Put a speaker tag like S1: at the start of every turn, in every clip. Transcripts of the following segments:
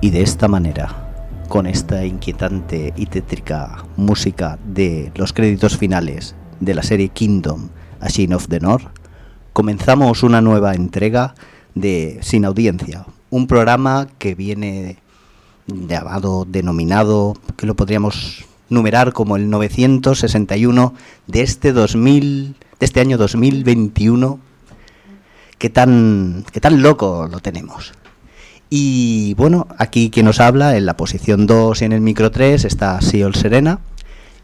S1: Y de esta manera, con esta inquietante y tétrica música de los créditos finales de la serie Kingdom, A Sheen of the North, comenzamos una nueva entrega de Sin Audiencia, un programa que viene llamado, denominado, que lo podríamos numerar como el 961 de este 2000, de este año 2021, que tan, que tan loco lo tenemos. Y bueno, aquí quien nos habla, en la posición 2 y en el micro 3 está Siol Serena.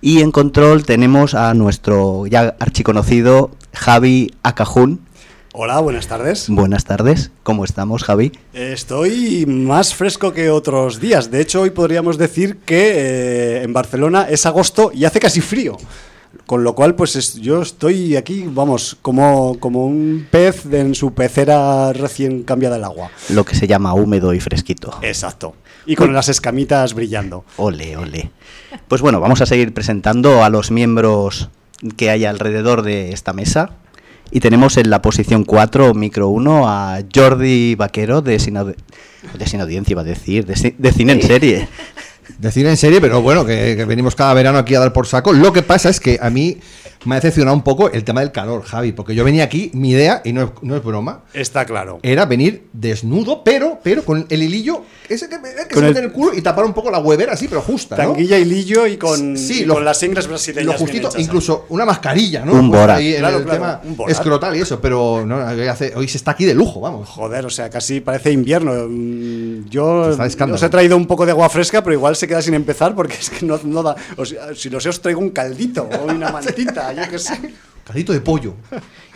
S1: Y en control tenemos a nuestro ya archiconocido Javi Acajún.
S2: Hola, buenas tardes.
S1: Buenas tardes, ¿cómo estamos Javi?
S2: Estoy más fresco que otros días. De hecho, hoy podríamos decir que eh, en Barcelona es agosto y hace casi frío. Con lo cual, pues es- yo estoy aquí, vamos, como, como un pez en su pecera recién cambiada el agua.
S1: Lo que se llama húmedo y fresquito.
S2: Exacto. Y con las escamitas brillando.
S1: Ole, ole. Pues bueno, vamos a seguir presentando a los miembros que hay alrededor de esta mesa. Y tenemos en la posición 4, micro 1, a Jordi Vaquero de Sin, Aud- de Sin Audiencia, iba a decir, de, Ci- de Cine en Serie.
S3: Decir en serie, pero bueno, que, que venimos cada verano aquí a dar por saco. Lo que pasa es que a mí me ha decepcionado un poco el tema del calor, Javi, porque yo venía aquí, mi idea, y no es, no es broma,
S2: Está claro.
S3: era venir desnudo, pero, pero con el hilillo ese que, me- eh, que se
S2: Con el-
S3: mete en el culo y tapar un poco la huevera así, pero justa, ¿no?
S2: Tanguilla y lillo y con,
S3: Sí,
S2: y
S3: lo-
S2: con las ingres
S3: Y
S2: brasileñas.
S3: Lo
S2: bien
S3: justito,
S2: hechas.
S3: incluso una mascarilla, ¿no?
S1: Un
S3: Puesta
S1: Borat.
S3: Ahí en
S2: Claro,
S3: el
S2: claro,
S3: tema
S2: un Borat.
S3: escrotal y eso, pero no, ¿qué hace? hoy se está aquí de lujo, vamos.
S2: Joder, o sea, casi parece invierno. Mm, Yo
S3: Está de escándalo.
S2: os he traído un poco de agua fresca, pero igual se queda sin empezar porque es que no, no da. o sea, si lo sé, os traigo un caldito o una mantita, yo qué sé.
S3: Caldito de pollo.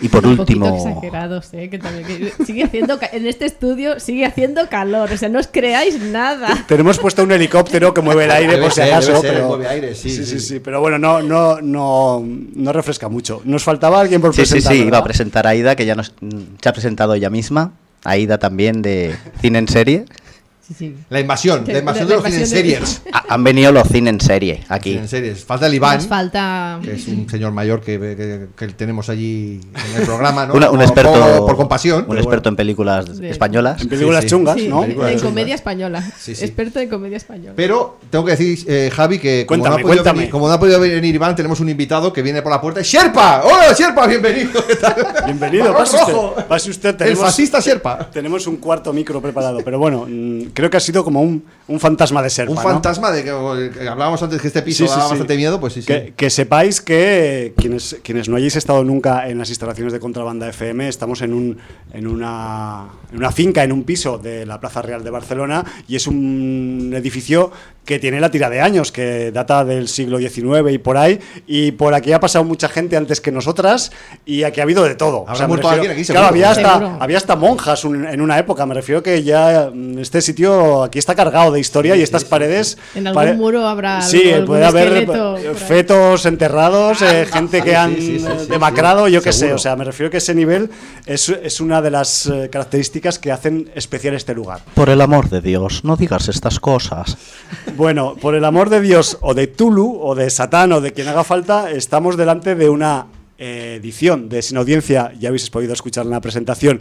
S1: Y por
S4: Un poquito
S1: último,
S4: exagerados, eh, que también- que sigue haciendo ca- en este estudio sigue haciendo calor, o sea, no os creáis nada.
S2: Tenemos puesto un helicóptero que mueve el aire,
S3: Debe
S2: por si
S3: ser,
S2: acaso.
S3: debe ser,
S2: pero...
S3: mueve aire, sí,
S2: sí,
S3: sí.
S2: Pero bueno, no, no, no, no refresca mucho. Nos faltaba alguien por
S1: Sí, sí,
S2: presentar.
S1: sí,
S2: ¿verdad?
S1: iba a presentar a Aida, que ya nos, mm, se ha presentado ella misma. Aida también de Cine en Serie.
S4: Sí, sí.
S3: La invasión,
S4: Que-
S3: la invasión de
S4: la
S3: los
S4: invasión
S3: cine
S4: de-
S3: series.
S1: Ha- han venido los Cine en Serie aquí.
S3: Cine series. Falta el Iván.
S4: Nos falta
S3: que es un señor mayor que, que- que tenemos allí en el programa, ¿no?
S1: Una- un
S3: Por-
S1: experto,
S3: por, por compasión.
S1: Un
S3: pero
S1: experto
S3: bueno.
S1: en películas
S4: De-
S1: españolas.
S2: En películas
S3: Sí, sí.
S2: chungas,
S4: sí,
S2: ¿no?
S4: en
S3: Películas
S4: comedia
S3: chungas.
S4: española,
S3: Sí, sí.
S4: experto de comedia española.
S3: Pero tengo que decir, eh, Javi, que como
S2: Cuéntame,
S3: no, ha podido
S2: cuéntame.
S3: venir, como no ha podido venir Iván, tenemos un invitado que viene por la puerta. ¡Sherpa! ¡Hola, Sherpa! ¡Bienvenido! ¿Qué tal?
S2: Bienvenido,
S3: Marrón
S2: pase usted.
S3: rojo.
S2: Pase usted,
S3: El
S2: tenemos-
S3: fascista Sherpa.
S2: Tenemos un cuarto micro preparado, pero bueno, mm, creo que ha sido como un, un fantasma de ser.
S3: Un fantasma de que, que hablábamos antes que este piso
S2: Sí, sí,
S3: daba
S2: sí.
S3: bastante miedo, pues sí, sí.
S2: Que, que sepáis que eh, quienes, quienes no hayáis estado nunca en las instalaciones de Contrabanda FM, estamos en, un, en, una, en una finca, en un piso de la Plaza Real de Barcelona y es un edificio que tiene la tira de años, que data del siglo XIX y por ahí, y por aquí ha pasado mucha gente antes que nosotras y aquí ha habido de todo.
S3: Habrá
S2: me
S3: muerto
S2: refiero-
S3: alguien aquí,
S2: claro,
S3: seguro.
S2: había hasta,
S4: Seguro.
S2: había hasta monjas un- en una época, me refiero que ya mm, este sitio aquí está cargado de historia y estas paredes...
S4: En algún
S2: pare-
S4: muro habrá
S2: Sí,
S4: algo,
S2: puede
S4: algún
S2: haber
S4: esqueleto
S2: eh,
S4: por ahí.
S2: fetos enterrados, eh, gente que
S3: Ah, sí,
S2: han
S3: sí, sí, sí,
S2: eh,
S3: sí,
S2: demacrado,
S3: sí,
S2: yo qué sé.
S3: seguro.
S2: O sea, me refiero que ese nivel es, es una de las eh, características que hacen especial este lugar.
S1: Por el amor de Dios, no digas estas cosas.
S2: Bueno, por el amor de Dios, o de Tulu, o de Satán, o de quien haga falta, estamos delante de una eh, edición de Sin Audiencia, ya habéis podido escuchar en la presentación,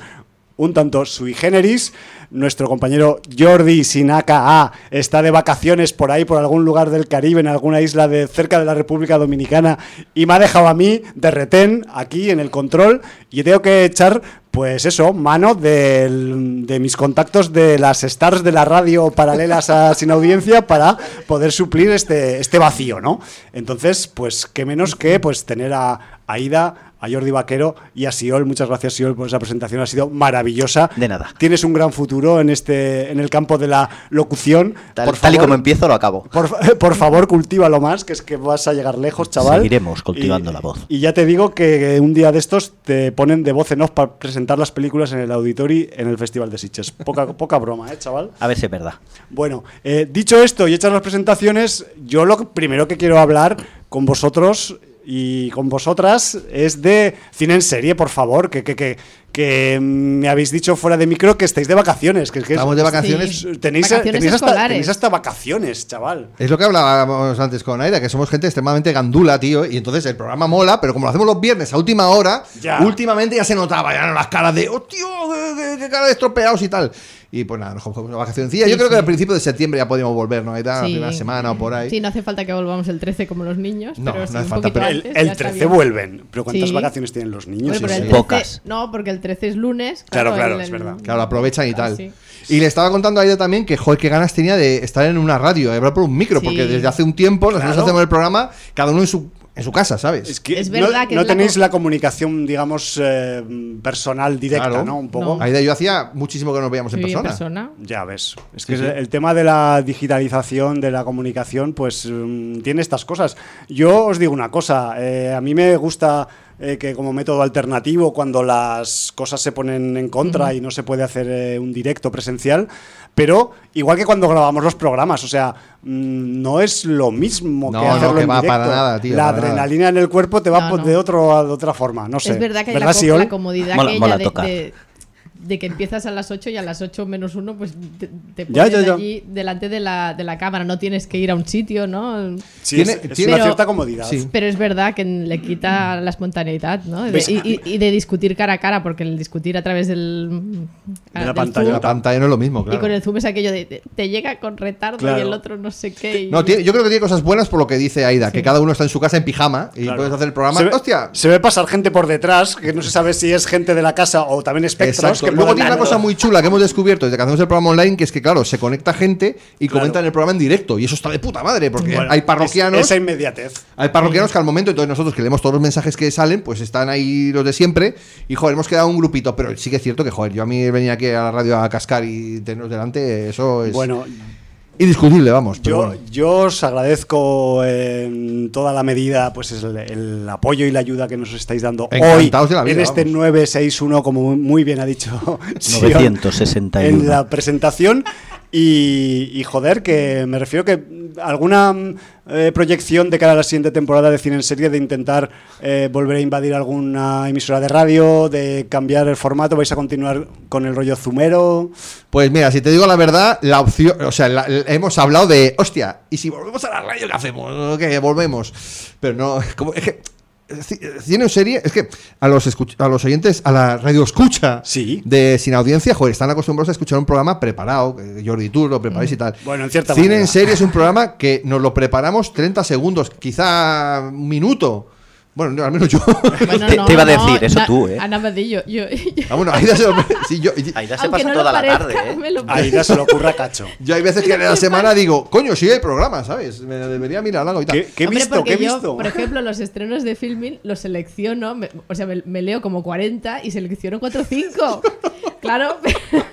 S2: un tanto sui generis. Nuestro compañero Jordi Sinaca A está de vacaciones por ahí, por algún lugar del Caribe, en alguna isla de cerca de la República Dominicana, y me ha dejado a mí de retén aquí en el control, y tengo que echar... Pues eso, mano del- de mis contactos de las stars de la radio paralelas a Sin Audiencia para poder suplir este, este vacío, ¿no? Entonces, pues qué menos que pues tener a Aida, a Jordi Vaquero y a Siol. Muchas gracias, Siol, por esa presentación. Ha sido maravillosa.
S1: De nada.
S2: Tienes un gran futuro en, este, en el campo de la locución.
S1: Tal,
S2: por
S1: tal y
S2: favor,
S1: como empiezo, lo acabo.
S2: por, fa- por favor, cultívalo más, que es que vas a llegar lejos, chaval.
S1: Seguiremos cultivando la voz.
S2: Y ya te digo que un día de estos te ponen de voz en off para presentar las películas en el Auditori en el Festival de Sitges. Poca, poca broma, ¿eh, chaval?
S1: A ver si es verdad.
S2: Bueno, eh, dicho esto y hechas las presentaciones, yo lo que- primero que quiero hablar con vosotros y con vosotras es de cine en serie, por favor, que, que, que, que mm, me habéis dicho fuera de micro que estáis de vacaciones. Que, es que es-
S3: Estamos de vacaciones.
S4: Sí.
S2: tenéis, eh,
S4: Vacaciones
S2: tenéis hasta,
S4: escolares.
S2: tenéis hasta vacaciones, chaval.
S3: Es lo que hablábamos antes con Aida, que somos gente extremadamente gandula, tío, y entonces el programa mola, pero como lo hacemos los viernes a última hora,
S2: Ya.
S3: últimamente ya se notaba, ya eran las caras de, ¡hostia, qué, qué- qué cara de estropeados y tal! Y pues nada, nos cogemos una vacacioncilla.
S4: Sí,
S3: Yo creo que
S4: sí.
S3: al principio de septiembre ya podíamos volver, ¿no, Aida? Ah, La
S4: Sí.
S3: primera semana o por ahí.
S4: Sí, no hace falta que volvamos el 13 como los niños.
S3: No,
S4: pero
S3: no
S4: sí,
S3: hace
S4: un
S3: falta,
S4: poquito
S3: pero
S2: El,
S4: antes
S2: el
S4: ya está
S2: 13
S4: bien.
S2: vuelven. Pero ¿cuántas
S4: Sí.
S2: vacaciones tienen los niños?
S4: Hombre, pero el
S3: sí.
S4: 13
S1: Pocas.
S4: No, porque el 13 es lunes.
S2: Claro, claro,
S4: el-
S2: es verdad.
S3: Claro, aprovechan y tal.
S4: Sí.
S3: Y le estaba contando a Aida también que, joder, qué ganas tenía de estar en una radio, de hablar por un micro,
S4: Sí.
S3: porque desde hace un tiempo nosotros
S2: Claro.
S3: hacemos el programa, cada uno en su, en su casa, ¿sabes?
S2: Es que
S4: Es
S2: no-
S4: verdad
S2: no,
S4: que es la
S2: tenéis
S4: co-
S2: la comunicación, digamos, eh, personal directa,
S3: Claro.
S2: ¿no? Un poco.
S4: No.
S3: Aida y yo hacía muchísimo que nos veíamos
S4: Sí,
S3: Pues en persona.
S4: persona.
S2: Ya ves. Es
S3: Sí,
S2: que
S3: sí.
S2: el tema de la digitalización, de la comunicación, pues mm, tiene estas cosas. Yo os digo una cosa, eh, a mí me gusta eh, que como método alternativo, cuando las cosas se ponen en contra y no se puede hacer eh, un directo presencial, pero igual que cuando grabamos los programas, o sea, mm, no es lo mismo
S3: No,
S2: que
S3: no,
S2: hacerlo
S3: que
S2: en
S3: va,
S2: directo.
S3: para nada, tío,
S2: la
S3: para nada.
S2: adrenalina en el cuerpo te va
S4: No,
S2: pues,
S4: no.
S2: de otro a- de otra forma, no sé.
S4: Es verdad que hay la, co-
S2: Siol?
S4: la comodidad
S1: Mola-
S4: que
S1: mola
S4: ella de,
S1: tocar.
S4: de- de que empiezas a las 8 y a las 8 menos 1 pues te, te
S2: Ya,
S4: pones
S2: ya, ya.
S4: allí delante de la, de la cámara. No tienes que ir a un sitio, ¿no?
S2: Sí,
S3: Tiene-
S2: es, es
S3: tiene-
S2: una
S4: Pero-
S2: cierta comodidad.
S3: Sí.
S4: Pero es verdad que le quita la espontaneidad, ¿no? De-
S2: ¿Ves?
S4: y, y- y de discutir cara a cara, porque el discutir a través del... ah,
S2: la
S4: del
S2: pantalla.
S3: La
S4: Zoom,
S3: pantalla no es lo mismo,
S4: Y
S3: claro.
S4: con el Zoom es aquello de, de- te llega con retardo
S2: Claro.
S4: y el otro no sé qué. y-
S3: No, tiene- yo creo que tiene cosas buenas por lo que dice Aida, que cada uno está en su casa en pijama y
S2: Claro.
S3: puedes hacer el programa.
S2: Se ve,
S3: ¡Hostia!
S2: se ve pasar gente por detrás, que no se sabe si es gente de la casa o también espectros.
S3: Exacto.
S2: que
S3: Luego
S2: pueden-
S3: tiene una cosa muy chula que hemos descubierto desde que hacemos el programa online, que es que, claro, se conecta gente y
S2: Claro.
S3: comentan el programa en directo. Y eso está de puta madre, porque
S2: Bueno,
S3: hay parroquianos.
S2: es- Esa Mm. inmediatez.
S3: Hay parroquianos que al momento, entonces nosotros que leemos todos los mensajes que salen, pues están ahí los de siempre. Y joder, hemos quedado un grupito, pero sí que es cierto que, joder, yo a mí venía aquí a la radio a cascar y tenernos delante, eso es
S2: Bueno,
S3: indiscutible, vamos. pero
S2: yo,
S3: Pues, bueno.
S2: yo os agradezco en toda la medida pues es el, el apoyo y la ayuda que nos estáis dando hoy
S3: Encantados de la vida,
S2: en este
S3: vamos.
S2: 961, como muy- muy bien ha dicho Sion,
S1: 961.
S2: en la presentación. Y, y, joder, que me refiero que alguna mm, eh, proyección de cara a la siguiente temporada de Cine en Serie, de intentar eh, volver a invadir alguna emisora de radio, de cambiar el formato, vais a continuar con el rollo zumero.
S3: Pues mira, si te digo la verdad, la opción, o sea, la- la- hemos hablado de, hostia, ¿y si volvemos a la radio qué hacemos? ¿Qué volvemos? Pero no, como, es que ci- tiene serie, es que a los escuch- a los oyentes, a la radio escucha
S2: Sí.
S3: de sin audiencia, joder, están acostumbrados a escuchar un programa preparado, que Jordi tú lo preparáis y tal.
S2: Mm. Bueno, en cierta
S3: Cine
S2: manera.
S3: en serie es un programa que nos lo preparamos 30 segundos, quizá un minuto. Bueno, no, al menos yo.
S4: Bueno,
S1: Te-
S4: no,
S1: te iba a
S4: no,
S1: decir eso
S4: na-
S1: tú, ¿eh?
S4: Ana Badillo, yo, yo-
S3: Ah, bueno, Aida se lo- sí, yo-
S1: Aida se pasa
S4: aunque no lo
S1: toda la
S4: parezca,
S1: tarde, ¿eh?
S4: me lo-
S2: Ahí ya se lo ocurra Cacho.
S3: Yo hay veces que en la semana digo, coño, sí hay programa, ¿sabes? Me debería mirar algo y tal.
S2: ¿Qué, qué he
S4: Hombre,
S2: visto?
S4: porque
S2: ¿Qué he
S4: yo,
S2: visto?
S4: por ejemplo, los estrenos de filming los selecciono, me- o sea, me, me leo como 40 y selecciono 4 o 5. claro,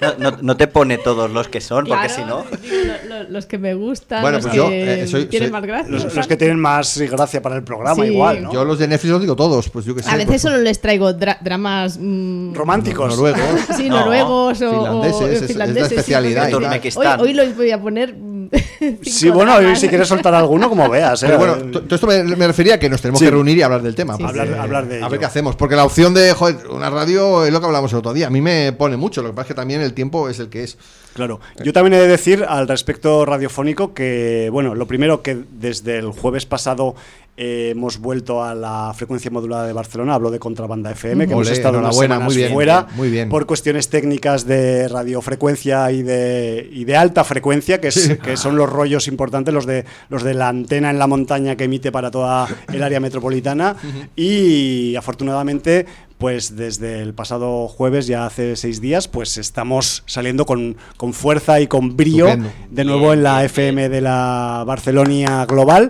S1: No, no- no te pone todos los que son, porque
S4: claro,
S1: si no.
S4: digo, lo- lo- los que me gustan,
S3: Bueno,
S4: los
S3: pues
S4: que
S3: yo, eh, soy-
S4: tienen
S3: soy-
S4: más gracia.
S2: Los, los que tienen más gracia para el programa,
S4: Sí.
S2: igual, ¿no?
S3: Yo los de Netflix los digo todos, pues yo que sé.
S4: A veces
S3: pues,
S4: solo les traigo dra- dramas mm,
S2: Románticos.
S3: Noruegos.
S4: Sí,
S1: No,
S4: noruegos o
S3: finlandeses,
S4: o-
S3: es- es la
S4: finlandeses, sí,
S3: especialidad
S4: porque-
S1: y tal.
S4: hoy,
S1: Turkmenistán.
S4: hoy los voy a poner. mm,
S2: Sí,
S4: cinco
S2: bueno,
S4: dramas.
S2: si quieres soltar alguno, como veas. ¿eh?
S3: Pero bueno, t- todo esto me, me refería a que nos tenemos
S2: Sí.
S3: que reunir y hablar del tema.
S4: Sí,
S3: porque-
S2: Hablar- hablar de
S3: A
S2: ello.
S3: ver qué hacemos. Porque la opción de joder, una radio es lo que hablamos el otro día. A mí me pone mucho. Lo que pasa es que también el tiempo es el que es.
S2: Claro,
S3: Eh.
S2: yo también he de decir al respecto radiofónico que, bueno, lo primero que desde el jueves pasado eh, hemos vuelto a la frecuencia modulada de Barcelona, hablo de Contrabanda FM, que
S3: Ujú.
S2: hemos
S3: Ole,
S2: estado unas
S3: enhorabuena,
S2: semanas
S3: muy bien,
S2: fuera
S3: muy bien.
S2: por cuestiones técnicas de radiofrecuencia y de, y de alta frecuencia, que, es- que son los rollos importantes, los de, los de la antena en la montaña que emite para toda el área metropolitana. Y afortunadamente, pues desde el pasado jueves, ya hace seis días, pues estamos saliendo con, con fuerza y con brío,
S3: Estupendo.
S2: de nuevo en la FM de la Barcelonia Global.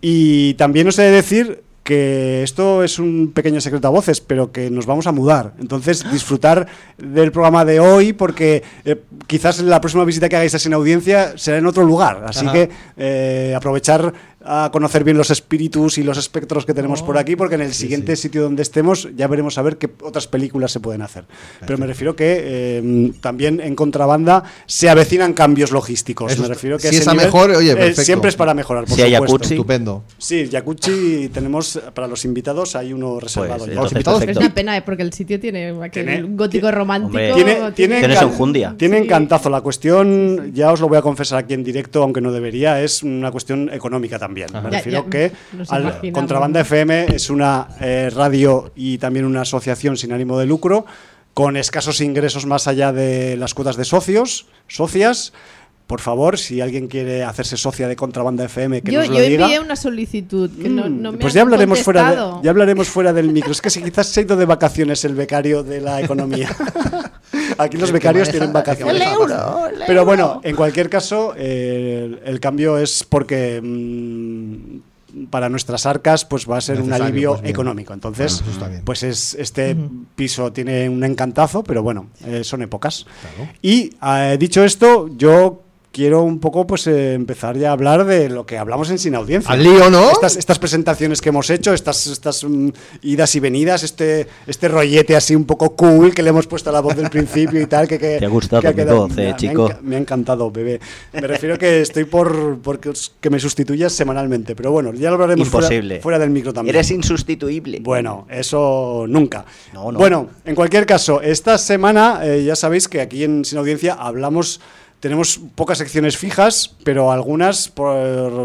S2: Y también os he de decir que esto es un pequeño secreto a voces, pero que nos vamos a mudar. Entonces, disfrutar del programa de hoy, porque eh, quizás la próxima visita que hagáis a Sin Audiencia será en otro lugar. Así
S3: Ajá.
S2: que eh, aprovechar a conocer bien los espíritus y los espectros que tenemos
S4: Oh.
S2: por aquí, porque en el siguiente sitio donde estemos ya veremos a ver qué otras películas se pueden hacer. Pero me refiero que eh, también en contrabanda se avecinan cambios logísticos.
S3: Eso
S2: me
S3: está-
S2: refiero que
S3: si
S2: ese
S3: es a
S2: nivel,
S3: mejor, oye,
S2: eh,
S3: perfecto.
S2: siempre es para mejorar, por
S1: Si hay
S2: supuesto.
S1: jacuzzi,
S3: Estupendo.
S2: Sí, Yakuchi tenemos para los invitados, hay uno
S1: Pues,
S2: reservado ya.
S1: entonces,
S3: invitados
S4: Pero es
S1: perfecto.
S4: una pena, ¿eh? porque el sitio tiene aquel
S2: Tiene-
S4: gótico
S2: tiene-
S4: romántico.
S1: Hombre.
S2: Tiene, tiene,
S1: Tienes
S2: encan-
S1: enjundia.
S2: tiene
S4: Sí.
S2: encantazo. La cuestión, ya os lo voy a confesar aquí en directo, aunque no debería, es una cuestión económica también. Me
S4: Ya,
S2: refiero
S4: ya,
S2: que
S4: nos
S2: al-
S4: imaginamos.
S2: Contrabanda FM es una eh, radio y también una asociación sin ánimo de lucro, con escasos ingresos más allá de las cuotas de socios, socias. Por favor, si alguien quiere hacerse socia de Contrabanda FM, que
S4: yo
S2: nos lo
S4: yo
S2: diga.
S4: envié una solicitud que no, no me
S2: Pues
S4: han
S2: ya hablaremos, fuera de,
S4: contestado.
S2: ya hablaremos fuera del micro. Es que si quizás se ha ido de vacaciones el becario de la economía. Aquí los
S3: El que
S2: becarios
S3: maneja-
S2: tienen
S3: el
S2: vacaciones.
S3: que maneja-
S2: Pero bueno, en cualquier caso, eh, el, el cambio es porque mm, para nuestras arcas pues va a ser
S3: Necesario,
S2: un alivio
S3: pues bien.
S2: económico. Entonces,
S3: Bueno, eso está bien.
S2: pues es este piso tiene un encantazo, pero bueno, eh, son épocas. Y eh, dicho esto, yo quiero un poco pues eh, empezar ya a hablar de lo que hablamos en Sin Audiencia.
S3: Al lío, ¿no?
S2: Estas, estas presentaciones que hemos hecho, estas, estas mm, idas y venidas, este, este rollete así un poco cool que le hemos puesto a la voz del principio y tal. Que, que-
S1: Te ha gustado
S2: que
S1: mi voz, eh,
S2: me ha- me ha
S1: chico.
S2: enca- Me ha, encantado, bebé. Me refiero que estoy por, por que, os- que me sustituyas semanalmente, pero bueno, ya lo hablaremos fuera,
S1: Imposible.
S2: fuera del micro también.
S1: Eres insustituible.
S2: Bueno, eso nunca.
S1: No, no.
S2: Bueno, en cualquier caso, esta semana eh, ya sabéis que aquí en Sin Audiencia hablamos, tenemos pocas secciones fijas, pero algunas por-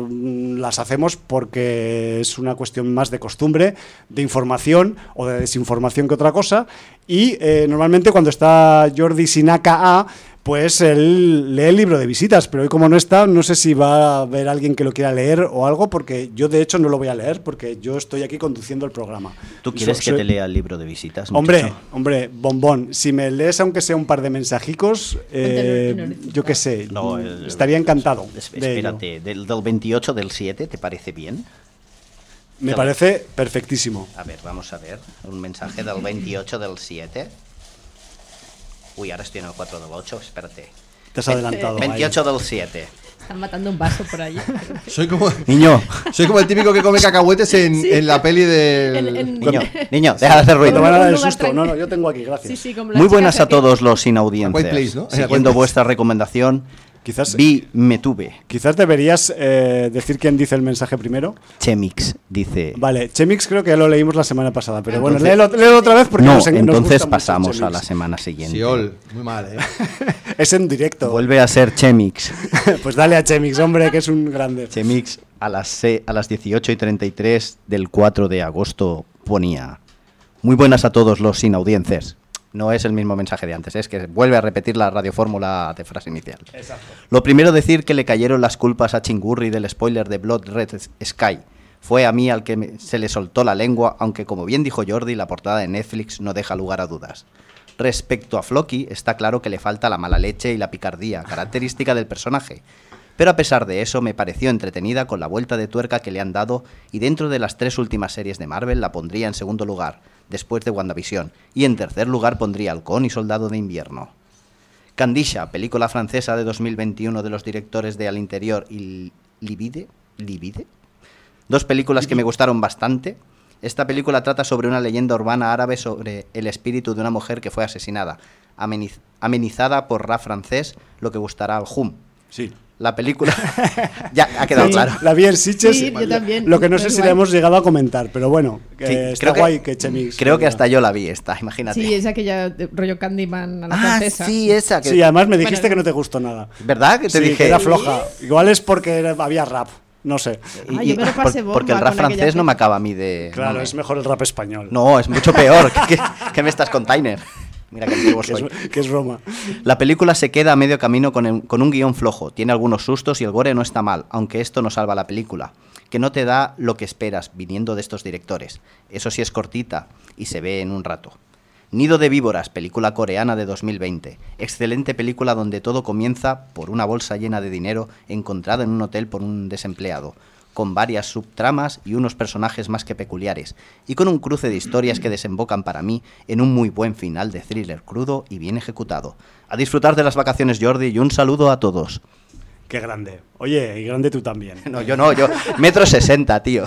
S2: mm, las hacemos porque es una cuestión más de costumbre, de información o de desinformación que otra cosa. Y eh, normalmente cuando está Jordi Sinaca A, pues él lee el libro de visitas, pero hoy como no está, no sé si va a haber alguien que lo quiera leer o algo, porque yo de hecho no lo voy a leer, porque yo estoy aquí conduciendo el programa.
S1: ¿Tú quieres
S2: So-
S1: que
S2: soy-
S1: te lea el libro de visitas?
S2: Hombre,
S1: muchacho?
S2: hombre, bombón, si me lees aunque sea un par de mensajicos, eh,
S4: no necesitas.
S2: yo qué sé,
S1: No, el-
S2: estaría encantado.
S1: Es-
S2: de ello.
S1: Espérate, del, del 28 del 7, ¿te parece bien?
S2: Me parece perfectísimo.
S1: A ver, vamos a ver. Un mensaje del 28 del 7. Uy, ahora estoy en el 4 del 8, espérate.
S2: Te has adelantado. ahí.
S1: 28 del 7.
S4: Están matando un vaso por allí.
S3: Soy como,
S1: Niño,
S3: soy como el típico que come cacahuetes en,
S4: Sí.
S3: en la peli del.
S4: En- en-
S1: niño, niño, deja de hacer
S2: Te van
S1: ruido.
S2: a dar
S4: Un
S2: el
S4: lugar
S2: susto. No, no,
S4: tranquilo.
S2: yo tengo aquí, gracias.
S4: sí, sí, como la
S1: Muy
S4: chica
S1: buenas
S4: esa
S1: a
S4: que-
S1: todos los sin
S3: Quiet Place, ¿no?
S1: audiencias.
S3: Era Quiet
S1: Siguiendo
S3: Place.
S1: vuestra recomendación,
S2: Quizás-
S1: vi me tuve.
S2: Quizás deberías eh, decir quién dice el mensaje primero.
S1: Chemix dice.
S2: Vale, Chemix creo que ya lo leímos la semana pasada, pero bueno,
S1: Entonces-
S2: léelo, léelo otra vez porque
S1: no,
S2: nos- nos gusta
S1: entonces
S2: mucho
S1: pasamos a
S2: Chemix.
S1: la semana siguiente.
S3: Siol, muy mal, ¿eh?
S2: Es en directo.
S1: Vuelve a ser Chemix.
S2: pues dale a Chemix, hombre, que es un grande.
S1: Chemix a las, se- a las 18 y 33 del 4 de agosto ponía Muy buenas a todos los sin audiencias. No es el mismo mensaje de antes, es que vuelve a repetir la radiofórmula de frase inicial. Lo primero decir que le cayeron las culpas a Chingurri del spoiler de Blood Red Sky. Fue a mí al que me- se le soltó la lengua, aunque como bien dijo Jordi, la portada de Netflix no deja lugar a dudas. Respecto a Floki, está claro que le falta la mala leche y la picardía, característica del personaje. Pero a pesar de eso, me pareció entretenida con la vuelta de tuerca que le han dado y dentro de las tres últimas series de Marvel la pondría en segundo lugar, después de WandaVision, y en tercer lugar pondría Halcón y Soldado de Invierno. Candisha, película francesa de 2021 de los directores de Al Interior y Livide, Livide, Dos películas que me gustaron bastante. Esta película trata sobre una leyenda urbana árabe sobre el espíritu de una mujer que fue asesinada, ameniz- amenizada por Ra francés, lo que gustará al Hum.
S2: Sí.
S1: La película. ya ha quedado
S2: Sí,
S1: claro.
S2: La vi en Sitges.
S4: Sí, yo también.
S2: Lo que no sé
S4: Pero
S2: si
S4: guay.
S2: le hemos llegado a comentar, pero bueno, que
S1: Sí,
S2: está guay que Chemix.
S1: Creo que
S2: diga.
S1: hasta yo la vi esta, imagínate.
S4: Sí, es aquella de rollo Candyman a la
S1: ah,
S4: francesa.
S1: sí, esa que.
S2: Sí, además me dijiste
S4: Bueno.
S2: que no te gustó nada.
S1: ¿Verdad? Que te
S2: Sí,
S1: dije.
S2: que era floja. Igual es porque era- había rap, no sé.
S1: Y-
S4: Ah, yo
S1: y-
S4: me lo
S1: por-
S4: pasé bomba
S1: porque el rap
S4: con aquella
S1: francés no me
S4: peli.
S1: acaba a mí de.
S2: Claro,
S1: no me-
S2: es mejor el rap español.
S1: No, es mucho peor. ¿Qué, qué- qué me estás con Tainer? Mira que antiguo
S2: Que
S1: soy.
S2: es, que es Roma.
S1: La película se queda a medio camino con, el- con un guión flojo, tiene algunos sustos y el gore no está mal, aunque esto no salva la película, que no te da lo que esperas viniendo de estos directores. Eso sí es cortita y se ve en un rato. Nido de víboras, película coreana de 2020. Excelente película donde todo comienza por una bolsa llena de dinero encontrada en un hotel por un desempleado, con varias subtramas y unos personajes más que peculiares, y con un cruce de historias que desembocan para mí en un muy buen final de thriller crudo y bien ejecutado. A disfrutar de las vacaciones Jordi y un saludo a todos.
S2: Qué grande. Oye, y grande tú también.
S1: No, yo no, yo. Metro sesenta, tío.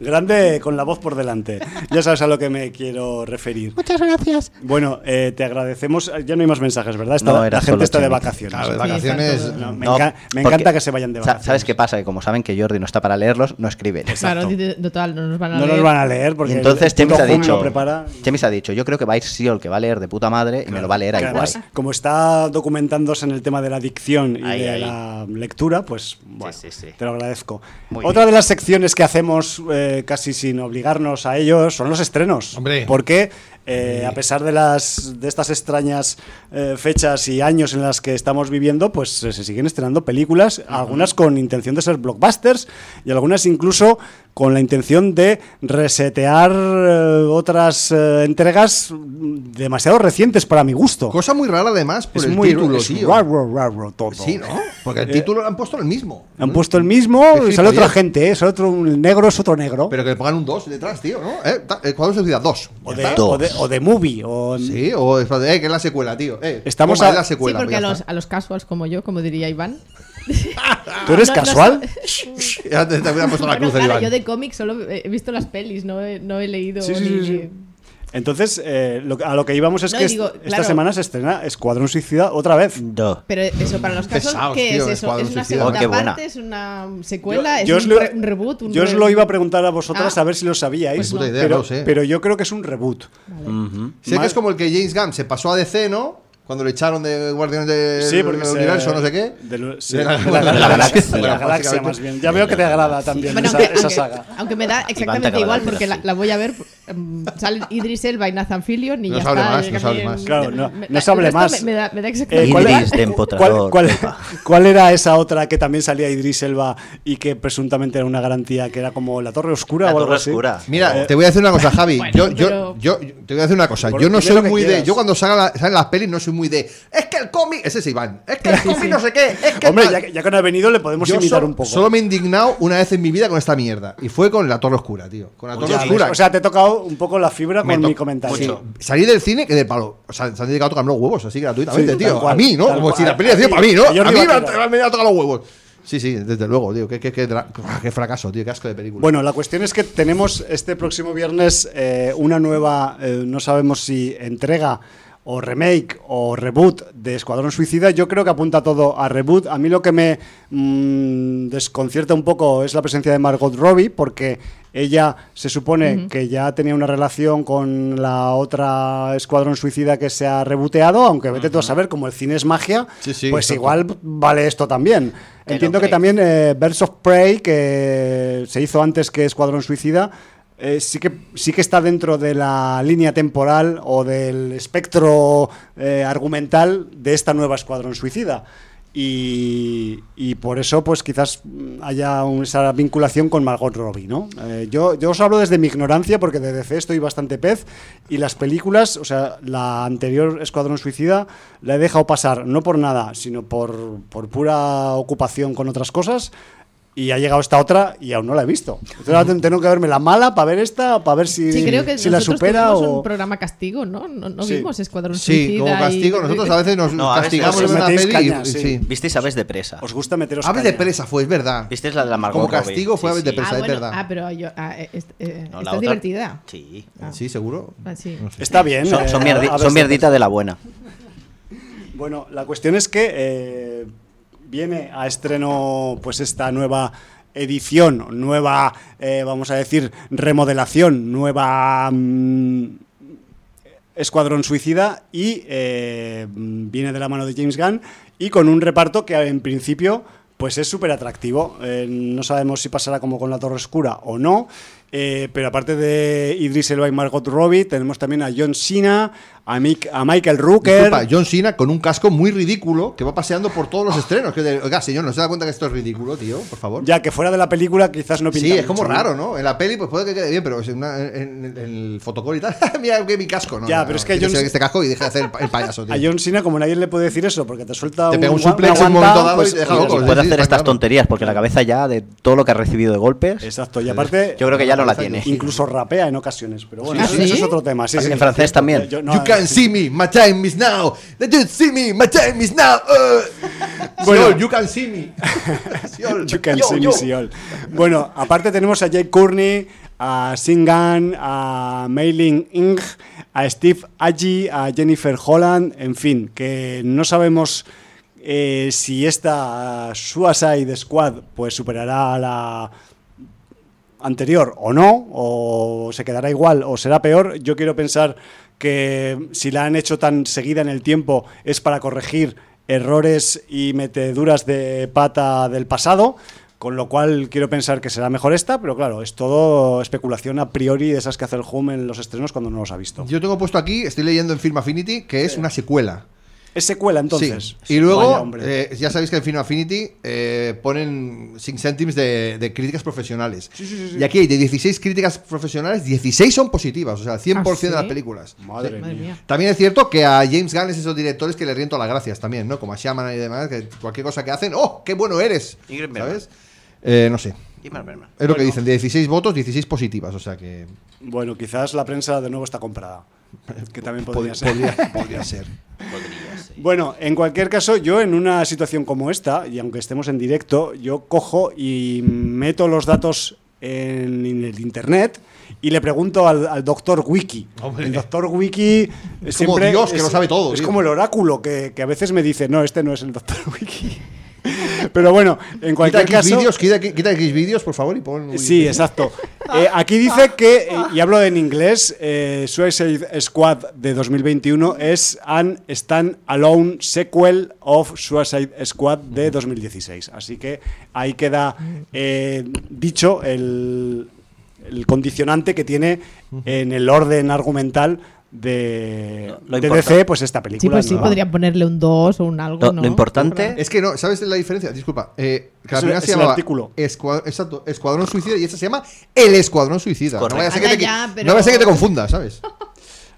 S2: Grande con la voz por delante. Ya sabes a lo que me quiero referir. Muchas gracias. Bueno, eh, te agradecemos. Ya no hay más mensajes, ¿verdad? Está-
S1: No,
S2: la
S1: era
S2: gente
S1: solo
S2: está de
S1: Chemi.
S2: vacaciones.
S3: Claro, de
S4: Sí,
S3: vacaciones.
S4: exacto.
S2: No, me,
S1: No,
S2: enca- me
S1: porque-
S2: encanta que se vayan de
S1: Sa-
S2: vacaciones.
S1: ¿Sabes qué pasa? Que como saben que Jordi no está para leerlos, no escriben.
S4: Claro,
S2: Exacto.
S4: dice, total, no nos van a
S2: No
S4: leer.
S2: nos van a leer
S1: Y
S2: porque
S1: entonces
S2: el
S1: Chemis ha
S2: Jun
S1: dicho,
S2: lo prepara.
S1: Chemis ha dicho, yo creo que va a ir Siol, que va a leer de puta madre, y me lo va a leer ahí
S2: Que
S1: guay.
S2: además, como está documentándose en el tema de la adicción y
S1: Ahí,
S2: de
S1: ahí.
S2: la lectura, pues bueno,
S1: sí, sí.
S2: te lo agradezco.
S1: Muy
S2: Otra de las secciones que hacemos eh, casi sin obligarnos a ello son los estrenos.
S3: Hombre.
S2: Porque eh, a pesar de las de estas extrañas eh, fechas y años en las que estamos viviendo, pues eh, se siguen estrenando películas, algunas con intención de ser blockbusters y algunas incluso con la intención de resetear eh, otras eh, entregas mm, demasiado recientes para mi gusto.
S3: Cosa muy rara además por
S2: Es
S3: el
S2: muy
S3: título,
S2: es
S3: tío.
S2: raro, raro todo.
S3: Sí, ¿no? Porque el título lo han puesto el mismo.
S2: Eh, Han
S3: ¿Mm?
S2: puesto el mismo,
S3: Sí, sí,
S2: sale otra
S3: podía.
S2: gente, ¿eh? sale otro un negro, es otro negro.
S3: Pero que le pongan un 2 detrás, tío, ¿no? ¿Eh? ta- eh, ¿Cuándo se decida? 2.
S2: o, de, o, de, o de movie. O
S3: Sí, o es eh, que es la secuela, tío. Eh,
S2: Estamos
S3: toma,
S2: a-
S3: es la
S2: Sí,
S4: Sí,
S3: secuela.
S4: porque
S3: pues
S4: a
S3: ya
S4: los,
S3: está.
S4: a los casuals como yo, como diría Iván.
S2: ¿Tú eres
S4: Ah, No, no
S2: casual?
S3: Ya te, te habían
S2: Pues
S3: puesto la
S4: Bueno,
S3: cruz,
S4: claro,
S3: Iván.
S4: yo de cómics solo he he visto las pelis, no he, no he leído.
S2: Sí, sí,
S4: ni-
S2: sí, sí. Entonces, eh, lo que- a lo que íbamos es
S4: No,
S2: que
S4: y digo,
S2: est- esta
S4: claro.
S2: semana se estrena Escuadrón Suicida otra vez.
S1: Do.
S4: Pero eso para los casos,
S3: Pesaos,
S4: ¿qué
S3: tío,
S4: es eso?
S3: Escuadrón
S4: ¿Es una
S3: Suicida.
S4: segunda
S1: Oh, qué buena.
S4: parte? ¿Es una secuela? ¿Es
S2: os
S4: un,
S2: lo-
S4: re- un reboot? Un
S2: yo os
S4: re-
S2: lo iba a preguntar a vosotras
S4: Ah.
S2: a ver si lo sabíais.
S3: Pues puta idea,
S2: pero,
S3: no lo sé.
S2: pero yo creo que es un reboot.
S3: Sé que
S2: Mal-
S3: es como el que James Gunn se pasó a DC, ¿no? Cuando lo echaron de Guardianes del
S2: Sí, porque se-
S3: Universo, no sé qué.
S2: De, lo- sí,
S3: De la-
S2: de la
S3: de
S2: galaxia.
S3: la
S1: galaxia.
S2: De la galaxia, más bien. Ya veo que te agrada también
S4: Bueno,
S2: esa,
S4: aunque,
S2: esa
S4: aunque-
S2: saga.
S4: aunque me da exactamente
S1: acaba de
S4: igual
S1: decir
S4: porque la,
S1: así.
S4: la voy a ver. mm, sale Idris Elba y Nathan Fillion y
S3: No
S4: ya
S3: se hable
S4: está.
S3: más,
S4: eh,
S3: no se hable
S4: también-
S3: más.
S2: Claro, no-
S4: me-
S2: no se hable
S4: el resto
S2: más.
S4: Me, me da, me da
S2: Eh,
S4: exactamente
S2: ¿cuál,
S1: Idris
S2: era-
S1: de empotrador,
S2: cuál-
S1: Pepa.
S2: cuál era esa otra que también salía Idris Elba y que presuntamente era una garantía, que era como la Torre Oscura
S1: La
S2: o algo
S1: Torre
S2: así?
S1: Oscura.
S3: Mira,
S2: Eh,
S3: te voy a decir una cosa, Javi.
S4: Bueno,
S3: yo, yo,
S4: pero-
S3: yo, yo te voy a decir una cosa.
S2: Por-
S3: Yo no
S2: dime
S3: soy
S2: lo que
S3: muy
S2: quieras.
S3: de. Yo cuando salga la- salen las pelis no soy muy de. Es que el cómic. Ese es Iván. Es que el cómic no sé qué. Es que
S2: Hombre,
S3: tal".
S2: ya, que- ya que no ha venido le podemos
S3: Yo
S2: imitar
S3: solo,
S2: un poco.
S3: solo me he indignado una vez en mi vida con esta mierda. Y fue con la Torre Oscura, tío. Con la Torre
S2: Pues Ya,
S3: Oscura.
S2: ves, O sea, te he tocado un poco la fibra
S3: Me
S2: con
S3: to-
S2: mi comentario.
S3: Sí, Salí del cine que del palo. O sea, se han dedicado a tocarme los huevos así gratuitamente,
S2: Sí, tal
S3: tío.
S2: cual,
S3: a mí, ¿no?
S2: tal
S3: Como si
S2: cual.
S3: la peli ha sido
S2: A
S3: para mí, ¿no?
S2: ti, a Jordi
S3: A mí me han
S2: Baquero.
S3: me han venido a tocar los huevos. Sí, sí, desde luego, tío. Qué, qué- qué dra- qué fracaso, tío. Qué asco de película.
S2: Bueno, la cuestión es que tenemos este próximo viernes eh, una nueva, eh, no sabemos si entrega o remake o reboot de Escuadrón Suicida. Yo creo que apunta todo a reboot. A mí lo que me mm, desconcierta un poco es la presencia de Margot Robbie, porque ella se supone que ya tenía una relación con la otra Escuadrón Suicida que se ha reboteado, aunque vete tú a saber, como el cine es magia,
S3: Sí, sí,
S2: pues
S3: exacto.
S2: igual vale esto también.
S1: Te lo
S2: Entiendo que
S1: crees.
S2: también también eh, Birds of Prey, que se hizo antes que Escuadrón Suicida, eh, sí, que, sí que está dentro de la línea temporal o del espectro eh, argumental de esta nueva Escuadrón Suicida. Y, y por eso, pues quizás mm, haya un- esa vinculación con Margot Robbie, ¿no? Eh, yo, yo os hablo desde mi ignorancia, porque de DC estoy bastante pez, y las películas, o sea, la anterior Escuadrón Suicida la he dejado pasar, no por nada, sino por, por pura ocupación con otras cosas. Y ha llegado esta otra y aún no la he visto. Entonces ahora tengo que verme la mala para ver esta, para ver si,
S4: Sí, creo que
S2: si la
S4: nosotros
S2: supera
S4: tuvimos
S2: o.
S4: un programa castigo, ¿no? No, no
S2: Sí.
S4: vimos Escuadrón
S3: sí,
S4: Suicida
S3: como castigo.
S4: y-
S3: Nosotros a veces nos
S1: No, a veces
S3: castigamos
S1: os
S3: en una
S2: metéis
S3: peli.
S2: caña,
S3: y-
S2: sí.
S3: sí.
S1: ¿Visteis Aves de Presa?
S2: Os gusta meteros.
S3: Aves de
S2: caña.
S3: presa fue, es verdad.
S1: ¿Visteis la de la Margot
S3: Como
S1: Robbie?
S3: castigo fue
S1: Sí,
S3: Aves de
S1: sí.
S3: presa,
S4: Ah,
S3: es
S4: bueno,
S3: verdad.
S4: ah, pero yo. ah, eh, est- eh,
S1: No, la
S4: esta
S1: otra-
S4: es divertida.
S1: Sí.
S3: Sí, seguro.
S4: Ah, sí.
S2: Está bien.
S1: Son,
S2: eh,
S1: son mierdi-
S2: a ver
S1: son
S2: si-
S1: mierdita de la buena.
S2: Bueno, la cuestión es que eh, viene a estreno pues esta nueva edición, nueva, eh, vamos a decir, remodelación, nueva mm, Escuadrón Suicida y eh, mm, viene de la mano de James Gunn y con un reparto que en principio pues es súper atractivo. Eh, no sabemos si pasará como con la Torre Oscura o no, eh, pero aparte de Idris Elba y Margot Robbie tenemos también a John Cena, a, Mick- a Michael Rooker...
S3: Disculpa, John Cena con un casco muy ridículo que va paseando por todos los estrenos. Que de- oiga, señor, ¿no se da cuenta que esto es ridículo, tío? Por favor.
S2: Ya, que fuera de la película quizás no pinta
S3: Sí, es como
S2: mucho,
S3: raro, ¿no? En la peli pues puede que quede bien, pero en, una- en- en- en el fotocall y tal, mira que mi casco, ¿no?
S2: Ya,
S3: no,
S2: pero
S3: no,
S2: es que
S3: quítese
S2: John Cena-
S3: este casco y deja de hacer el, pa- el payaso, tío.
S2: A John Cena, como nadie le puede decir eso, porque te pues, suelta
S3: Te pega un
S2: gua-
S3: suplex
S2: una
S3: en un momento
S2: guanta,
S3: dado y te deja
S1: Y-
S3: loco.
S1: y puede
S3: sí, sí,
S1: hacer
S3: está
S1: estas
S3: claro.
S1: tonterías porque la cabeza ya de todo lo que ha recibido de golpes,
S2: Exacto, y aparte...
S1: yo creo que ya no la tiene.
S2: Incluso rapea en ocasiones, pero bueno,
S4: ¿Ah,
S2: eso,
S4: sí?
S2: eso es otro tema. Sí,
S1: ¿En
S2: sí.
S1: francés también?
S2: Yo- no,
S3: You can
S2: sí.
S3: see me, my time is now. They you see me, my time is now. uh.
S2: Bueno.
S3: Siol, you can see me. Siol,
S2: You can
S3: yo,
S2: see me,
S3: yo.
S2: Seol. Bueno, aparte tenemos a Jake Courtney, a Singan, a Mailing Ing, a Steve Agee, a Jennifer Holland, en fin, que no sabemos eh, si esta Suicide Squad pues superará a la anterior o no, o se quedará igual o será peor. Yo quiero pensar que si la han hecho tan seguida en el tiempo es para corregir errores y meteduras de pata del pasado, con lo cual quiero pensar que será mejor esta, pero claro, es todo especulación a priori de esas que hace el Hum en los estrenos cuando no los ha visto.
S3: Yo tengo puesto aquí, estoy leyendo en Film Affinity, que es una secuela.
S2: Es secuela entonces.
S3: Sí. Y luego,
S2: Vaya, hombre.
S3: eh, ya sabéis que en Film Affinity eh, ponen 5 céntimos de, de críticas profesionales. Y aquí hay de 16 críticas profesionales, 16 son positivas, o sea, 100% de
S4: ¿Ah,
S3: las
S4: sí?
S3: películas.
S2: Madre
S4: Madre
S2: mía.
S4: mía.
S3: También es cierto que a James Gunn es esos directores que le riento las gracias también, ¿no? Como a Shaman y demás, que cualquier cosa que hacen, ¡oh, qué bueno eres!
S1: Ingrid Bergman.
S3: ¿Sabes? Eh, no sé. Es
S1: Y más, más, más.
S3: lo que dicen, de 16 votos, 16 positivas, o sea que
S2: Bueno, quizás la prensa de nuevo está comprada. Que también podría
S3: pod-
S2: ser.
S3: podría- podría ser.
S1: Podría ser.
S2: Bueno, en cualquier caso, yo en una situación como esta, y aunque estemos en directo, yo cojo y meto los datos en, en el internet y le pregunto al, doctor Wiki.
S3: Hombre.
S2: El doctor Wiki
S3: Es como
S2: siempre
S3: Dios, que lo sabe todo,
S2: Es
S3: tío.
S2: como el oráculo que, que a veces me dice, no, este no es el doctor Wiki. Pero bueno, en
S3: Quita
S2: cualquier
S3: X
S2: caso.
S3: vídeos, quita, quita X vídeos, por favor, y pon.
S2: Sí, exacto. Eh, aquí dice que, eh, y hablo en inglés, eh, Suicide Squad de 2021 es an stand-alone sequel of Suicide Squad de 2016. Así que ahí queda eh, dicho el, el condicionante que tiene en el orden argumental de,
S1: Lo
S2: de
S1: importa-
S2: DC, pues esta
S4: Sí,
S2: película.
S4: pues sí,
S2: ¿no?
S4: podrían ponerle un 2 o un
S1: Lo-
S4: algo. ¿no? Ah, pues
S1: lo importante-
S3: Es que no, ¿sabes la diferencia? Disculpa. Eh, que
S2: Es
S3: la
S2: el-
S3: primera
S2: es
S3: se
S2: el
S3: llamaba
S2: artículo.
S3: Escua- exacto, Escuadrón Suicida y esta se llama El Escuadrón Suicida.
S1: Correcto.
S3: No vaya a ser que te,
S4: Anda Ah, ya, pero-
S3: no vaya a ser que te confundas, ¿sabes?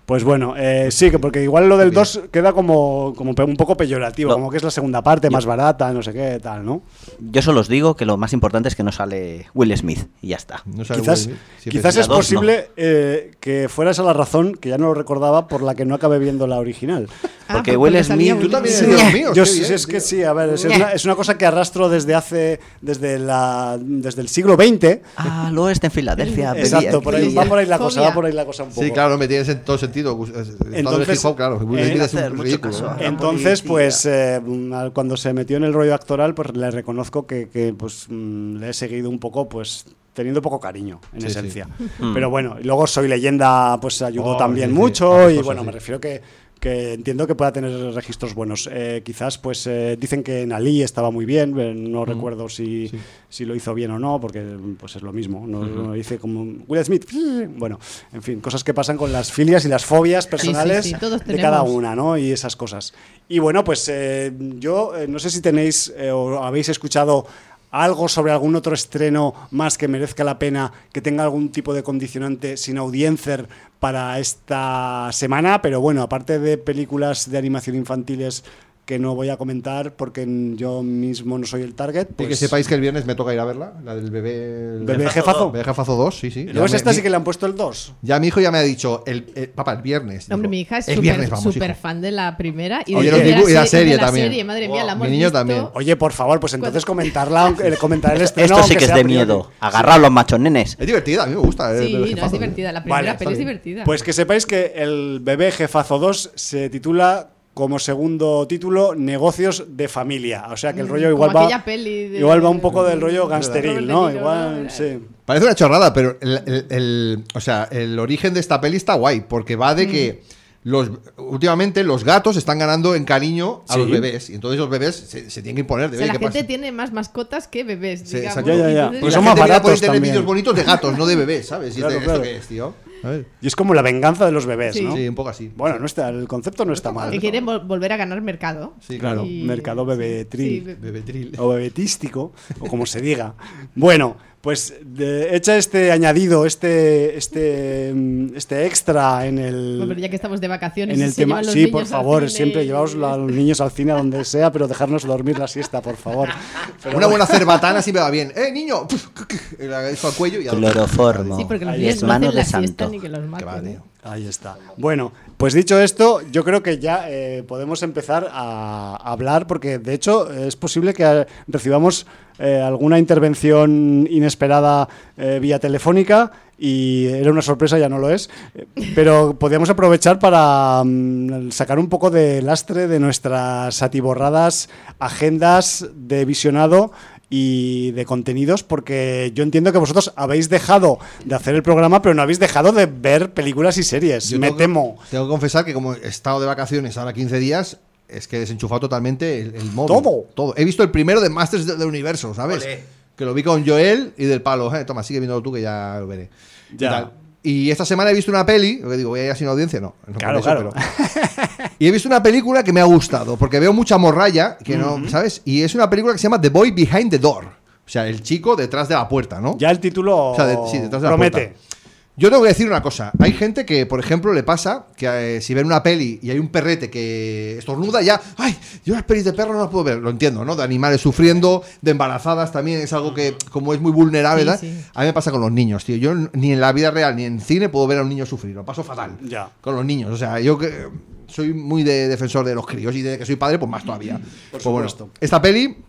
S2: Pues bueno, eh, sí, que porque igual lo del
S3: Bien.
S2: 2 queda como, como pe- un poco peyorativo,
S1: No.
S2: como que es la segunda parte, más barata, no sé qué, tal, ¿no?
S1: Yo solo os digo que lo más importante es que no sale Will Smith y ya está.
S3: No sabe
S2: Quizás,
S3: Will Smith, siempre
S2: quizás
S1: La
S2: es
S1: dos,
S3: decía.
S2: posible eh, que fuera esa la razón, que ya no lo recordaba, por la que no acabé viendo la original.
S4: Ah,
S1: porque
S4: porque
S1: Will
S4: le salía
S1: Smith.
S4: Will Tú también
S3: Smith. eres de los míos,
S2: Yo
S3: qué
S2: sí,
S3: bien,
S2: sí, ¿eh? es que
S3: tío.
S2: sí, a ver, es una, es una cosa que arrastro desde hace, desde, la, desde el siglo XX.
S1: Ah, lo está en Filadelfia. baby,
S2: Exacto, por ahí,
S1: aquí.
S2: va por ahí la cosa,
S4: Fobia.
S2: va por ahí la cosa un poco.
S3: Sí, claro, me tienes en todo sentido. Entonces,
S2: Entonces,
S3: claro, Will
S2: eh,
S3: Smith es
S1: hacer
S3: un
S1: mucho
S3: ridículo. ¿eh?
S1: caso
S3: ¿no?
S1: a-
S2: Entonces,
S1: Política.
S2: pues eh, al- cuando se metió en el rollo actoral, pues le reconozco que, que, pues mm, le he seguido un poco, pues teniendo poco cariño, en
S3: Sí,
S2: esencia.
S1: Mm.
S2: Pero bueno, y luego Soy Leyenda, pues ayudó
S3: Oh,
S2: también
S3: sí, sí,
S2: mucho
S3: varias
S2: y
S3: cosas,
S2: bueno,
S3: sí.
S2: me refiero que, que entiendo que pueda tener registros buenos. Eh, quizás, pues eh, dicen que en Ali estaba muy bien, eh, no
S3: Mm.
S2: recuerdo si, si lo hizo bien o no, porque pues es lo mismo. No, no dice como un Will Smith. Bueno, en fin, cosas que pasan con las filias y las fobias
S4: sí,
S2: personales
S4: sí, todos
S2: de cada
S4: tenemos.
S2: una una, ¿no? Y esas cosas. Y bueno, pues eh, yo eh, no sé si tenéis eh, o habéis escuchado algo sobre algún otro estreno más que merezca la pena, que tenga algún tipo de condicionante sin audiencer para esta semana, pero bueno, aparte de películas de animación infantiles que no voy a comentar porque n- yo mismo no soy el target,
S3: Y
S2: pues
S3: que sepáis que el viernes me toca ir a verla, la del bebé.
S2: Bebé jefazo.
S3: Bebé jefazo 2, sí, sí.
S2: Y
S3: Ya
S2: Luego es
S3: me-
S2: esta
S3: mi-
S2: sí que le han puesto el 2.
S3: Ya mi hijo ya me ha dicho, el, eh, papá, el viernes.
S4: Hombre,
S3: dijo.
S4: mi hija es
S3: El viernes,
S4: súper
S3: vamos,
S4: súper
S3: hijo.
S4: fan de la primera y,
S3: Oye,
S4: de,
S2: los
S4: de
S3: dibuj- y la
S4: se-
S3: serie
S4: de la
S3: también.
S4: serie, madre mía,
S3: Wow.
S4: la hemos
S3: Mi niño
S4: visto.
S3: también.
S2: Oye, por favor, pues entonces comentarla, aunque- eh, comentar el estreno.
S1: Esto sí
S2: aunque
S1: que es
S2: sea
S1: de
S2: a priori.
S1: miedo. Agarraos los machos nenes.
S3: Es divertida, a mí me gusta. el
S4: Sí,
S3: bebé
S4: no, es
S3: jefazo, ¿eh?
S4: divertida. La primera
S2: Vale,
S4: peli es
S2: está bien.
S4: divertida.
S2: Pues que sepáis que el bebé jefazo 2 se titula como segundo título Negocios de familia. O sea que el rollo
S4: Mm,
S2: igual
S4: como
S2: va.
S4: aquella peli de-
S2: igual va un poco del rollo
S4: Robert De
S2: gangsteril,
S4: Niro,
S2: ¿no?
S4: ¿no?
S2: Igual,
S4: Era-
S2: sí.
S3: Parece una chorrada, pero el, el- el- o sea, el origen de esta peli está guay, porque va
S2: Mm.
S3: de que los, últimamente los gatos están ganando en cariño a
S2: Sí.
S3: los bebés, y entonces los bebés se, se tienen que imponer. De,
S4: O sea,
S3: "Oye,
S4: la
S3: ¿qué
S4: gente
S3: pasa?".
S4: tiene más mascotas que bebés,
S3: Sí,
S4: digamos.
S3: exacto. Ya,
S2: ya, ya.
S4: Entonces,
S3: Y
S2: Pues
S3: la
S2: son más
S3: gente mira,
S2: baratos
S3: puede tener
S2: también.
S3: vídeos bonitos de gatos, no de bebés, ¿sabes? Y
S2: Claro,
S3: dice,
S2: claro.
S3: ¿Esto qué es, tío?
S2: Y es como la venganza de los bebés,
S4: Sí.
S2: ¿no?
S3: Sí, un poco así.
S2: Bueno, no está, el concepto no está mal.
S4: Que quieren vol- volver a ganar mercado.
S3: Sí,
S2: Claro,
S4: Y-
S2: mercado bebetril.
S4: Sí, be-
S3: Bebetril.
S2: o bebetístico, o como se diga. Bueno, pues de- hecha este añadido, este, este, mm, este extra en el,
S4: Bueno, pero ya que estamos de vacaciones,
S2: en
S4: y
S2: el
S4: se
S2: tema.
S4: llevan los
S2: Sí,
S4: niños
S2: por
S4: al
S2: favor,
S4: cine
S2: siempre
S4: y-
S2: llevaos a los niños al cine a donde sea, pero dejarnos dormir la siesta, por favor. Pero
S3: Una buena cerbatana siempre va bien. ¡Eh, niño! Y La hizo al cuello y a dormir.
S1: Cloroformo.
S4: Sí, porque los
S2: Ahí
S4: niños
S2: es
S4: no
S1: mano
S4: hacen
S1: de
S4: la siesta
S1: santo.
S4: ni que los
S3: Que va,
S4: maten. ¿eh?
S3: tío.
S2: bueno, Ahí está. Bueno, pues dicho esto, yo creo que ya eh, podemos empezar a hablar, porque de hecho es posible que eh, recibamos eh, alguna intervención inesperada eh, vía telefónica y era una sorpresa, ya no lo es, eh, pero podíamos aprovechar para mm, sacar un poco de lastre de nuestras atiborradas agendas de visionado y de contenidos, porque yo entiendo que vosotros habéis dejado de hacer el programa, pero no habéis dejado de ver películas y series,
S3: Yo
S2: me
S3: tengo que-
S2: temo.
S3: Tengo que confesar que como he estado de vacaciones ahora 15 días, es que he desenchufado totalmente el, el móvil.
S2: Todo.
S3: He visto el primero de Masters de- del Universo, ¿sabes?
S5: Olé.
S3: Que lo vi con Joel y del palo. "Eh, toma, sigue viéndolo tú que ya lo veré. Y
S2: Ya.
S3: tal. Y esta semana he visto una peli, lo que digo, voy a ir sin audiencia, no. no
S2: Claro,
S3: por
S2: claro.
S3: pero- y he visto una película que me ha gustado, porque veo mucha morralla, que no, ¿sabes? Y es una película que se llama The Boy Behind the Door. O sea, el chico detrás de la puerta, ¿no?
S2: Ya el título
S3: sea, de- sí, detrás de la
S2: promete.
S3: puerta. Yo tengo que decir una cosa. Hay gente que, por ejemplo, le pasa que eh, si ven una peli y hay un perrete que estornuda, ya. ¡Ay! Yo las pelis de perro no las puedo ver. Lo entiendo, ¿no? De animales sufriendo, de embarazadas también. Es algo que, como es muy vulnerable,
S4: Sí,
S3: ¿verdad?
S4: sí.
S3: A mí me pasa con los niños, tío. Yo n- ni en la vida real ni en cine puedo ver a un niño sufrir. Lo paso fatal.
S2: Ya.
S3: Con los niños. O sea, yo que. Soy muy de defensor de los críos y de que soy padre, pues más todavía. Por
S2: supuesto.
S3: esta peli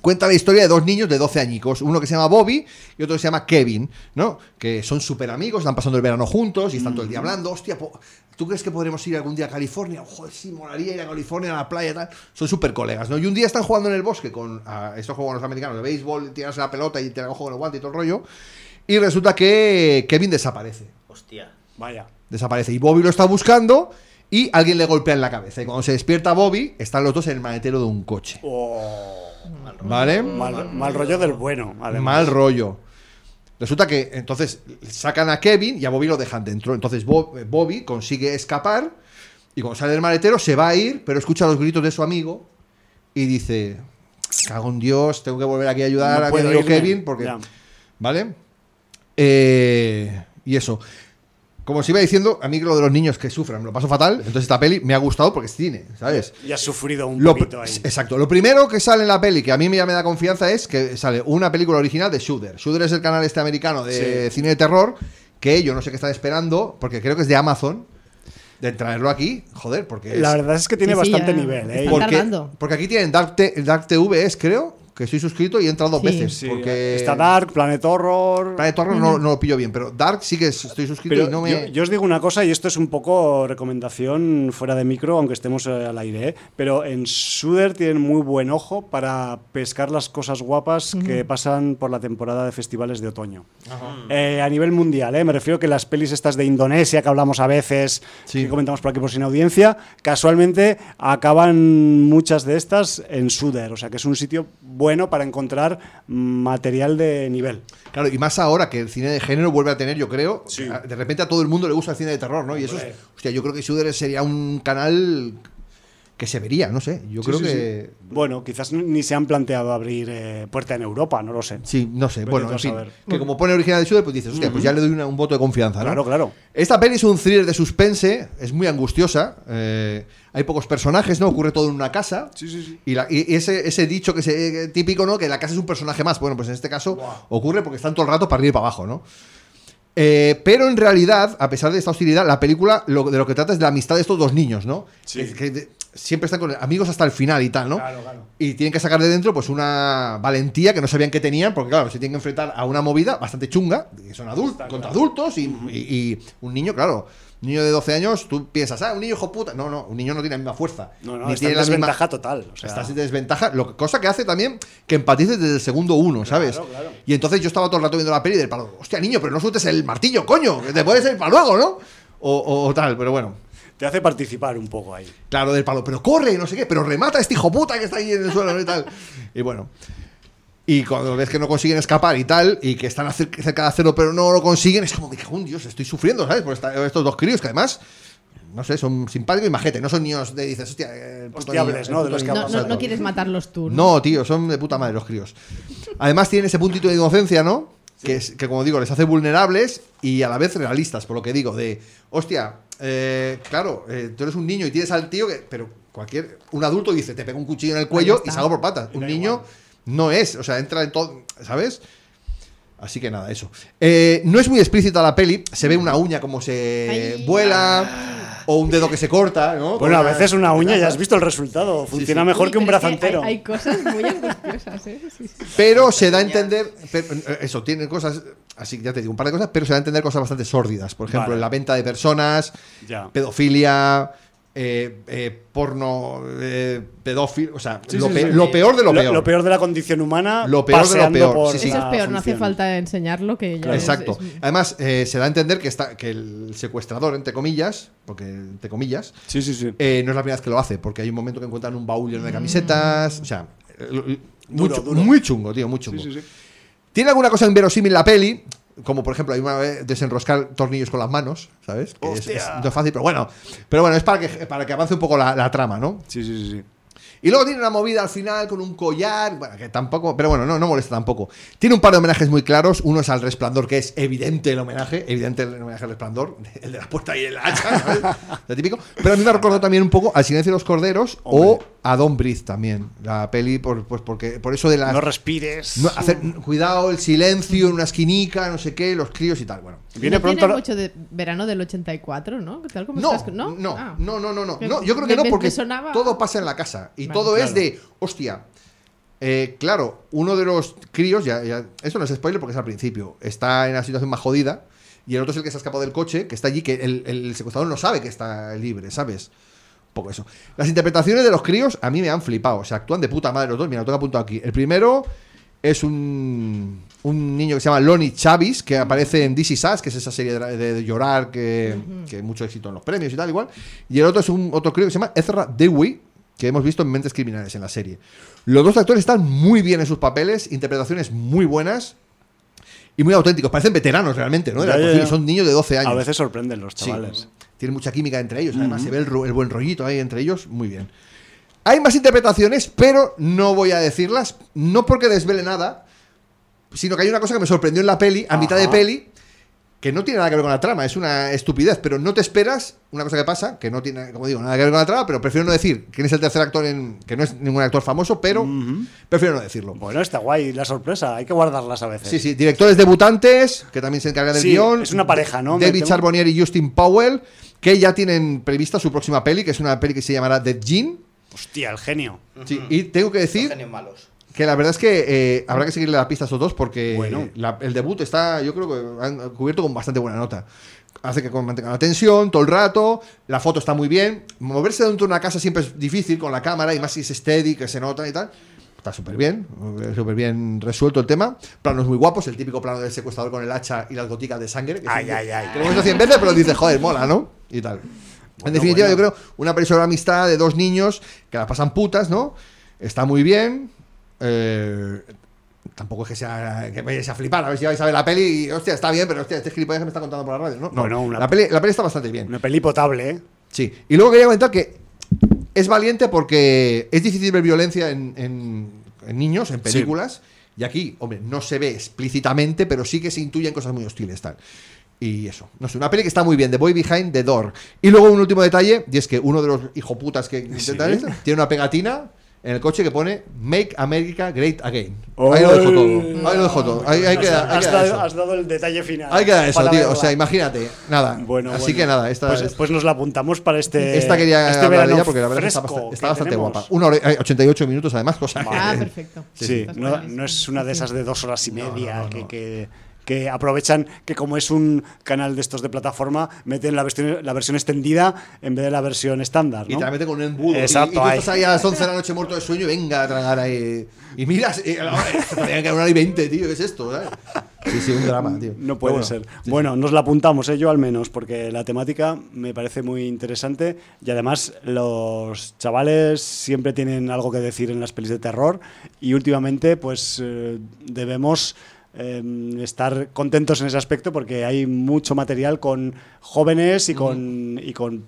S3: cuenta la historia de dos niños de 12 añicos, uno que se llama Bobby y otro que se llama Kevin, ¿no? Que son súper amigos, están pasando el verano juntos y están todo el día hablando, hostia, po- ¿tú crees que podremos ir algún día a California? Joder, sí, molaría ir a California, a la playa y tal. Son súper colegas, ¿no? Y un día están jugando en el bosque con ah, estos juegos los americanos de béisbol, tiras la pelota y te la cojo con el guante y todo el rollo, y resulta que Kevin desaparece
S5: Hostia.
S2: Vaya.
S3: desaparece. Y Bobby lo está buscando y alguien le golpea en la cabeza. Y cuando se despierta Bobby, están los dos en el maletero de un coche. ¿Vale?
S2: Mal, mal rollo del bueno, además.
S3: Mal rollo. Resulta que entonces sacan a Kevin y a Bobby lo dejan dentro. Entonces Bo- eh, Bobby consigue escapar y cuando sale del maletero se va a ir, pero escucha los gritos de su amigo y dice, cago en Dios, tengo que volver aquí a ayudar
S2: No
S3: a mi
S2: puedo
S3: amigo
S2: irme.
S3: Kevin porque...
S2: Ya.
S3: ¿Vale? Eh, y eso. Como os iba diciendo, a mí lo de los niños que sufran me lo paso fatal. Entonces esta peli me ha gustado porque es cine, ¿sabes?
S2: Y has sufrido un
S3: Lo-
S2: poquito ahí.
S3: Exacto. Lo primero que sale en la peli, que a mí ya me da confianza, es que sale una película original de Shooter. Shooter es el canal este americano de
S2: Sí.
S3: cine de terror, que yo no sé qué están esperando, porque creo que es de Amazon, de traerlo aquí. Joder, porque es-
S2: La verdad es que tiene
S4: Sí, sí,
S2: bastante
S4: ya.
S2: nivel, ¿eh?
S4: Están
S3: porque,
S4: tardando.
S3: porque aquí tienen Dark, T- Dark TV, es, creo, que estoy suscrito y he entrado dos
S4: Sí.
S3: veces.
S2: Sí,
S3: porque
S2: Está Dark, Planet Horror.
S3: Planet Horror no,
S4: Mm.
S3: no lo pillo bien, pero Dark sí que es- estoy suscrito
S2: Pero
S3: y no me.
S2: yo, yo os digo una cosa, y esto es un poco recomendación fuera de micro, aunque estemos eh, al aire, ¿eh? pero en Suder tienen muy buen ojo para pescar las cosas guapas que pasan por la temporada de festivales de otoño. Eh, a nivel mundial, ¿eh? me refiero que las pelis estas de Indonesia que hablamos a veces,
S3: Sí.
S2: que comentamos por aquí por sin audiencia, casualmente acaban muchas de estas en Suder, o sea que es un sitio bueno para encontrar material de nivel.
S3: Claro, y más ahora que el cine de género vuelve a tener, yo creo.
S2: Sí.
S3: que a- De repente a todo el mundo le gusta el cine de terror, ¿no? Y eso es.
S2: Hombre.
S3: Hostia, yo creo que Shudder sería un canal que se vería, no sé. Yo creo que.
S2: Bueno, quizás ni se han planteado abrir eh, puerta en Europa, no lo sé.
S3: Sí, no sé.
S2: Vete
S3: bueno,
S2: tú a
S3: en fin.
S2: saber.
S3: Que como pone original de Shudder, pues dices, hostia, pues ya le doy una- un voto de confianza, ¿no?
S2: Claro, claro.
S3: Esta peli es un thriller de suspense, es muy angustiosa. eh, hay pocos personajes, ¿no? Ocurre todo en una casa. Y, la- y- y ese, ese dicho que se, eh, típico, ¿no? Que la casa es un personaje más. Bueno, pues en este caso ocurre porque están todo el rato para arriba y para abajo, ¿no? Eh, pero en realidad, a pesar de esta hostilidad, la película lo- de lo que trata es de la amistad de estos dos niños, ¿no? Que, que de- siempre están con amigos hasta el final y tal, ¿no? Y tienen que sacar de dentro pues una valentía que no sabían que tenían, porque claro, se tienen que enfrentar a una movida bastante chunga, que son adultos, contra adultos y, y- y un niño, claro. Un niño de 12 años, tú piensas, ah, un niño hijo puta. No, no, un niño no tiene la misma fuerza.
S2: No, no,
S3: ni
S2: está en
S3: tiene la misma
S2: desventaja total. o sea,
S3: estás en desventaja, lo que- cosa que hace también que empatices desde el segundo uno, ¿sabes?
S2: claro.
S3: Y entonces yo estaba todo el rato viendo la peli del palo, hostia, niño, pero no sueltes el martillo, coño, que te puedes ir para luego, ¿no? O, o- o tal, pero bueno.
S2: te hace participar un poco ahí.
S3: Claro, del palo, pero corre, no sé qué, pero remata a este hijo puta que está ahí en el suelo ¿no? y tal. Y bueno. Y cuando ves que no consiguen escapar y tal, y que están a cer- cerca de hacerlo, pero no lo consiguen, es como, me cago en Dios, estoy sufriendo, ¿sabes? Por esta- estos dos críos que además, no sé, son simpáticos y majete, no son niños de dices, hostia, el puto
S2: Hostiables,
S3: niño, el
S2: ¿no?
S3: puto
S2: De los que
S3: niño".
S4: No, no,
S3: Exacto.
S4: no quieres matarlos tú.
S3: No, tío, son de puta madre los críos. Además tienen ese puntito de inocencia, ¿no? Que, es- que como digo, les hace vulnerables y a la vez realistas, por lo que digo, de, hostia, eh, claro, eh, tú eres un niño y tienes al tío que, pero cualquier, un adulto dice, te pego un cuchillo en el cuello y
S4: está.
S3: salgo por patas. Un niño no es, o sea, entra en todo, ¿sabes? Así que nada, eso. Eh, no es muy explícita la peli. Se ve una uña como se
S4: Ay.
S3: vuela o un dedo que se corta, ¿no?
S2: Ah. Bueno, a
S3: Con
S2: veces una uña, ya has visto el resultado. Funciona mejor
S4: Uy,
S2: que un
S4: pero es
S2: brazo entero.
S4: Hay, hay cosas muy angustiosas, ¿eh? Sí, sí.
S3: Pero se da a entender. pero, eh, eso, tiene cosas. Así que ya te digo un par de cosas, pero se da a entender cosas bastante sórdidas. Por ejemplo,
S2: Vale.
S3: la venta de personas,
S2: Ya.
S3: pedofilia, eh, eh, porno eh, pedófilo. O sea,
S2: Sí,
S3: lo,
S2: sí,
S3: pe-
S2: sí.
S3: lo peor de lo, peor.
S2: Lo peor de la condición humana.
S3: Lo peor de lo
S2: paseando
S3: peor,
S2: por
S3: sí, sí.
S4: Eso es
S2: la
S4: peor, no hace
S2: función.
S4: falta enseñarlo que ya.
S2: Claro.
S4: es-
S3: Exacto.
S4: es-
S3: Además, eh, se da a entender que, está, que el secuestrador, entre comillas, porque entre comillas,
S2: Sí, sí, sí.
S3: eh, no es la primera vez que lo hace, porque hay un momento que encuentran un baúl lleno de camisetas. O sea, eh, lo- muy,
S2: Duro,
S3: chu-
S2: duro.
S3: muy chungo, tío, muy
S2: Sí,
S3: chungo.
S2: sí, sí.
S3: Tiene alguna cosa inverosímil la peli, como por ejemplo, hay una vez desenroscar tornillos con las manos, ¿sabes? Que es,
S2: Hostia.
S3: es- no es fácil, pero bueno. Pero bueno, es para que, para que avance un poco la, la trama, ¿no?
S2: Sí, sí, sí, sí.
S3: Y luego tiene una movida al final con un collar, bueno, que tampoco, pero bueno, no, no molesta tampoco. Tiene un par de homenajes muy claros, uno es al resplandor, que es evidente el homenaje, evidente el homenaje al resplandor, el de la puerta y el
S2: Ah,
S3: hacha, ¿sabes? Lo típico. Pero a mí me recordó también un poco al silencio de los corderos
S2: Hombre.
S3: o a Don Briz también, la peli, por, pues porque, por eso de las...
S2: No respires.
S3: No, hacer- cuidado, el silencio en una esquinica, no sé qué, los críos y tal. Bueno.
S2: Viene
S4: no
S2: pronto.
S4: tiene
S2: la-
S4: mucho de verano del 84, ¿no? Tal como
S3: No,
S4: estás-
S3: no, no,
S4: Ah.
S3: no, no, no, no.
S4: Me-
S3: Yo creo que
S4: me-
S3: no,
S4: me-
S3: porque
S4: me sonaba-
S3: todo pasa en la casa. Y
S4: Vale,
S3: todo es
S2: claro.
S3: de, hostia. eh, claro, uno de los críos, ya, ya- esto no es spoiler porque es al principio, está en una situación más jodida. Y el otro es el que se ha escapado del coche, que está allí, que el, el secuestrador no sabe que está libre, ¿sabes? Un poco eso. Las interpretaciones de los críos a mí me han flipado. O sea, actúan de puta madre los dos. Mira, lo tengo apuntado aquí. El primero es un, un niño que se llama Lonnie Chavis, que aparece en DC Sass, que es esa serie de, de- de llorar que, que mucho éxito en los premios y tal, igual. Y el otro es un otro crío que se llama Ezra Dewey, que hemos visto en Mentes Criminales en la serie. Los dos actores están muy bien en sus papeles, interpretaciones muy buenas. Y muy auténticos, parecen veteranos realmente, ¿no? De la
S2: Ya, ya,
S3: actuación.
S2: ya.
S3: Son niños de 12 años.
S2: A veces sorprenden los chavales.
S3: Sí. Tiene mucha química entre ellos. Además, se ve el, ro- el buen rollito ahí entre ellos. Muy bien. Hay más interpretaciones, pero no voy a decirlas. No porque desvele nada, sino que hay una cosa que me sorprendió en la peli, a mitad de
S2: Ajá.
S3: peli, que no tiene nada que ver con la trama. Es una estupidez, pero no te esperas una cosa que pasa, que no tiene, como digo, nada que ver con la trama, pero prefiero no decir quién es el tercer actor, en, que no es ningún actor famoso, pero prefiero no decirlo.
S2: Bueno, está guay la sorpresa. Hay que guardarlas a veces.
S3: Sí, sí, directores debutantes, que también se encargan del
S2: Sí,
S3: guión.
S2: es una pareja, ¿no? Me
S3: David
S2: temo.
S3: Charbonnier y Justin Powell, que ya tienen prevista su próxima peli, que es una peli que se llamará The Gene.
S2: Hostia, el genio.
S3: Sí, y tengo que
S5: Son
S3: decir
S5: genios malos.
S3: que la verdad es que eh, habrá que seguirle la pista a estos dos porque
S2: Bueno.
S3: la- el debut está, yo creo que han cubierto con bastante buena nota. Hace que mantengan la tensión todo el rato, la foto está muy bien. Moverse dentro de una casa siempre es difícil con la cámara y más si es steady, que se nota y tal. Está súper bien, súper bien resuelto el tema. Planos muy guapos, el típico plano del secuestrador con el hacha y las goticas de sangre. que
S2: Ay,
S3: siempre-
S2: ay, ay.
S3: que lo hemos hecho 100 veces, pero dices, joder, mola, ¿no? Y tal. en
S2: Bueno,
S3: definitiva,
S2: bueno.
S3: yo creo una persona de amistad de dos niños que la pasan putas, ¿no? Está muy bien. Eh, tampoco es que sea que vayáis a flipar, a ver si vais a ver la peli y, hostia, está bien, pero hostia, este gilipollas que me está contando por la radio, ¿no? No,
S2: Bueno, una-
S3: la, peli, la peli está bastante bien.
S2: Una peli potable, ¿eh?
S3: Sí. Y luego quería comentar que es valiente porque es difícil ver violencia en, en- en niños, en películas. Y aquí, hombre, no se ve explícitamente, pero sí que se intuyen cosas muy hostiles, tal. Y eso. No sé, una peli que está muy bien, The Boy Behind the Door. Y luego un último detalle, y es que uno de los hijoputas que intentan
S2: Sí.
S3: esto, tiene una pegatina en el coche que pone Make America Great Again. Ahí lo dejo todo. Ahí lo dejo todo. Ahí, ahí
S2: Has-
S3: queda, ahí
S2: has,
S3: queda
S2: dado,
S3: eso.
S2: has dado el detalle final.
S3: Ahí queda eso,
S2: para
S3: tío.
S2: verla.
S3: O sea, imagínate. Nada.
S2: Bueno,
S3: Así
S2: bueno.
S3: que nada, esta,
S2: pues,
S3: esta-
S2: pues nos la apuntamos para este.
S3: esta quería
S2: este
S3: hablar de
S2: verano
S3: ella porque la verdad es que está
S2: fresco
S3: bastante, está
S2: que
S3: bastante
S2: tenemos.
S3: guapa. Una hora, y- eh, 88 minutos además, cosa que-
S4: Ah, perfecto.
S2: Sí,
S4: Estás
S2: no,
S4: buenísimo.
S2: no es una de esas de dos horas y
S3: No, no,
S2: media
S3: no,
S2: que,
S3: no.
S2: que- que aprovechan que como es un canal de estos de plataforma, meten la versión, la versión extendida en vez de la versión estándar.
S3: Y
S2: ¿no?
S3: te la mete con un embudo.
S2: Exacto,
S3: y, y tú
S2: ahí.
S3: estás ahí a las 11 de la noche muerto de sueño y venga a tragar ahí. Y miras, y a la hora, te tenían que dar una hora y 20, tío, ¿qué es esto? ¿sabes? Sí, sí, un drama, tío.
S2: No
S3: Pero
S2: puede
S3: bueno,
S2: ser.
S3: sí, sí.
S2: bueno, nos la apuntamos, ¿eh? yo al menos, porque la temática me parece muy interesante y además los chavales siempre tienen algo que decir en las pelis de terror y últimamente pues eh, debemos eh, estar contentos en ese aspecto porque hay mucho material con jóvenes y con, y con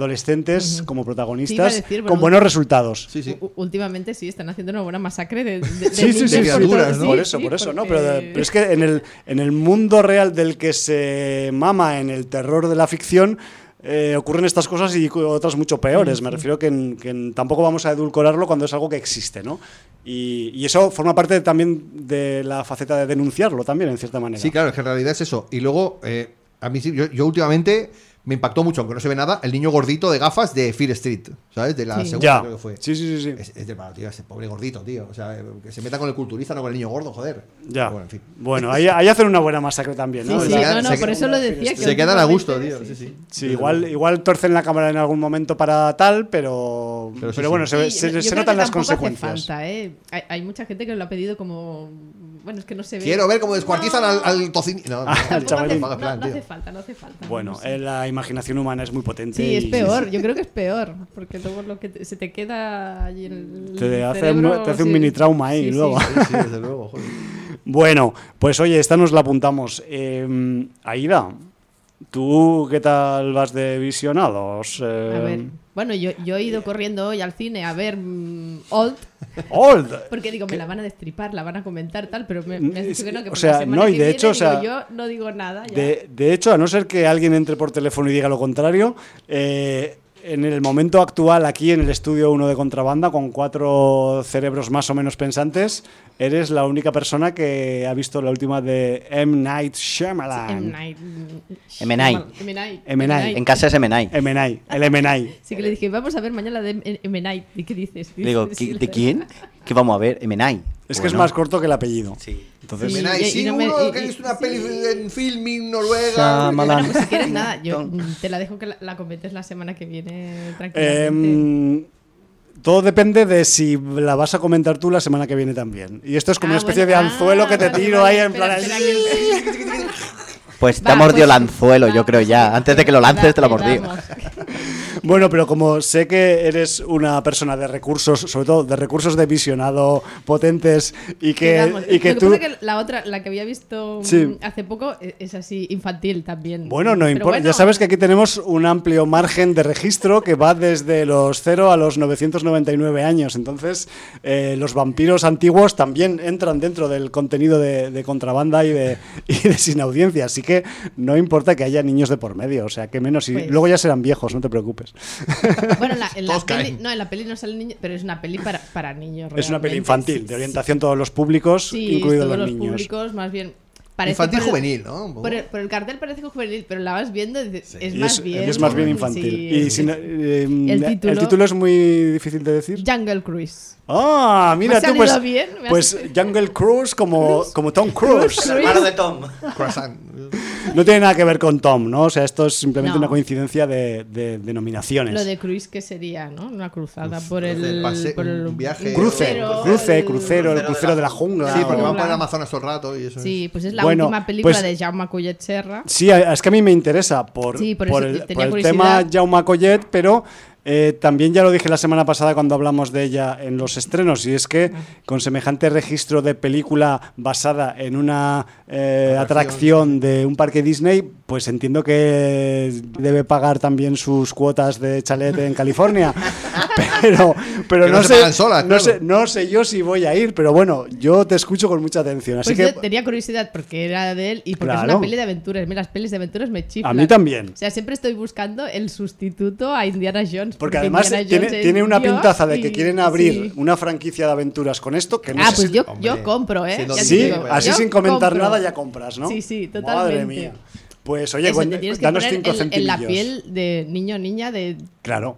S2: preadolescentes como protagonistas
S4: decir,
S2: con
S4: bueno,
S2: buenos resultados.
S3: Sí, sí.
S4: U- Últimamente sí, están haciendo una buena masacre de, de, de
S2: Sí, sí,
S4: niños
S2: sí,
S4: por
S2: sí,
S3: criaturas, ¿no?
S4: todo- sí,
S2: Por eso,
S4: sí,
S2: por eso, ¿no? Pero,
S4: porque-
S2: pero es que en el, en el mundo real del que se mama en el terror de la ficción, eh, ocurren estas cosas y cu- otras mucho peores. Me refiero que, en- que en- tampoco vamos a edulcorarlo cuando es algo que existe, ¿no? Y, y eso forma parte también de la faceta de denunciarlo también, en cierta manera.
S3: Sí, claro, es que en realidad es eso. Y luego, eh, a mí sí, yo, yo últimamente me impactó mucho, aunque no se ve nada, el niño gordito de gafas de Fear Street, ¿sabes? De la
S4: Sí.
S3: segunda
S2: Ya.
S3: creo que fue.
S2: Sí, sí, sí. sí.
S3: Es, es de malo, tío, ese pobre gordito, tío. O sea, eh, que se meta con el culturista, no con el niño gordo, joder.
S2: Ya.
S3: Bueno, en fin.
S2: Bueno, ahí, ahí hacen una buena masacre también, ¿no?
S4: Sí, sí,
S3: se
S2: La-
S3: queda-
S4: no, no,
S3: se
S4: por
S3: queda-
S4: eso lo decía. que
S3: Se quedan a gusto, tío.
S4: últimamente-
S3: Sí, sí.
S2: Sí, igual, igual torcen la cámara en algún momento para tal, pero, pero,
S3: Pero sí,
S2: bueno,
S3: sí.
S2: se, ve-
S4: Sí,
S2: se-
S4: yo
S2: se
S4: creo
S2: notan
S4: que
S2: las
S4: tampoco
S2: consecuencias.
S4: Hace falta, ¿eh? hay, hay mucha gente que lo ha pedido como. Bueno, es que no se ve.
S3: Quiero ver cómo descuartizan
S4: No.
S3: al, al tocino. No, no,
S2: al
S4: Tampoco hace-
S2: chavalín.
S4: No,
S3: Paga plan,
S4: no hace
S3: tío.
S4: falta, no hace falta.
S2: Bueno,
S4: no sé.
S2: eh, la imaginación humana es muy potente.
S4: Sí, es
S2: y-
S4: peor, yo creo que es peor, porque luego lo que te- se te queda allí en el
S2: Te hace
S4: cerebro,
S2: un- te hace un
S4: sí.
S2: mini trauma ahí, luego.
S3: Sí, sí, desde luego, joder.
S2: Bueno, pues oye, esta nos la apuntamos. Eh, Aida, ¿tú qué tal vas de visionados? Eh,
S4: A ver. Bueno, yo, yo he ido corriendo hoy al cine a ver mm, Old,
S2: Old.
S4: porque digo, me la van a destripar, la van a comentar tal, pero me, me has dicho que no, que
S2: Mm, O
S4: por
S2: sea,
S4: la semana
S2: no, y
S4: que
S2: de
S4: viene,
S2: hecho, o sea,
S4: digo, yo no digo nada. Ah, ya.
S2: De, de hecho, a no ser que alguien entre por teléfono y diga lo contrario, eh, en el momento actual, aquí en el estudio 1 de contrabanda, con cuatro cerebros más o menos pensantes, eres la única persona que ha visto la última de M. Night
S4: M.
S2: Shyamalan.
S4: Night.
S1: M. Night.
S4: M. Night.
S2: M. Night.
S1: En casa es MNI.
S2: M. Night, el M. Night.
S4: Sí que le dije, vamos a ver mañana la de M- M. Night. ¿Y qué dices?
S1: Le Digo,
S4: Dices,
S1: "¿Qui-
S4: sí, la
S1: ¿de quién? ¿Qué vamos a ver? MNI.
S2: Es
S1: Bueno,
S2: que es más corto que el apellido.
S1: Sí.
S2: Entonces, em,
S4: Sí.
S3: Menai,
S4: y- y
S3: sí,
S4: no me-
S3: uno
S4: y-
S3: que
S4: y-
S3: hizo una
S4: sí.
S3: peli en filming noruega.
S1: Shyamalan.
S4: Bueno, pues si quieres nada, yo
S1: Ton.
S4: mm, te la dejo que la, la comentes la semana que viene tranquilamente.
S2: Em, todo depende de si la vas a comentar tú la semana que viene también. Y esto es como
S4: Ah,
S2: una especie
S4: bueno.
S2: de anzuelo
S4: Ah,
S2: que te
S4: vale,
S2: tiro
S4: vale,
S2: ahí en
S4: espera,
S2: plan.
S4: espera,
S2: ¡Sí!
S1: Pues te
S4: Va,
S1: ha mordido el
S4: pues-
S1: anzuelo, yo creo ya. Antes de que lo lances, te lo ha mordido.
S4: Vamos.
S2: Bueno, pero como sé que eres una persona de recursos, sobre todo de recursos de visionado potentes y que,
S4: Vamos.
S2: y que
S4: Lo
S2: tú.
S4: pasa es que la otra, la que había visto mm,
S2: Sí.
S4: hace poco, e- es así infantil también.
S2: Bueno, no
S4: Pero
S2: importa.
S4: bueno,
S2: Ya sabes que aquí tenemos un amplio margen de registro que va desde los 0 a los 999 años. Entonces, eh, los vampiros antiguos también entran dentro del contenido de, de contrabanda y de, y de sin audiencia. Así que no importa que haya niños de por medio. O sea, que menos. Y
S4: Pues-
S2: luego ya serán viejos, no te preocupes.
S4: Bueno, en la, en la
S3: Todos
S4: peli,
S3: caen.
S4: no, en la peli no sale niño, pero es una peli para, para niños.
S2: Es una peli
S4: realmente.
S2: infantil,
S4: Sí,
S2: de orientación a todos los públicos,
S4: Sí,
S2: incluidos
S4: todos
S2: los
S4: los
S2: niños.
S4: públicos, más bien. parece-
S3: Infantil
S4: por el-
S3: juvenil, ¿no? Un poco.
S4: Por el, por el cartel parece que es juvenil, pero la vas viendo y dices, es
S2: Y
S4: más
S2: es,
S4: bien.
S2: es más bien
S4: sí,
S2: infantil.
S4: sí.
S2: y sin- eh,
S4: título-
S2: el título es muy difícil de decir.
S4: Jungle Cruise.
S2: Ah, mira
S4: ha
S2: tú,
S4: salido
S2: pues,
S4: bien, me ha
S2: pues Jungle Cruise como, como Tom Cruise.
S1: Hermano de Tom.
S3: Croissant.
S2: No tiene nada que ver con Tom, ¿no? O sea, esto es simplemente
S4: No.
S2: una coincidencia de, de denominaciones.
S4: Lo de cruise que sería, ¿no? Una cruzada por el,
S3: pase-
S4: por el
S3: un viaje-
S2: cruce,
S4: crucero,
S2: cruce,
S4: el-
S2: crucero, el crucero de la jungla.
S3: Sí,
S2: o-
S3: porque
S4: Claro.
S3: van por el Amazonas todo el rato y eso.
S4: Sí, pues es la
S2: Bueno,
S4: última película
S2: pues-
S4: de Jaume Collet Serra.
S2: Sí, a- es que a mí me interesa por,
S4: Sí, por
S2: por
S4: eso
S2: el,
S4: tenía
S2: por el
S4: curiosidad.
S2: tema Jaume Collet, pero eh, también ya lo dije la semana pasada cuando hablamos de ella en los estrenos, y es que con semejante registro de película basada en una eh, atracción
S3: Atracción.
S2: de un parque Disney, pues entiendo que debe pagar también sus cuotas de chalet en California. pero pero
S3: Que
S2: no,
S3: no se
S2: sé,
S3: pagan solas,
S2: no,
S3: claro.
S2: sé, no sé yo si voy a ir, pero bueno, yo te escucho con mucha atención. Así
S4: Pues
S2: que
S4: yo tenía curiosidad porque era de él y porque es
S2: Claro.
S4: una peli de aventuras. A mí las pelis de aventuras me chiflan.
S2: a mí también.
S4: O sea, siempre estoy buscando el sustituto a Indiana Jones.
S2: Porque además
S4: Indiana
S2: tiene,
S4: Jones es
S2: tiene una
S4: Dios
S2: pintaza de
S4: y-
S2: que quieren abrir
S4: sí.
S2: una franquicia de aventuras con esto que no
S4: Ah,
S2: sé
S4: pues
S2: si-
S4: yo,
S3: hombre,
S4: yo compro, ¿eh?
S3: siendo
S4: Ya te
S2: Sí,
S4: digo,
S2: así
S4: yo
S2: sin comentar
S4: compro.
S2: nada ya compras, ¿no?
S4: Sí, sí,
S2: Madre
S4: totalmente.
S2: mía. Pues oye,
S4: Eso,
S2: cuen-
S4: te tienes que
S2: danos
S4: poner
S2: 5
S4: en, en la
S2: centimillos.
S4: piel de niño o niña de
S2: Claro,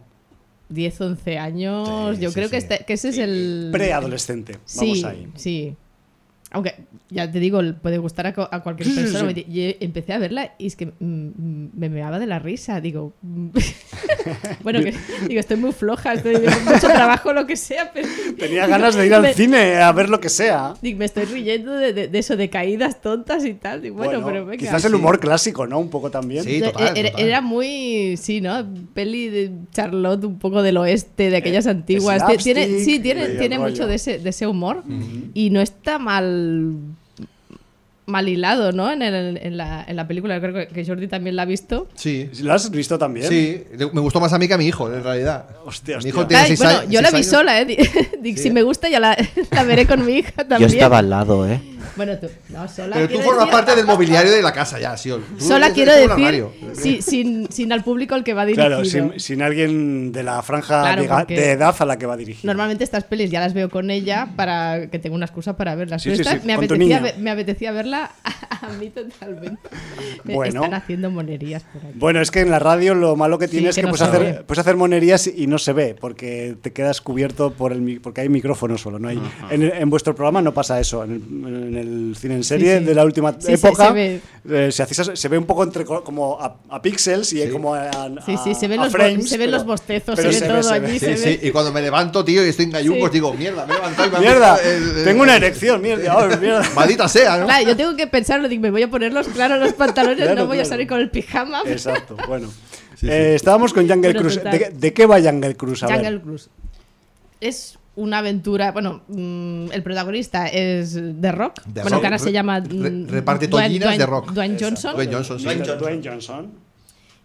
S4: 10, 11 años.
S3: Sí,
S4: yo
S3: sí,
S4: creo
S3: sí.
S4: que, este- que ese es el.
S2: preadolescente.
S4: Sí,
S2: Vamos ahí.
S4: sí. Aunque, ya te digo, puede gustar a, co- a cualquier
S2: Sí, sí,
S4: persona.
S2: sí.
S4: Yo empecé a verla y es que mm, me meaba de la risa. Digo, mm, bueno, que, digo, estoy muy floja, estoy con mucho trabajo, lo que sea, pero.
S2: Tenía ganas de ir al
S4: Me-
S2: cine a ver lo que sea.
S4: digo, Me estoy riendo de, de- de eso, de caídas tontas y tal. Y bueno, pero venga.
S2: quizás el humor clásico, ¿no? Un poco también.
S3: Sí.
S4: Yo-
S3: total,
S4: era,
S3: total.
S4: era muy, sí, ¿no? Peli de Charlotte, un poco del oeste, de aquellas
S2: Eh,
S4: antiguas. Ti-
S2: slapstick,
S4: Tiene, sí, tiene,
S2: medio
S4: tiene
S2: rollo.
S4: mucho de ese, de ese humor y no está mal mal hilado, ¿no? En, el- en la, en la película, creo que- que Jordi también la ha visto.
S3: Sí.
S2: ¿Lo has visto también?
S3: Sí, le- me gustó más a mí que a mi hijo, en realidad.
S2: Hostia,
S3: Mi
S2: hostia.
S3: hijo tiene
S4: Ay,
S3: seis
S4: bueno,
S3: años-
S4: yo la vi
S3: seis años.
S4: sola, ¿eh? Di- di- Si me gusta, ya la, la veré con mi hija
S1: Yo
S4: también.
S1: estaba al lado, ¿eh?
S4: Bueno, tú, no, sola.
S3: Pero tú
S4: quiero
S3: formas
S4: decir-
S3: parte del mobiliario de la casa ya, sí. Tú
S4: Sola
S3: eres-
S4: quiero
S3: eres como el
S4: decir,
S3: armario.
S4: sí, sin, sin al público al que va dirigido.
S2: Claro, sin, sin alguien de la franja
S4: Claro,
S2: de, ga-
S4: porque-
S2: de edad a la que va dirigido.
S4: Normalmente estas pelis ya las veo con ella para que tenga una excusa para verlas.
S2: Sí,
S4: Pero
S2: sí,
S4: esta
S2: sí,
S4: me,
S2: con tu
S4: apetecía,
S2: niña.
S4: ve- me apetecía verla a, mí totalmente. Me
S2: Bueno.
S4: Están haciendo monerías por aquí.
S2: Bueno, es que en la radio lo malo que tiene
S4: Sí,
S2: es
S4: que
S2: que,
S4: no
S2: puedes,
S4: se ve.
S2: hacer, puedes hacer monerías y no se ve, porque te quedas cubierto por el mi- porque hay micrófono solo. No hay, en, en vuestro programa no pasa eso. En el, en el cine en serie
S4: sí.
S2: de la última
S4: Sí, se-
S2: época
S4: se ve.
S2: eh, se, hace- se ve un poco entre co- como a, a píxeles y como a, a-
S4: Sí, sí, se ven
S2: a
S4: los bo-
S2: frames,
S4: se ven
S2: pero-
S4: los bostezos,
S2: pero
S4: se ve todo allí.
S3: Sí,
S4: se ve.
S3: sí, y cuando me levanto, tío, y estoy en gallumbos,
S4: Sí.
S3: digo, mierda, me he levantado y me han
S2: Mierda,
S3: visto el- el-
S2: tengo una erección,
S3: eh,
S2: mierda, oh, mierda.
S3: Maldita sea, ¿no?
S4: Claro, yo tengo que pensarlo, digo, me voy a ponerlos claros los pantalones,
S2: Claro,
S4: no voy
S2: claro.
S4: a salir con el pijama.
S2: Exacto, bueno.
S3: Sí, sí.
S2: Eh, estábamos con Jungle
S4: Pero
S2: Cruise.
S4: total.
S2: ¿De, de qué va Jungle Cruise? A ver.
S4: Jungle Cruise. Es una aventura, bueno, mm, el protagonista es The Rock,
S3: The
S4: bueno,
S3: Rock.
S4: que ahora se llama
S3: Re-
S4: mm,
S3: reparte
S4: Dwayne-
S3: tollinas
S4: Dwayne-
S3: The Rock.
S4: Dwayne Johnson,
S3: Dwayne Johnson, sí.
S2: Dwayne Dwayne Johnson.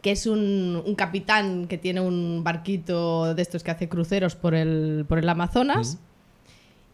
S4: que es un, un capitán que tiene un barquito de estos que hace cruceros por el, por el Amazonas.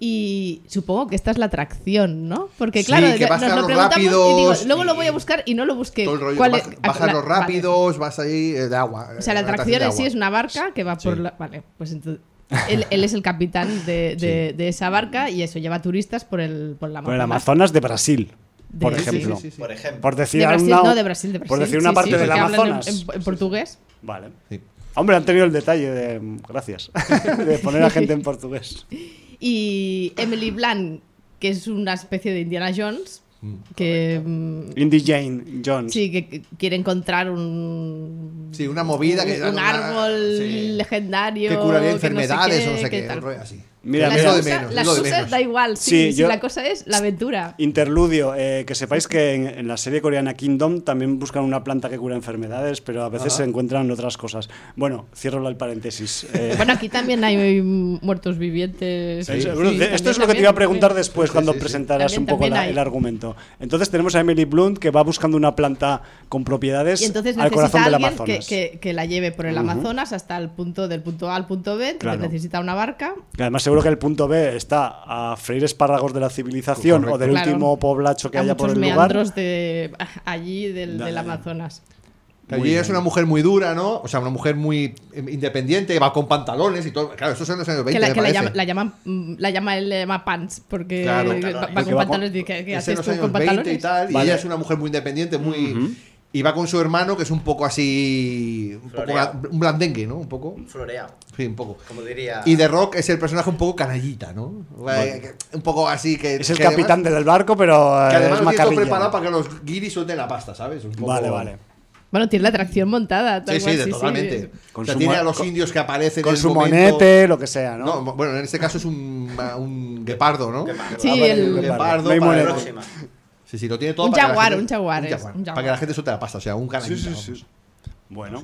S4: Y supongo que esta es la atracción, ¿no? Porque
S3: Sí,
S4: claro,
S3: que
S4: nos
S3: bajan
S4: lo
S3: los
S4: preguntamos y digo,
S3: rápidos
S4: luego lo
S3: y
S4: voy a buscar y no lo busqué.
S3: Todo el rollo,
S4: ¿Cuál
S3: baja-
S4: es?
S3: bajas,
S4: Ah, claro,
S3: los
S4: vale.
S3: rápidos, vas ahí eh, de agua.
S4: O sea, la
S3: eh,
S4: atracción
S3: de
S4: en sí
S3: agua.
S4: es una barca que va por
S3: Sí.
S4: la. Vale, pues entonces. Él, él es el capitán de, de- de esa barca y eso lleva turistas por el, por el Amazonas.
S2: Por el Amazonas de Brasil,
S4: De-
S2: por
S4: sí,
S2: ejemplo.
S3: Sí, sí, sí.
S5: Por ejemplo.
S2: Por decir
S4: De Brasil,
S2: una,
S4: no, de Brasil, de Brasil.
S2: Por decir una
S4: Sí,
S2: parte
S4: sí,
S2: del
S4: porque hablan en-
S2: Amazonas.
S4: En, en portugués.
S2: Vale.
S3: Sí.
S2: Hombre, han tenido el detalle de. mm, Gracias. De poner a gente en portugués.
S4: Y Emily Blunt, que es una especie de Indiana Jones, que. mm,
S2: Indy Jane Jones.
S4: Sí, que que quiere encontrar un.
S3: Sí, una movida que-
S4: Un
S3: una-
S4: árbol
S3: sí.
S4: legendario.
S3: Que curaría
S4: no sé
S3: enfermedades o no sé
S4: que
S3: qué,
S4: tal.
S3: un rollo así.
S2: Mira,
S4: Las
S2: mira.
S3: Lo de
S4: cosas-
S3: menos,
S4: las
S3: lo de
S4: cosas
S3: menos.
S4: da igual, sí,
S2: Sí,
S4: sí,
S2: yo-
S4: la cosa es la aventura.
S2: Interludio, eh, que sepáis que en, en la serie coreana Kingdom también buscan una planta que cura enfermedades, pero a veces se encuentran otras cosas. Bueno, cierro el paréntesis. eh.
S4: Bueno, aquí también hay mm, muertos vivientes.
S2: En
S4: Sí,
S2: serio, bueno, de-
S4: también,
S2: esto es lo que te
S4: también,
S2: iba a preguntar
S4: también.
S2: después
S3: Sí,
S2: cuando
S3: sí, sí.
S2: presentaras
S4: También,
S2: un poco
S4: también
S2: la-
S4: hay.
S2: el argumento. Entonces tenemos a Emily Blunt que va buscando una planta con propiedades
S4: Y entonces
S2: al
S4: necesita
S2: corazón del
S4: alguien que,
S2: Amazonas.
S4: que- que la lleve por el Amazonas hasta el punto del punto A al punto B. Entonces
S2: Claro.
S4: necesita una barca.
S2: Y Además seguro que el punto B está a freír espárragos de la civilización
S3: Correcto.
S2: o del
S4: Claro.
S2: último poblacho que
S4: a
S2: haya por
S4: muchos
S2: el lugar. eh,
S4: meandros de allí del,
S2: Ya,
S4: del
S2: ya.
S4: Amazonas.
S2: Muy
S3: Allí es
S2: bien.
S3: una mujer muy dura, ¿no? O sea, una mujer muy eh, independiente, que va con pantalones y todo. Claro, eso son los años 20,
S4: que la,
S3: me
S4: que la
S3: parece.
S4: llama, la llaman, mm, la llama él le llama pants porque
S3: Claro,
S4: va-
S3: claro,
S4: va,
S2: porque va
S4: con
S2: con-
S4: pantalones. dice, ¿Qué,
S3: Es
S4: qué
S3: en
S4: haces
S3: los
S4: tú
S3: años
S4: con
S3: 20 y
S4: pantalones?
S3: tal,
S2: Vale.
S3: y ella es una mujer muy independiente, muy... Y va con su hermano, que es un poco así... Un, poco,
S5: Floreado.
S3: bla- un blandengue, ¿no? Un poco.
S5: Floreado,
S3: Sí, un poco.
S5: como diría.
S3: Y The Rock es el personaje un poco canallita, ¿no? Eh, que- Un poco así que...
S2: Es el
S3: que
S2: capitán del barco, pero eh,
S3: además, que
S2: es
S3: además lo tiene todo
S2: macarrilla.
S3: preparado para que los guiris suelten la pasta, ¿sabes? Un poco-
S2: Vale, vale.
S4: Bueno, tiene la atracción montada. tal
S3: Sí, sí,
S4: cual,
S3: de- totalmente.
S2: Con
S3: o sea,
S2: su
S3: tiene
S2: mo-
S3: a los
S2: con-
S3: indios que aparecen
S2: Con
S3: en el
S2: su
S3: momento.
S2: monete, lo que sea, ¿no?
S3: No, bueno, en este caso es un, un guepardo, ¿no?
S4: Sí,
S3: Ah,
S4: el-
S3: vale, un
S4: guepardo.
S3: guepardo.
S2: No hay
S3: para-
S2: moneda.
S5: próxima.
S3: Sí, sí, lo tiene todo
S4: Un
S3: para que la
S4: jaguar,
S3: gente-
S4: un jaguar es, un jaguar.
S3: Para que la gente suelte la pasta, o sea, un canallita.
S2: Sí, sí, sí.
S3: vamos.
S2: Bueno.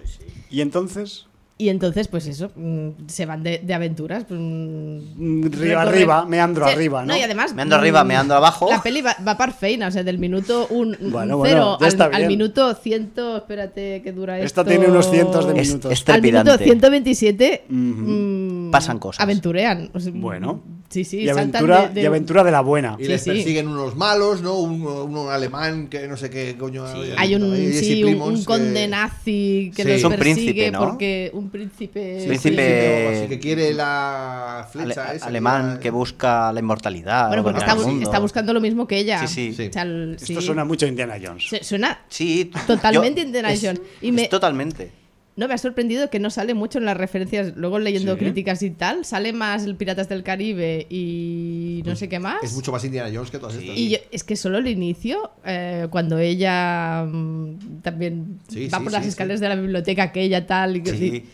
S2: Y entonces,
S4: Y entonces, pues eso, mm, se van de, de aventuras. pues, mm,
S2: Mm, arriba,
S4: recorren-
S2: arriba, meandro
S4: Sí,
S2: arriba, ¿no?
S4: y además.
S5: Me ando arriba,
S4: mm,
S5: me ando abajo.
S4: La peli va, va parfeina, o sea, del minuto un, un
S2: Bueno, bueno,
S4: cero
S2: ya
S4: al,
S2: está
S4: al
S2: bien.
S4: minuto 100. Espérate, que dura esto.
S2: Esta tiene unos cientos de
S5: Es,
S2: minutos.
S5: es
S4: Al minuto
S5: trepidante.
S4: 127 mm,
S5: Pasan cosas.
S4: Aventurean. o sea,
S2: Bueno.
S4: Sí, sí,
S2: y,
S4: saltan
S2: aventura,
S4: de- de-
S2: y aventura de la buena.
S3: Y
S4: Sí,
S3: les
S4: sí.
S3: persiguen unos malos, ¿no? Un, un alemán que no sé qué coño.
S4: Hay un,
S3: y
S4: sí,
S3: Jesse
S4: un- un,
S3: Plimons, eh,
S4: conde nazi que
S3: sí.
S4: los
S3: Es un
S4: persigue
S5: príncipe, ¿no?
S4: porque un príncipe.
S3: sí,
S5: Príncipe-
S3: sí, sí, Así que quiere la flecha
S5: Ale-
S3: esa,
S5: alemán
S3: la-
S5: que busca la inmortalidad. lo
S4: Bueno,
S5: que
S4: porque
S5: no
S4: está,
S5: es el
S4: bus-
S5: mundo.
S4: está buscando lo mismo que ella.
S5: Sí, sí.
S3: Sí.
S4: O sea, el-
S2: Esto
S4: sí.
S2: suena mucho a Indiana Jones.
S4: Se- suena-
S5: Sí, t-
S4: Totalmente
S5: yo-
S4: Indiana
S5: es-
S4: Jones. Y
S5: es
S4: me-
S5: totalmente.
S4: No, me ha sorprendido que no sale mucho en las referencias. Luego leyendo
S2: Sí.
S4: críticas y tal, sale más el Piratas del Caribe y no sé qué más.
S3: Es mucho más Indiana Jones que todas
S5: Sí.
S3: estas.
S4: Y yo- es que solo el inicio, eh, cuando ella mm, también
S3: Sí,
S4: va
S3: sí,
S4: por
S3: sí,
S4: las
S3: sí.
S4: escaleras de la biblioteca, que ella tal. y que- y-
S5: Sí.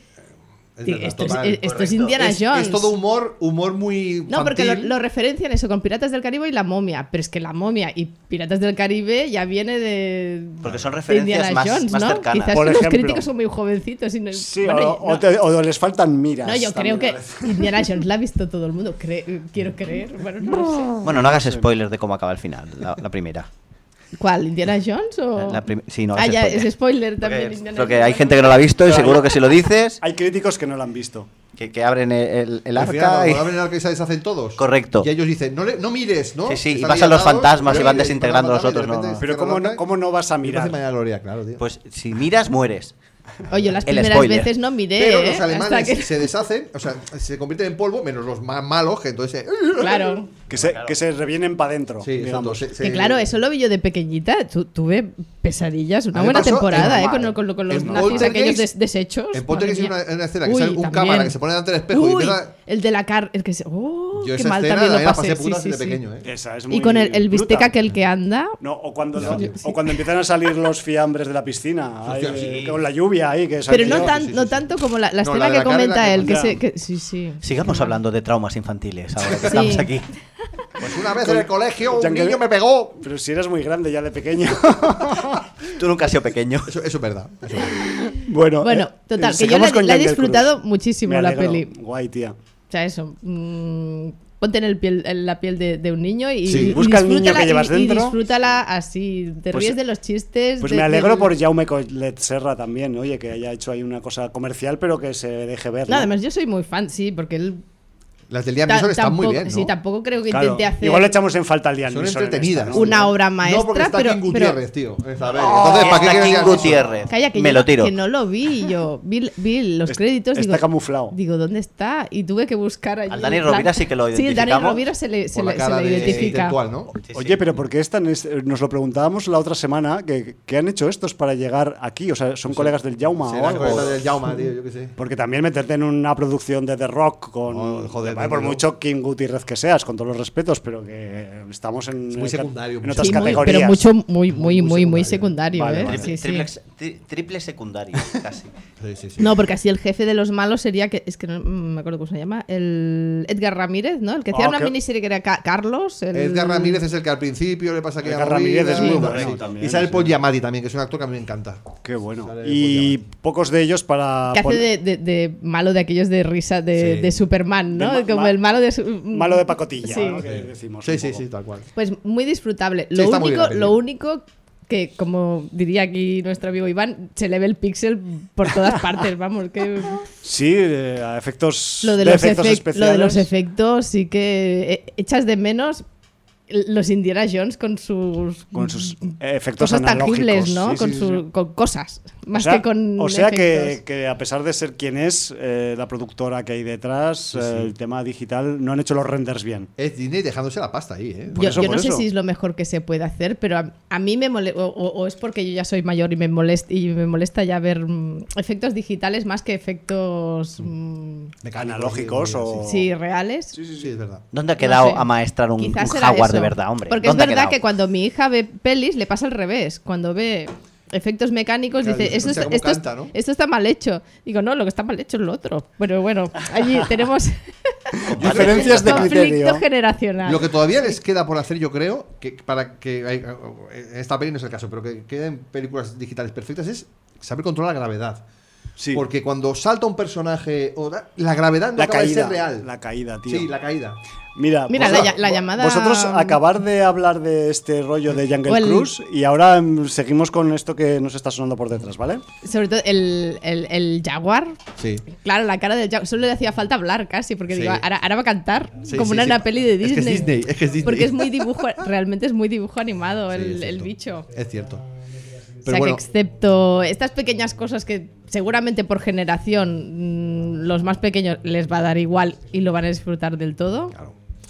S3: Es
S4: digo,
S3: verdad,
S4: esto, es,
S3: total.
S4: eh, esto es
S5: correcto.
S4: Indiana
S3: Es-
S4: Jones.
S3: Es todo humor, humor muy.
S4: No, porque lo,
S3: infantil.
S4: lo referencian eso con Piratas del Caribe y la momia. Pero es que la momia y Piratas del Caribe ya viene de.
S5: Porque son
S4: de
S5: referencias
S4: Indiana
S5: más-
S4: Jones,
S5: más
S4: ¿no?
S5: cercanas.
S4: Quizás
S2: Por
S4: que los
S2: ejemplo.
S4: críticos son muy jovencitos. Y no,
S2: Sí,
S4: bueno,
S2: o, o
S4: no.
S2: te- o les faltan miras.
S4: No, yo creo
S2: también a
S4: que
S2: veces.
S4: Indiana Jones la ha visto todo el mundo. cre- quiero creer. Bueno, no lo
S5: Bueno, no hagas spoilers de cómo acaba el final, la, la primera.
S4: sé. ¿Cuál? ¿Indiana Jones o.?
S5: La prim- sí, no
S4: ah,
S5: hagas
S4: ya,
S5: spoiler.
S4: es spoiler también.
S5: Porque,
S4: Indiana
S5: porque
S4: Jones.
S5: hay gente que no la ha visto y seguro que si lo dices.
S2: Hay críticos que no la han visto.
S5: que, que abren el, el- el
S3: Al
S5: arca.
S3: final,
S5: y-
S3: cuando abren el arca y se deshacen todos.
S5: Correcto.
S3: Y ellos dicen, no, le- no mires, ¿no?
S5: Sí, sí, y
S3: Están
S5: pasan
S3: ahí
S5: los
S3: atados,
S5: fantasmas
S3: no
S5: y van
S3: mires,
S5: desintegrando
S3: van matando,
S5: los otros,
S3: y de
S5: no, no.
S3: repente
S2: Pero
S3: se
S2: ¿cómo
S3: arranca
S2: no,
S3: y-
S2: cómo no vas a
S3: y parece
S2: mirar?
S3: María Gloria, claro, tío.
S5: Pues si miras, mueres.
S4: Oye, yo las
S5: El
S4: primeras
S5: spoiler.
S4: veces no miré.
S3: Pero
S4: ¿eh?
S3: los
S4: Hasta
S3: alemanes
S4: que-
S3: se deshacen, o sea, se convierten en polvo, menos los más malos, que entonces. eh,
S4: Claro.
S2: Que se, que se revienen para adentro.
S3: sí, exacto,
S2: digamos.
S3: se- se-
S4: Que claro, eso lo vi yo de pequeñita. Tu- tuve pesadillas, una
S3: A mí
S4: buena
S3: pasó
S4: temporada,
S3: en-
S4: ¿eh? Con, con- con los
S3: en
S4: nazis
S3: Poltergeist-
S4: aquellos des- deshechos.
S3: En
S4: madre
S3: Poltergeist hay una,
S4: mía.
S3: una escena que
S4: Uy,
S3: sale un
S4: también.
S3: cámara que se pone delante del espejo y
S4: Uy,
S3: empieza.
S4: El de la car... El que se... ¡Oh!
S3: Yo
S4: qué
S3: esa
S4: mal
S3: escena
S4: también
S3: también
S4: lo
S3: la
S4: pasé.
S3: pasé
S4: sí,
S3: putas
S4: sí,
S3: desde
S4: sí.
S3: pequeño, ¿eh?
S2: Esa es muy
S4: Y con el, el
S2: bruta.
S4: bistec aquel que anda.
S2: No, o cuando,
S4: Sí.
S2: o cuando empiezan a salir los fiambres de la piscina, ahí,
S3: Hostia, sí.
S2: con la lluvia ahí. Que
S4: Pero
S2: salió.
S4: no, tan,
S3: sí, sí,
S4: no
S3: sí.
S4: tanto como la, la
S3: No,
S4: escena
S3: la de la
S4: que
S3: cara es la
S4: comenta
S3: que
S4: él. Que
S2: cuenta.
S4: se, que- sí, sí.
S5: Sigamos hablando de traumas infantiles ahora que estamos aquí.
S3: Pues una vez en el colegio un
S2: Yankee-
S3: niño me pegó.
S2: Pero si eres muy grande ya de pequeño.
S5: Tú nunca has sido pequeño.
S3: Eso, eso es verdad. eso es verdad.
S2: bueno,
S4: Bueno,
S2: eh,
S4: total, que yo
S2: sigamos
S4: la-
S2: con
S4: la he
S2: Jungle
S4: disfrutado
S2: Cruise.
S4: muchísimo,
S2: Me
S4: la
S2: alegro.
S4: peli.
S2: Guay, tía.
S4: O sea, eso. mm, ponte en, el piel, en la piel de, de un niño y,
S2: Sí,
S4: y
S2: busca al niño
S4: disfrútala-
S2: que llevas
S4: y- y
S2: dentro.
S4: disfrútala así. Te
S2: Pues-
S4: ríes de los chistes.
S2: Pues
S4: de-
S2: me alegro
S4: del-
S2: por Jaume Collet Serra también, oye, que haya hecho ahí una cosa comercial, pero que se deje ver. ¿no?
S4: Nada más, yo soy muy fan, sí, porque él.
S3: Las del día
S4: ta-
S3: Mison están muy
S4: tampoco-
S3: bien. ¿no?
S4: Sí, tampoco creo que
S2: Claro,
S4: intente hacer.
S2: Igual le echamos en falta al día
S3: Son entretenidas.
S4: Una obra
S3: No, porque
S4: maestra,
S3: está
S4: pero-
S3: King
S4: pero-
S3: Gutiérrez, tío. Es, a ver,
S2: Oh,
S3: entonces, ¿para qué
S5: Está
S3: quieres
S5: King
S3: ya eso?
S5: Gutiérrez.
S4: Calla, que
S5: Me
S4: yo
S5: lo
S4: no-
S5: tiro.
S4: Que no lo vi yo. Vi, vi los
S2: Está-
S4: créditos.
S2: está
S4: digo,
S2: camuflado.
S4: Digo, ¿dónde está? Y tuve que buscar allí.
S5: Al Dani
S4: en plan-
S5: Rovira sí que lo
S4: Sí, el Dani
S5: identificamos
S4: Rovira se le, se
S3: Por la
S4: le- se
S3: cara
S4: le
S3: de
S4: identifica.
S3: intelectual, ¿no?
S5: Sí, sí.
S2: Oye, pero ¿por qué están? es- eh, Nos lo preguntábamos la otra semana, que, que han hecho estos para llegar aquí? O sea, ¿son colegas del Jauma o
S3: Será
S2: algo?
S3: cosa del Jauma, tío, yo qué sé.
S2: Porque también meterte en una producción de The Rock con.
S3: Oh, joder,
S2: vale, por
S3: no, no.
S2: mucho King Gutiérrez que seas, con todos los respetos, pero que estamos en.
S3: muy secundario,
S2: en
S3: muy
S2: otras
S4: Sí, muy-
S2: categorías.
S4: pero mucho, muy, muy, muy, muy
S2: secundario.
S4: secundario,
S2: Vale,
S4: ¿eh?
S2: vale.
S4: Sí, sí.
S5: Triple, tri- triple secundario, casi.
S3: Sí, sí, sí.
S4: No, porque así el jefe de los malos sería que. Es que no me acuerdo cómo se llama. El Edgar Ramírez, ¿no? El que hacía
S2: Ah,
S4: una
S2: que-
S4: miniserie que era Ca- Carlos. El...
S3: Edgar Ramírez es el que al principio le pasa aquella
S2: Edgar Ramírez
S3: movida,
S2: es muy
S3: sí,
S2: bueno
S3: sí.
S2: también,
S3: Y sale
S2: sí.
S3: Paul Giamatti también, que es un actor que a mí me encanta.
S2: Qué bueno.
S3: Sale
S2: Y
S3: Paul
S2: pocos de ellos para.
S4: Que hace
S2: pon-
S4: de, de- de malo de aquellos de risa de,
S3: Sí.
S4: de Superman, ¿no?
S2: De ma-
S4: Como
S2: ma-
S4: el malo de. su-
S2: Malo de pacotilla,
S4: Sí.
S2: ¿no? que decimos.
S3: Sí,
S2: un
S3: sí,
S2: poco.
S3: sí, tal cual.
S4: Pues muy disfrutable. Lo,
S3: está muy bien la
S4: único,
S3: peli.
S4: lo único que, como diría aquí nuestro amigo Iván, se le ve el píxel por todas partes, vamos. Que...
S2: Sí, eh, a efectos.
S4: Lo de,
S2: de
S4: los
S2: efectos
S4: efec- lo
S2: especiales.
S4: de los efectos sí que eh, echas de menos los Indiana Jones con sus,
S2: Con sus eh, efectos
S4: mm, cosas
S2: analógicos.
S4: tangibles, ¿no?
S2: Sí,
S4: con,
S2: sí,
S4: su-
S2: sí.
S4: con cosas,
S2: o
S4: más
S2: sea,
S4: que con
S2: o sea que,
S4: efectos.
S2: que a pesar de ser quien es, eh, la productora que hay detrás, eh, el tema digital, no han hecho los renders bien.
S3: Es Disney dejándose la pasta ahí, ¿eh?
S2: Por
S4: Yo,
S2: eso,
S4: yo
S2: por
S4: no sé
S2: eso.
S4: si es lo mejor que se puede hacer, pero a, a mí me molesta, o, o- o es porque yo ya soy mayor y me molesta, y me molesta ya ver mm, efectos digitales más que efectos mm,
S3: Mecánicos,
S2: Analógicos
S3: sí,
S2: o.
S4: sí, reales.
S3: Sí, sí, sí, es verdad.
S5: ¿Dónde ha quedado
S4: sé.
S5: a maestrar un, un
S4: Quizás será
S5: jaguar de
S4: eso.
S5: verdad, hombre?
S4: Porque es
S5: ¿Dónde ha
S4: verdad
S5: quedado?
S4: que cuando mi hija ve pelis le pasa al revés. Cuando ve efectos mecánicos
S3: Claro,
S4: dice,
S3: dice,
S4: esto,
S3: "Hostia,
S4: está-
S3: cómo
S4: esto es-
S3: canta, ¿no?"
S4: esto está mal hecho. Digo, no, lo que está mal hecho es lo otro. Pero bueno, allí tenemos
S2: Diferencias de criterio.
S4: conflicto generacional.
S3: Lo que todavía les queda por hacer, yo creo, que para que hay- en esta peli no es el caso, pero que queden películas digitales perfectas es saber controlar la gravedad.
S2: Sí.
S3: Porque cuando salta un personaje, o da- la gravedad no
S2: La
S3: acaba de
S2: caída.
S3: ser real.
S2: La caída, tío.
S3: Sí, la caída.
S2: Mira,
S4: Mira,
S2: vosotros-
S4: la lla- la
S2: vo-
S4: llamada- mm.
S2: Vosotros acabar de hablar de este rollo de
S4: O
S2: Jungle
S4: el-
S2: Cruise y ahora mm, seguimos con esto que nos está sonando por detrás, ¿vale?
S4: Sobre todo el, el- el jaguar.
S3: Sí.
S4: Claro, la cara del jaguar. Solo le hacía falta hablar casi, porque
S3: Sí.
S4: digo, ahora, ahora va a cantar
S3: Sí,
S4: como
S3: sí,
S4: una,
S3: sí.
S4: una peli de
S3: Es que
S4: Disney.
S3: es Disney, es que es Disney.
S4: Porque es muy dibujo, realmente es muy dibujo animado
S3: Sí,
S4: el-
S3: es
S4: el
S3: cierto.
S4: bicho.
S3: Es cierto. Pero
S4: o sea
S3: bueno,
S4: que excepto estas pequeñas cosas que seguramente por generación mm, los más pequeños les va a dar igual y lo van a disfrutar del todo.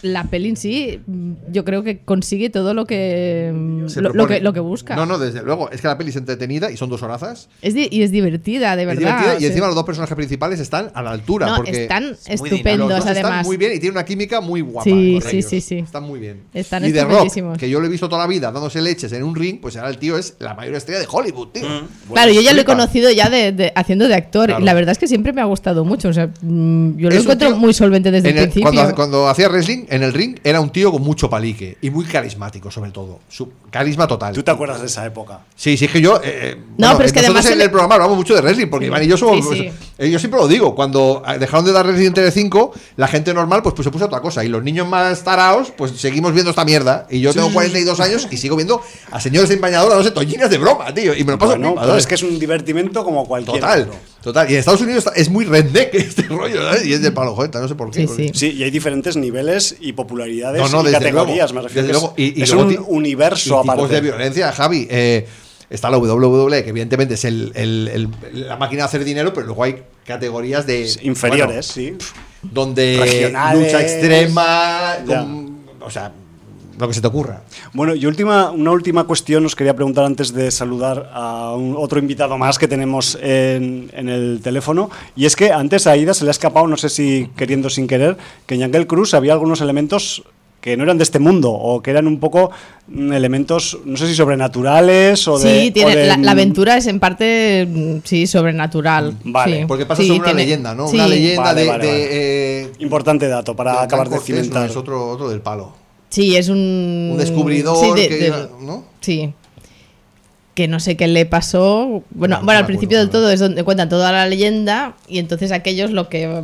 S4: La peli en sí, mm, yo creo que consigue todo lo que mm,
S3: se
S4: lo, lo
S3: propone-
S4: que, lo que busca.
S3: No, no, desde luego. Es que la peli es entretenida y son dos horazas.
S4: Es di- y es divertida, de
S3: Es
S4: verdad.
S3: divertida
S4: o
S3: y
S4: sea.
S3: encima los dos personajes principales están a la altura.
S4: No,
S3: porque
S4: están
S5: muy
S3: los
S4: estupendos
S3: dos están
S4: además.
S3: muy bien y tienen una química muy guapa.
S4: Sí,
S3: con
S4: sí,
S3: ellos.
S4: sí, sí.
S3: Están muy bien.
S4: Están
S3: y The Rock,
S4: estupendísimos.
S3: que yo lo he visto toda la vida dándose leches en un ring, pues ahora el tío es la mayor estrella de Hollywood, tío.
S2: Mm.
S4: Claro, yo ya lo he
S3: flipa.
S4: conocido ya de, de- haciendo de actor
S3: Claro.
S4: y la verdad es que siempre me ha gustado mucho. O sea, mm, yo lo
S3: Es un
S4: encuentro
S3: tío-
S4: muy solvente desde
S3: En
S4: el,
S3: el-
S4: principio.
S3: Cuando, cuando hacía wrestling, en el ring era un tío con mucho palique y muy carismático, sobre todo. Su carisma total.
S2: ¿Tú te acuerdas de esa época?
S3: Sí, sí, es que yo. eh, bueno,
S4: pero es que
S3: nosotros
S4: además
S3: en
S4: el-
S3: el programa hablamos mucho de wrestling, porque Iván y yo somos.
S4: Sí, sí.
S3: eh, Yo siempre lo digo, cuando eh, dejaron de dar wrestling en Telecinco, la gente normal pues, pues se puso a otra cosa. Y los niños más taraos, pues seguimos viendo esta mierda. Y yo tengo 42 años y sigo viendo a señores en bañadora, no sé, tollinas de broma, tío. Y me lo paso
S2: Bueno,
S3: pipa,
S2: pero
S3: ¿sabes?
S2: es que es un divertimento como cualquier
S3: pues Total.
S2: otro.
S3: Total, y en Estados Unidos está- es muy redneck este rollo, ¿sabes? Y es de palo, joder, no sé por qué.
S4: Sí,
S3: porque-
S2: Sí,
S4: sí.
S2: y hay diferentes niveles y popularidades
S3: No, no,
S2: y
S3: desde
S2: categorías,
S3: luego,
S2: me refiero. que
S3: desde luego.
S2: es-
S3: Y- y
S2: es
S3: luego
S2: un
S3: ti-
S2: universo
S3: y tipos
S2: aparte.
S3: de violencia, Javi. eh, está la WWE, que evidentemente es el- el- el- la máquina de hacer dinero, pero luego hay categorías de.
S2: Inferiores, sí.
S3: bueno, donde
S2: Regionales.
S3: lucha extrema.
S2: Ya.
S3: con- o sea, lo que se te ocurra.
S2: Bueno, y última, una última cuestión os quería preguntar antes de saludar a un- otro invitado más que tenemos en, en el teléfono. Y es que antes a Aida se le ha escapado, no sé si queriendo o sin querer, que en Yankel Cruz había algunos elementos que no eran de este mundo o que eran un poco mm, elementos, no sé si sobrenaturales o de...
S4: Sí,
S2: o
S4: tiene,
S2: de- mm,
S4: la, la aventura es en parte, mm, sí, sobrenatural.
S2: Vale,
S4: sí.
S3: Porque pasa
S4: Sí,
S3: sobre una
S4: tiene-
S3: leyenda, ¿no?
S4: sí.
S3: Una leyenda
S2: Vale,
S3: de.
S2: vale,
S3: de, eh,
S2: Importante dato para
S3: Hernán
S2: acabar de
S3: Cortés, ¿no?
S2: cimentar.
S3: Es otro, otro del palo.
S4: Sí, es un...
S3: Un descubridor
S4: Mm, sí, de-
S3: que
S4: de-
S3: iba- ¿no?
S4: sí. Que no sé qué le pasó.
S3: No, no
S4: Bueno,
S3: me
S4: bueno al
S3: acuerdo,
S4: principio del
S3: no.
S4: todo es donde cuentan toda la leyenda y entonces aquello es lo que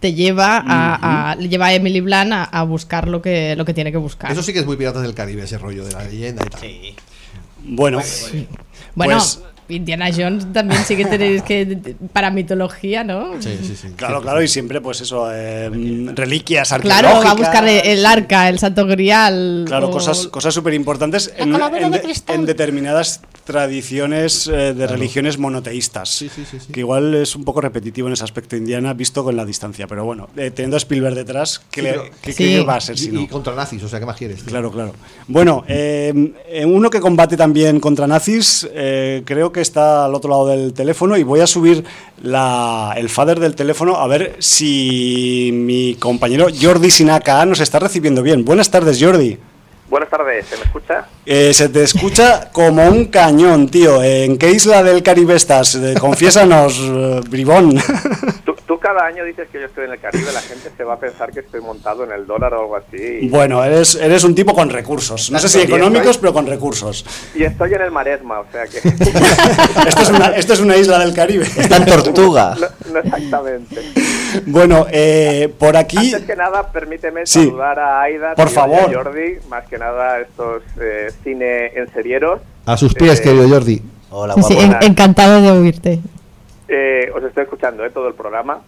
S4: te lleva a, a- le lleva a Emily Blunt a, a buscar lo que, lo que tiene que buscar.
S3: Eso sí que es muy Piratas del Caribe, ese rollo de la leyenda y tal.
S5: Sí.
S2: Bueno,
S4: bueno,
S2: pues-
S4: Indiana Jones también sí que tenéis que... Para mitología, ¿no?
S3: Sí, sí, sí.
S2: claro, claro, y siempre pues eso, eh, reliquias
S4: Claro,
S2: arqueológicas.
S4: va a buscar el, el arca, el santo grial.
S2: Claro,
S4: o-
S2: cosas cosas súper importantes en, en de- en determinadas tradiciones eh, de religiones monoteístas. Que igual es un poco repetitivo en ese aspecto indiana, visto con la distancia. Pero bueno, eh, teniendo a Spielberg detrás, ¿qué,
S3: Sí,
S2: le-
S3: pero-
S2: qué-
S4: Sí.
S2: qué va a ser
S3: Y-
S2: si
S3: y,
S2: no?
S3: contra nazis, o sea, ¿qué más quieres? tío?
S2: Claro, claro. Bueno, eh, eh, uno que combate también contra nazis, eh, creo que está al otro lado del teléfono y voy a subir la, el fader del teléfono a ver si mi compañero Jordi Sinaca nos está recibiendo bien. Buenas tardes, Jordi.
S6: Buenas tardes, ¿se me escucha?
S2: Eh, se te escucha como un cañón, tío. ¿En qué isla del Caribe estás? Eh, Confiésanos, eh, bribón.
S6: Tú, tú cada año dices que yo estoy en el Caribe, la gente se va a pensar que estoy montado en el dólar o algo así. Y,
S2: bueno, eres, eres un tipo con recursos. No sé si económicos, pero con recursos.
S6: y estoy en el Maresma, o sea que...
S2: Esto es una, esto es una isla del Caribe.
S1: Está en Tortuga.
S6: No, no exactamente.
S2: Bueno, eh, por aquí...
S6: Antes que nada, permíteme
S2: Sí.
S6: saludar a Aida,
S2: Por
S6: tío,
S2: favor.
S6: y a Jordi, más que nada estos eh, cine enserieros.
S3: A sus pies,
S6: Eh,
S3: querido Jordi.
S5: Hola,
S4: Sí,
S5: guapo.
S4: en- encantado de oírte.
S6: Eh, os estoy escuchando ¿eh? todo el programa.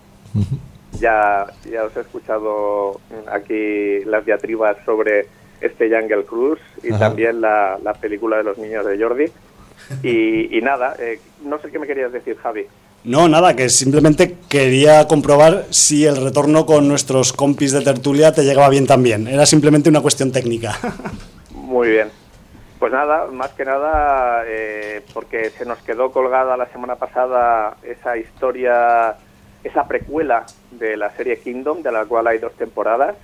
S6: Ya, ya os he escuchado mm, aquí las diatribas sobre este Jungle Cruise y
S3: Ajá.
S6: también la, la película de los niños de Jordi. Y, y nada, eh, no sé qué me querías decir, Javi.
S2: No, nada, que simplemente quería comprobar si el retorno con nuestros compis de tertulia te llegaba bien también. Era simplemente una cuestión técnica.
S6: Muy bien. Pues nada, más que nada, eh, porque se nos quedó colgada la semana pasada esa historia, esa precuela de la serie Kingdom, de la cual hay dos temporadas,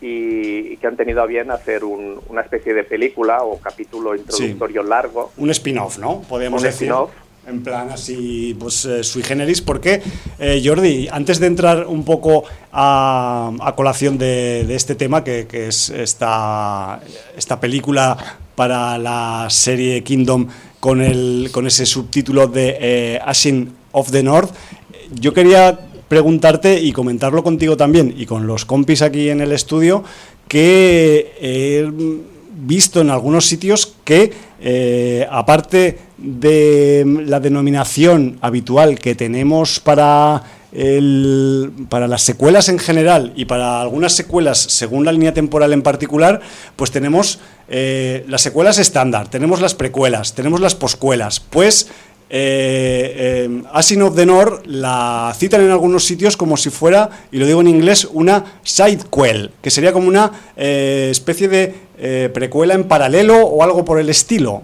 S6: y, y que han tenido a bien hacer un- una especie de película o capítulo introductorio largo.
S2: un spin-off, ¿no? Podríamos
S6: Un
S2: decir.
S6: spin-off.
S2: En plan así, pues eh, sui generis, porque eh, Jordi, antes de entrar un poco a, a colación de, de este tema, que, que es esta, esta película para la serie Kingdom con, el, con ese subtítulo de eh, Ashen of the North, eh, yo quería preguntarte y comentarlo contigo también y con los compis aquí en el estudio que eh, visto en algunos sitios que, eh, aparte de mm, la denominación habitual que tenemos para, el- para las secuelas en general y para algunas secuelas según la línea temporal en particular, pues tenemos eh, las secuelas estándar, tenemos las precuelas, tenemos las poscuelas. Pues eh, eh, Asin of the North la citan en algunos sitios como si fuera, y lo digo en inglés, una sidequel, que sería como una eh, especie de eh, precuela en paralelo o algo por el estilo.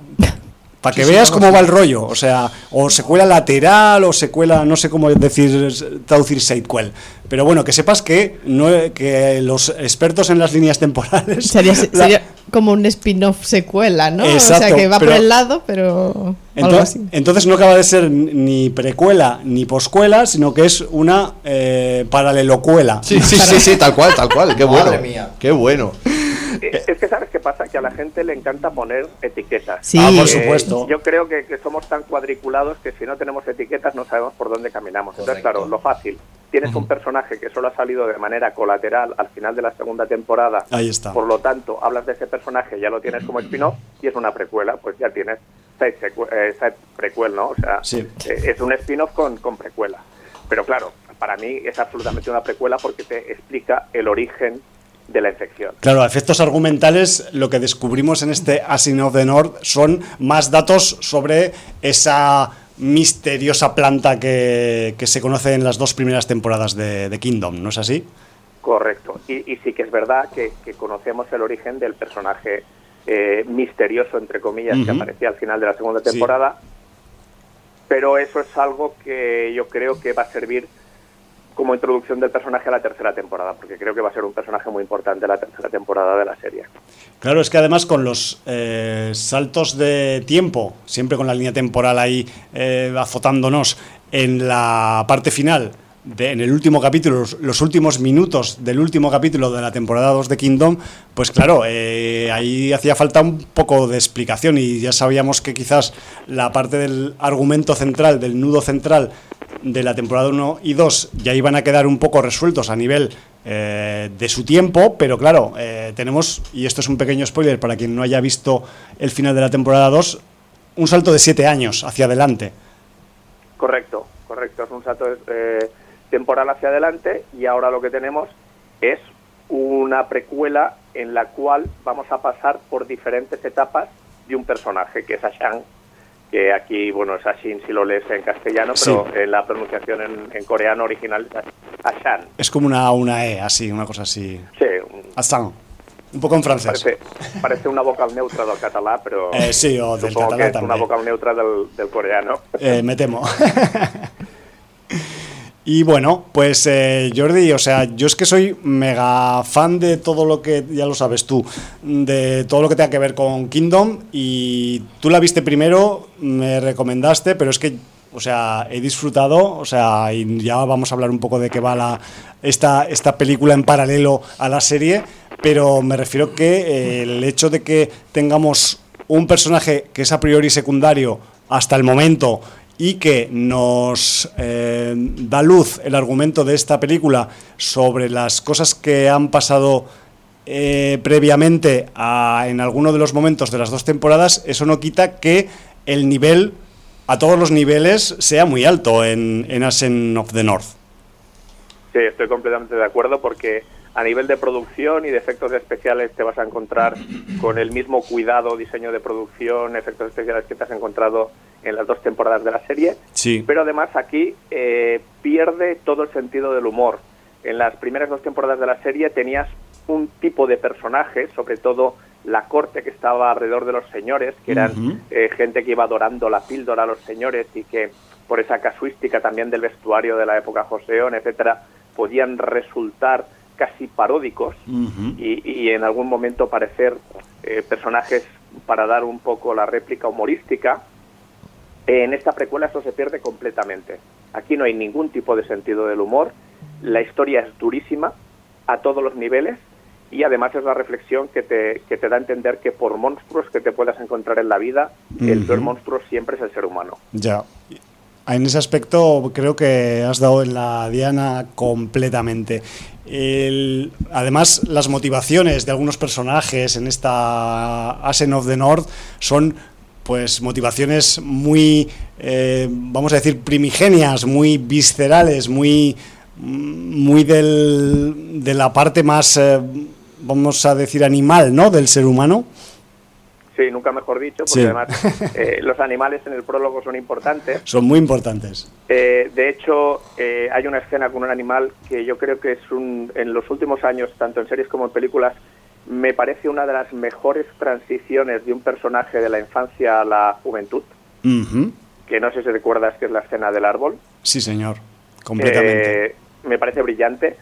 S2: Para que veas cómo va el rollo, o sea, o secuela lateral o secuela, no sé cómo decir, s- traducir sidequel. Pero bueno, que sepas que, no, que los expertos en las líneas temporales.
S4: Sería,
S2: la-
S4: sería como un spin-off secuela, ¿no? o
S2: Exacto,
S4: sea, que va
S2: pero-
S4: por el lado, pero algo
S2: Entonces,
S4: así.
S2: entonces no acaba de ser n- ni precuela ni poscuela, sino que es una eh, paralelocuela.
S3: Sí, sí, sí, sí, tal cual, tal cual. Qué bueno.
S5: Madre mía.
S3: Qué bueno.
S6: Eh, Es que sabes qué pasa, que a la gente le encanta poner etiquetas.
S4: Sí.
S2: Ah, por
S6: Eh,
S2: supuesto.
S6: yo creo que, que somos tan cuadriculados que si no tenemos etiquetas no sabemos por dónde caminamos. Entonces,
S5: Correcto.
S6: claro, lo fácil, Tienes un personaje que solo ha salido de manera colateral al final de la segunda temporada.
S2: Ahí está.
S6: Por lo tanto, hablas de ese personaje, ya lo tienes como spin-off y es una precuela, pues ya tienes side, secu- eh, side prequel, ¿no? O sea,
S2: Sí.
S6: eh, es un spin-off con, con precuela. Pero claro, para mí es absolutamente una precuela porque te explica el origen de la infección.
S2: Claro, a efectos argumentales, lo que descubrimos en este Asin of the North son más datos sobre esa misteriosa planta que, que se conoce en las dos primeras temporadas de, de Kingdom, ¿no es así?
S6: Correcto. Y, y sí que es verdad que, que conocemos el origen del personaje eh, misterioso, entre comillas, que
S2: Ujú.
S6: aparecía al final de la segunda
S2: Sí.
S6: temporada. Pero eso es algo que yo creo que va a servir como introducción del personaje a la tercera temporada, porque creo que va a ser un personaje muy importante la tercera temporada de la serie.
S2: Claro, es que además con los eh, saltos de tiempo, siempre con la línea temporal ahí eh, azotándonos en la parte final, de- en el último capítulo, los, los últimos minutos del último capítulo de la temporada 2 de Kingdom, pues claro, eh, ahí hacía falta un poco de explicación y ya sabíamos que quizás la parte del argumento central, del nudo central de la temporada 1 y 2 ya iban a quedar un poco resueltos a nivel eh, de su tiempo, pero claro, eh, tenemos, y esto es un pequeño spoiler para quien no haya visto el final de la temporada 2, un salto de 7 años hacia adelante.
S6: Correcto, correcto. Es un salto eh, temporal hacia adelante y ahora lo que tenemos es una precuela en la cual vamos a pasar por diferentes etapas de un personaje que es Ashan, que aquí, bueno, es Ashin si lo lees en castellano, pero
S2: Sí.
S6: eh, la pronunciación en, en coreano original es Ashan.
S2: Es como una, una E, así, una cosa así.
S6: Sí, un-
S2: Asán. Un poco en francés.
S6: parece, parece una vocal neutra del catalán, pero
S2: Eh, sí, o del
S6: supongo que
S2: catalán
S6: es una
S2: también.
S6: vocal neutra del, del coreano.
S2: Eh, me temo. y bueno, pues eh, Jordi, o sea, yo es que soy mega fan de todo lo que, ya lo sabes tú, de todo lo que tenga que ver con Kingdom. Y tú la viste primero, me recomendaste, pero es que, o sea, he disfrutado, o sea, y ya vamos a hablar un poco de qué va la, esta, esta película en paralelo a la serie. Pero me refiero que eh, el hecho de que tengamos un personaje que es a priori secundario hasta el momento y que nos eh, da luz el argumento de esta película sobre las cosas que han pasado eh, previamente a- en alguno de los momentos de las dos temporadas, eso no quita que el nivel, a todos los niveles, sea muy alto en, en Ascent of the North.
S6: Sí, estoy completamente de acuerdo porque a nivel de producción y de efectos especiales te vas a encontrar con el mismo cuidado, diseño de producción, efectos especiales que te has encontrado en las dos temporadas de la serie.
S2: Sí.
S6: Pero además aquí eh, pierde todo el sentido del humor. En las primeras dos temporadas de la serie tenías un tipo de personaje, sobre todo la corte que estaba alrededor de los señores, que eran
S2: Ujú.
S6: eh, gente que iba adorando la píldora a los señores y que por esa casuística también del vestuario de la época Joseón, etcétera, podían resultar casi paródicos y, y en algún momento parecer eh, personajes para dar un poco la réplica humorística. En esta precuela eso se pierde completamente. Aquí no hay ningún tipo de sentido del humor. La historia es durísima a todos los niveles y además es la reflexión que te, que te da a entender que por monstruos que te puedas encontrar en la vida, el peor
S2: Ujú.
S6: monstruo siempre es el ser humano.
S2: Ya. En ese aspecto creo que has dado en la diana completamente. El- además, las motivaciones de algunos personajes en esta Asen of the North son pues motivaciones muy, eh, vamos a decir, primigenias, muy viscerales, muy, muy del- de la parte más, eh, vamos a decir, animal, ¿no? Del ser humano.
S6: Sí, nunca mejor dicho, porque
S2: Sí.
S6: además eh, los animales en el prólogo son importantes.
S2: Son muy importantes.
S6: Eh, de hecho, eh, hay una escena con un animal que yo creo que es un, en los últimos años, tanto en series como en películas, me parece una de las mejores transiciones de un personaje de la infancia a la juventud,
S2: Ujú.
S6: que no sé si recuerdas que es la escena del árbol.
S2: Sí, señor. Completamente.
S6: Eh, me parece brillante.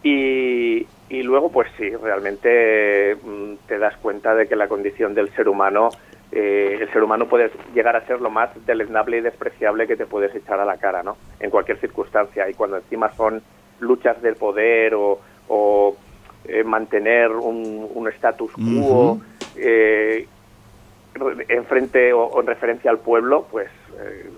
S6: Y, y luego, pues sí, realmente mm, te das cuenta de que la condición del ser humano, eh, el ser humano puede llegar a ser lo más deleznable y despreciable que te puedes echar a la cara, ¿no? En cualquier circunstancia. Y cuando encima son luchas del poder o, o, eh, mantener un, un status quo.
S2: Ujú.
S6: eh, re- en frente o, o en referencia al pueblo, pues eh,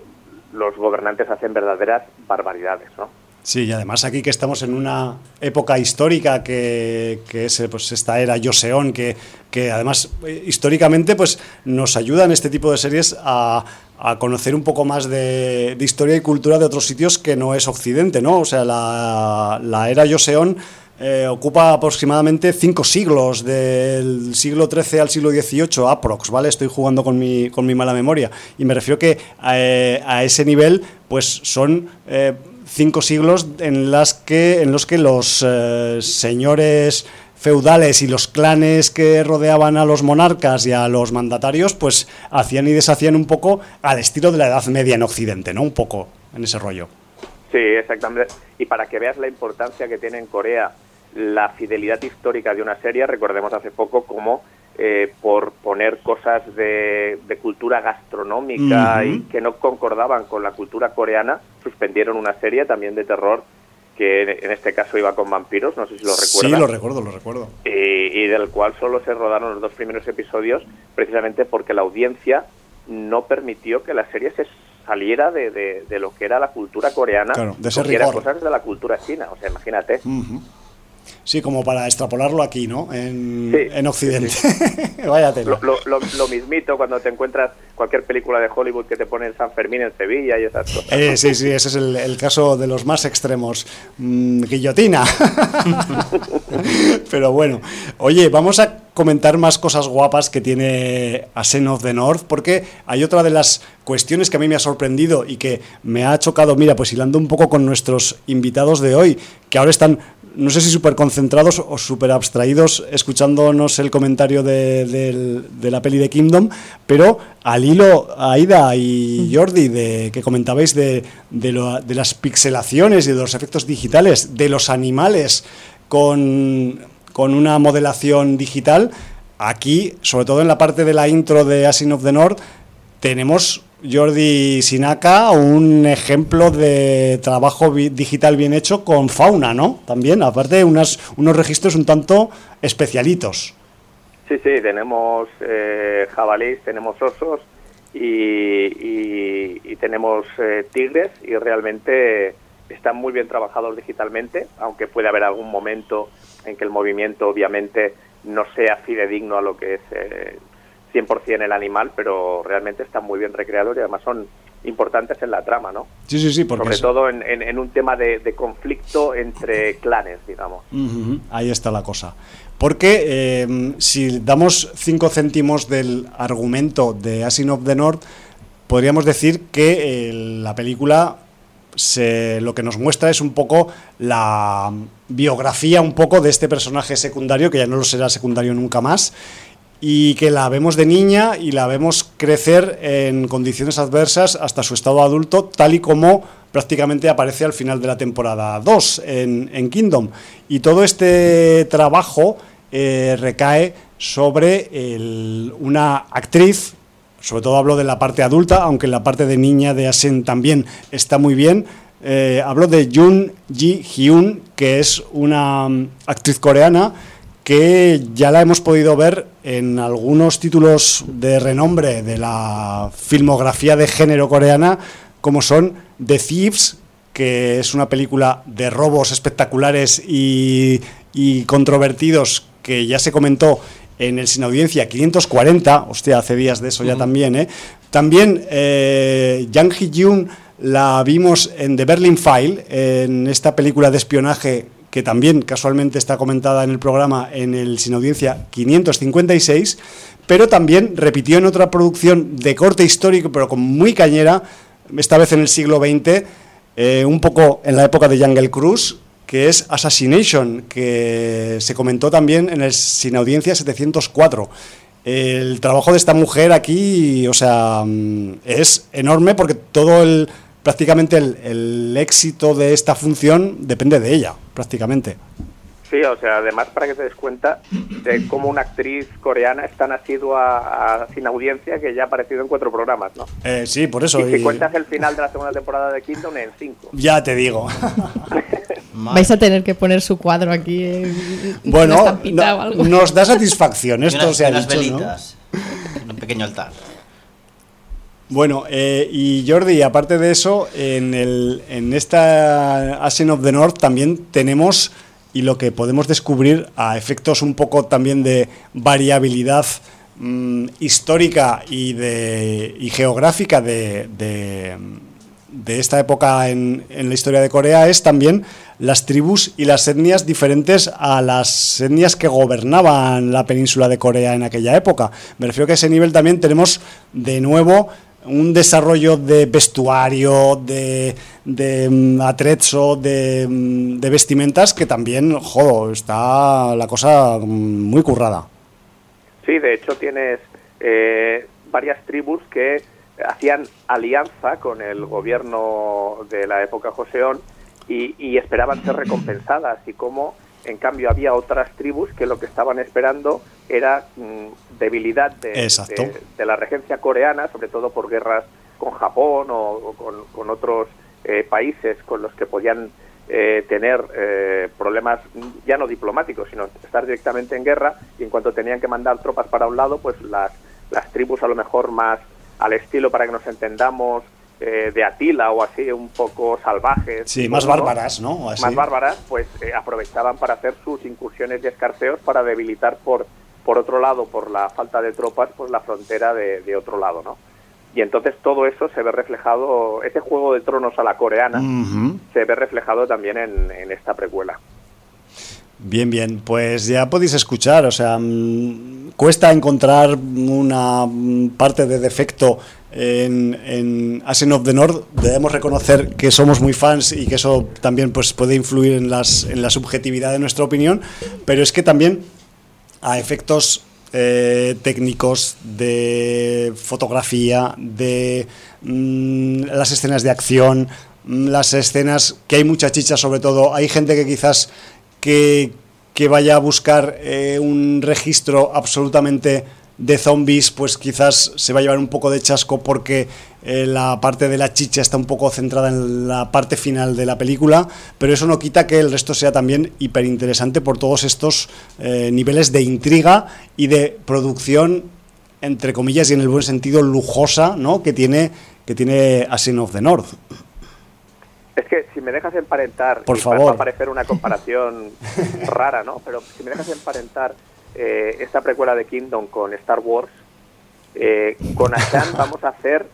S6: los gobernantes hacen verdaderas barbaridades, ¿no?
S2: Sí, y además aquí que estamos en una época histórica que, que es eh, pues esta era Joseon, que, que además eh, históricamente pues nos ayudan este tipo de series a, a conocer un poco más de, de historia y cultura de otros sitios que no es Occidente, ¿no? O sea, la, la era Joseon eh, ocupa aproximadamente cinco siglos, del siglo XIII al siglo XVIII, aprox, ¿vale? Estoy jugando con mi, con mi mala memoria. Y me refiero que eh, a ese nivel, pues son eh, cinco siglos en, las que, en los que los eh, señores feudales y los clanes que rodeaban a los monarcas y a los mandatarios, pues hacían y deshacían un poco al estilo de la Edad Media en Occidente, ¿no? Un poco en ese rollo.
S6: Sí, exactamente. Y para que veas la importancia que tiene en Corea la fidelidad histórica de una serie, recordemos hace poco como eh, por poner cosas de, de cultura gastronómica
S2: Ujú.
S6: y que no concordaban con la cultura coreana, suspendieron una serie también de terror que en- en este caso iba con vampiros, no sé si lo
S2: sí,
S6: recuerdas
S2: lo recuerdo, lo recuerdo.
S6: y, Eh, y del cual solo se rodaron los dos primeros episodios precisamente porque la audiencia no permitió que la serie se saliera de, de- de lo que era la cultura coreana,
S2: Claro, de ese
S6: cogiera
S2: rigor. Mm.
S6: cosas de la cultura china, o sea, imagínate.
S2: Ujú. Sí, como para extrapolarlo aquí, ¿no? En,
S6: Sí.
S2: en Occidente. Vaya tela.
S6: Lo, lo- lo- lo mismito cuando te encuentras cualquier película de Hollywood que te pone en San Fermín en Sevilla y esas cosas.
S2: Eh, sí, sí, ese es el, el caso de los más extremos. Mm, guillotina. Pero bueno, oye, vamos a comentar más cosas guapas que tiene Asen of the North, porque hay otra de las cuestiones que a mí me ha sorprendido y que me ha chocado, mira, pues hilando un poco con nuestros invitados de hoy, que ahora están, no sé si súper concentrados o súper abstraídos escuchándonos el comentario de, del- de la peli de Kingdom, pero al hilo, Aida y Jordi, de, que comentabais de, de lo- de las pixelaciones y de los efectos digitales, de los animales, con, con una modelación digital. Aquí, sobre todo en la parte de la intro de Asin of the North, tenemos Jordi Sinaka, un ejemplo de trabajo bi- digital bien hecho con fauna, ¿no? También, aparte, unas, unos registros un tanto especialitos.
S6: Sí, sí, tenemos eh, jabalíes, tenemos osos y, y- y tenemos eh, tigres y realmente están muy bien trabajados digitalmente, aunque puede haber algún momento en que el movimiento obviamente no sea fidedigno a lo que es eh, 100% el animal, pero realmente están muy bien recreados y además son importantes en la trama, ¿no?
S2: Sí, sí, sí, porque
S6: Sobre
S2: es-
S6: todo en, en- en un tema de- de conflicto entre clanes, digamos.
S2: Ujú, Ahí está la cosa. Porque eh, si damos cinco céntimos del argumento de Asin of the North, podríamos decir que eh, la película se- lo que nos muestra es un poco la biografía un poco de este personaje secundario, que ya no lo será secundario nunca más, y que la vemos de niña y la vemos crecer en condiciones adversas hasta su estado adulto, tal y como prácticamente aparece al final de la temporada 2 en, en Kingdom. Y todo este trabajo eh, recae sobre el- una actriz, sobre todo hablo de la parte adulta, aunque la parte de niña de Asen también está muy bien. Eh, hablo de Jun Ji Hyun, que es una mm, actriz coreana que ya la hemos podido ver en algunos títulos de renombre de la filmografía de género coreana, como son The Thieves, que es una película de robos espectaculares y, y controvertidos que ya se comentó en el Sin Audiencia 540, hostia, hace días de eso ya también, ¿eh? También eh, Yang Hee-jun la vimos en The Berlin File, en esta película de espionaje que también casualmente está comentada en el programa en el Sin Audiencia 556, pero también repitió en otra producción de corte histórico, pero con muy cañera, esta vez en el siglo XX, eh, un poco en la época de Jungle Cruise, que es Assassination, que se comentó también en el Sin Audiencia 704. El trabajo de esta mujer aquí, o sea, mm, es enorme porque todo el, prácticamente el, el éxito de esta función depende de ella, prácticamente.
S6: Sí, o sea, además para que te des cuenta de cómo una actriz coreana es tan asidua a- sin audiencia que ya ha aparecido en cuatro programas, ¿no?
S2: Eh, sí, por eso.
S6: Y si
S2: y-
S6: cuentas el final de la segunda temporada de Kingdom en cinco.
S2: ya te digo.
S4: Vais a tener que poner su cuadro aquí. eh, una
S2: bueno,
S4: estampita
S2: no-
S4: o algo.
S2: nos da satisfacción
S5: Y
S2: esto,
S5: unas-
S2: se ha
S5: unas
S2: dicho, ¿no?
S5: velitas. Un pequeño altar.
S2: Bueno, eh, y Jordi, aparte de eso, en, el, en esta Asian of the North también tenemos y lo que podemos descubrir a efectos un poco también de variabilidad mm, histórica y, de, y geográfica de, de- de esta época en, en la historia de Corea es también las tribus y las etnias diferentes a las etnias que gobernaban la península de Corea en aquella época. Me refiero que a ese nivel también tenemos de nuevo un desarrollo de vestuario, de, de mm, atrezo, de, mm, de vestimentas que también, jodo, está la cosa mm, muy currada.
S6: Sí, de hecho tienes eh, varias tribus que hacían alianza con el gobierno de la época Joseón y, y esperaban ser recompensadas y como en cambio había otras tribus que lo que estaban esperando era mm, debilidad de,
S2: Exacto.
S6: de- de la regencia coreana, sobre todo por guerras con Japón o, o con, con otros eh, países con los que podían eh, tener eh, problemas mm, ya no diplomáticos, sino estar directamente en guerra y en cuanto tenían que mandar tropas para un lado, pues las, las tribus a lo mejor más al estilo, para que nos entendamos, eh, de Atila o así, un poco salvajes.
S2: Sí, más
S6: ¿no?
S2: bárbaras, ¿no? Así.
S6: más bárbaras, pues eh, aprovechaban para hacer sus incursiones y escarceos para debilitar por, por otro lado, por la falta de tropas, pues la frontera de, de otro lado, ¿no? Y entonces todo eso se ve reflejado, ese juego de tronos a la coreana,
S2: Ujú.
S6: se ve reflejado también en, en esta precuela.
S2: Bien, bien, pues ya podéis escuchar, o sea, mm, cuesta encontrar una mm, parte de defecto en, en Asian of the North, debemos reconocer que somos muy fans y que eso también pues, puede influir en, las, en la subjetividad de nuestra opinión, pero es que también a efectos eh, técnicos de fotografía, de mm, las escenas de acción, mm, las escenas que hay mucha chicha sobre todo. Hay gente que quizás que, que vaya a buscar eh, un registro absolutamente de zombies, pues quizás se va a llevar un poco de chasco porque eh, la parte de la chicha está un poco centrada en la parte final de la película, pero eso no quita que el resto sea también hiperinteresante por todos estos eh, niveles de intriga y de producción, entre comillas y en el buen sentido, lujosa, ¿no? Que tiene, que tiene Asin of the North.
S6: Es que si me dejas emparentar,
S2: Por
S6: y va-
S2: favor.
S6: va a parecer una comparación rara, ¿no? Pero si me dejas emparentar eh, esta precuela de Kingdom con Star Wars, eh, con Ashan vamos a hacer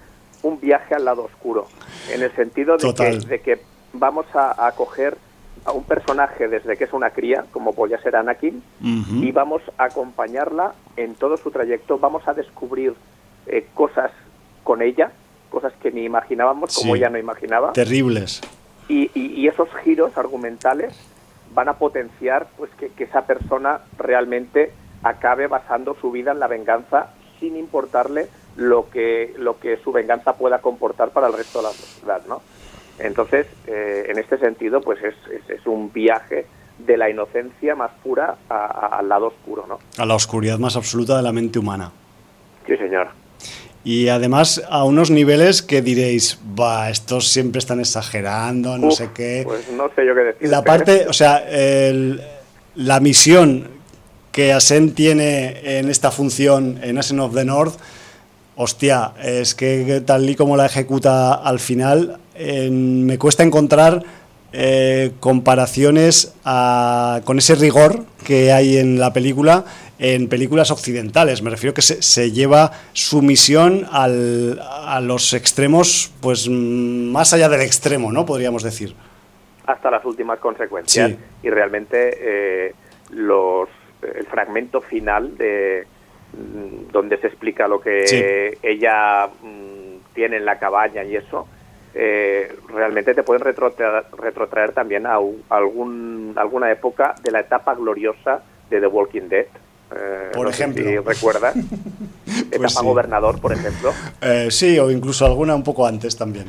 S6: un viaje al lado oscuro, en el sentido de, que,
S2: Total.
S6: de que vamos a, a coger a un personaje desde que es una cría, como podía ser Anakin, y vamos a acompañarla en todo su trayecto, vamos a descubrir eh, cosas con ella, cosas que ni imaginábamos, como
S2: Sí.
S6: ella no imaginaba
S2: Terribles.
S6: y, y- y esos giros argumentales van a potenciar pues que, que esa persona realmente acabe basando su vida en la venganza sin importarle lo que lo que su venganza pueda comportar para el resto de la sociedad no entonces eh, en este sentido pues es, es- es un viaje de la inocencia más pura a- a- al lado oscuro no
S2: A la oscuridad más absoluta de la mente humana.
S6: sí señor
S2: Y además a unos niveles que diréis, va, estos siempre están exagerando, no
S6: Uf,
S2: sé qué.
S6: pues no sé yo qué decir
S2: La parte, o sea, el- la misión que Asen tiene en esta función en Asen of the North, hostia, es que tal y como la ejecuta al final, en- me cuesta encontrar eh, comparaciones a- con ese rigor que hay en la película en películas occidentales. Me refiero que se, se lleva su misión al- a los extremos, pues mm, más allá del extremo, ¿no? Podríamos decir.
S6: hasta las últimas consecuencias
S2: Sí.
S6: y realmente eh, los el fragmento final de mm, donde se explica lo que
S2: Sí.
S6: ella mm, tiene en la cabaña y eso eh, realmente te pueden retrotraer, retrotraer también a u- algún alguna época de la etapa gloriosa de The Walking Dead Eh,
S2: Por
S6: no sé
S2: ejemplo. Pues
S6: si recuerdas etapa
S2: sí.
S6: gobernador por ejemplo
S2: Eh, sí, o incluso alguna un poco antes también.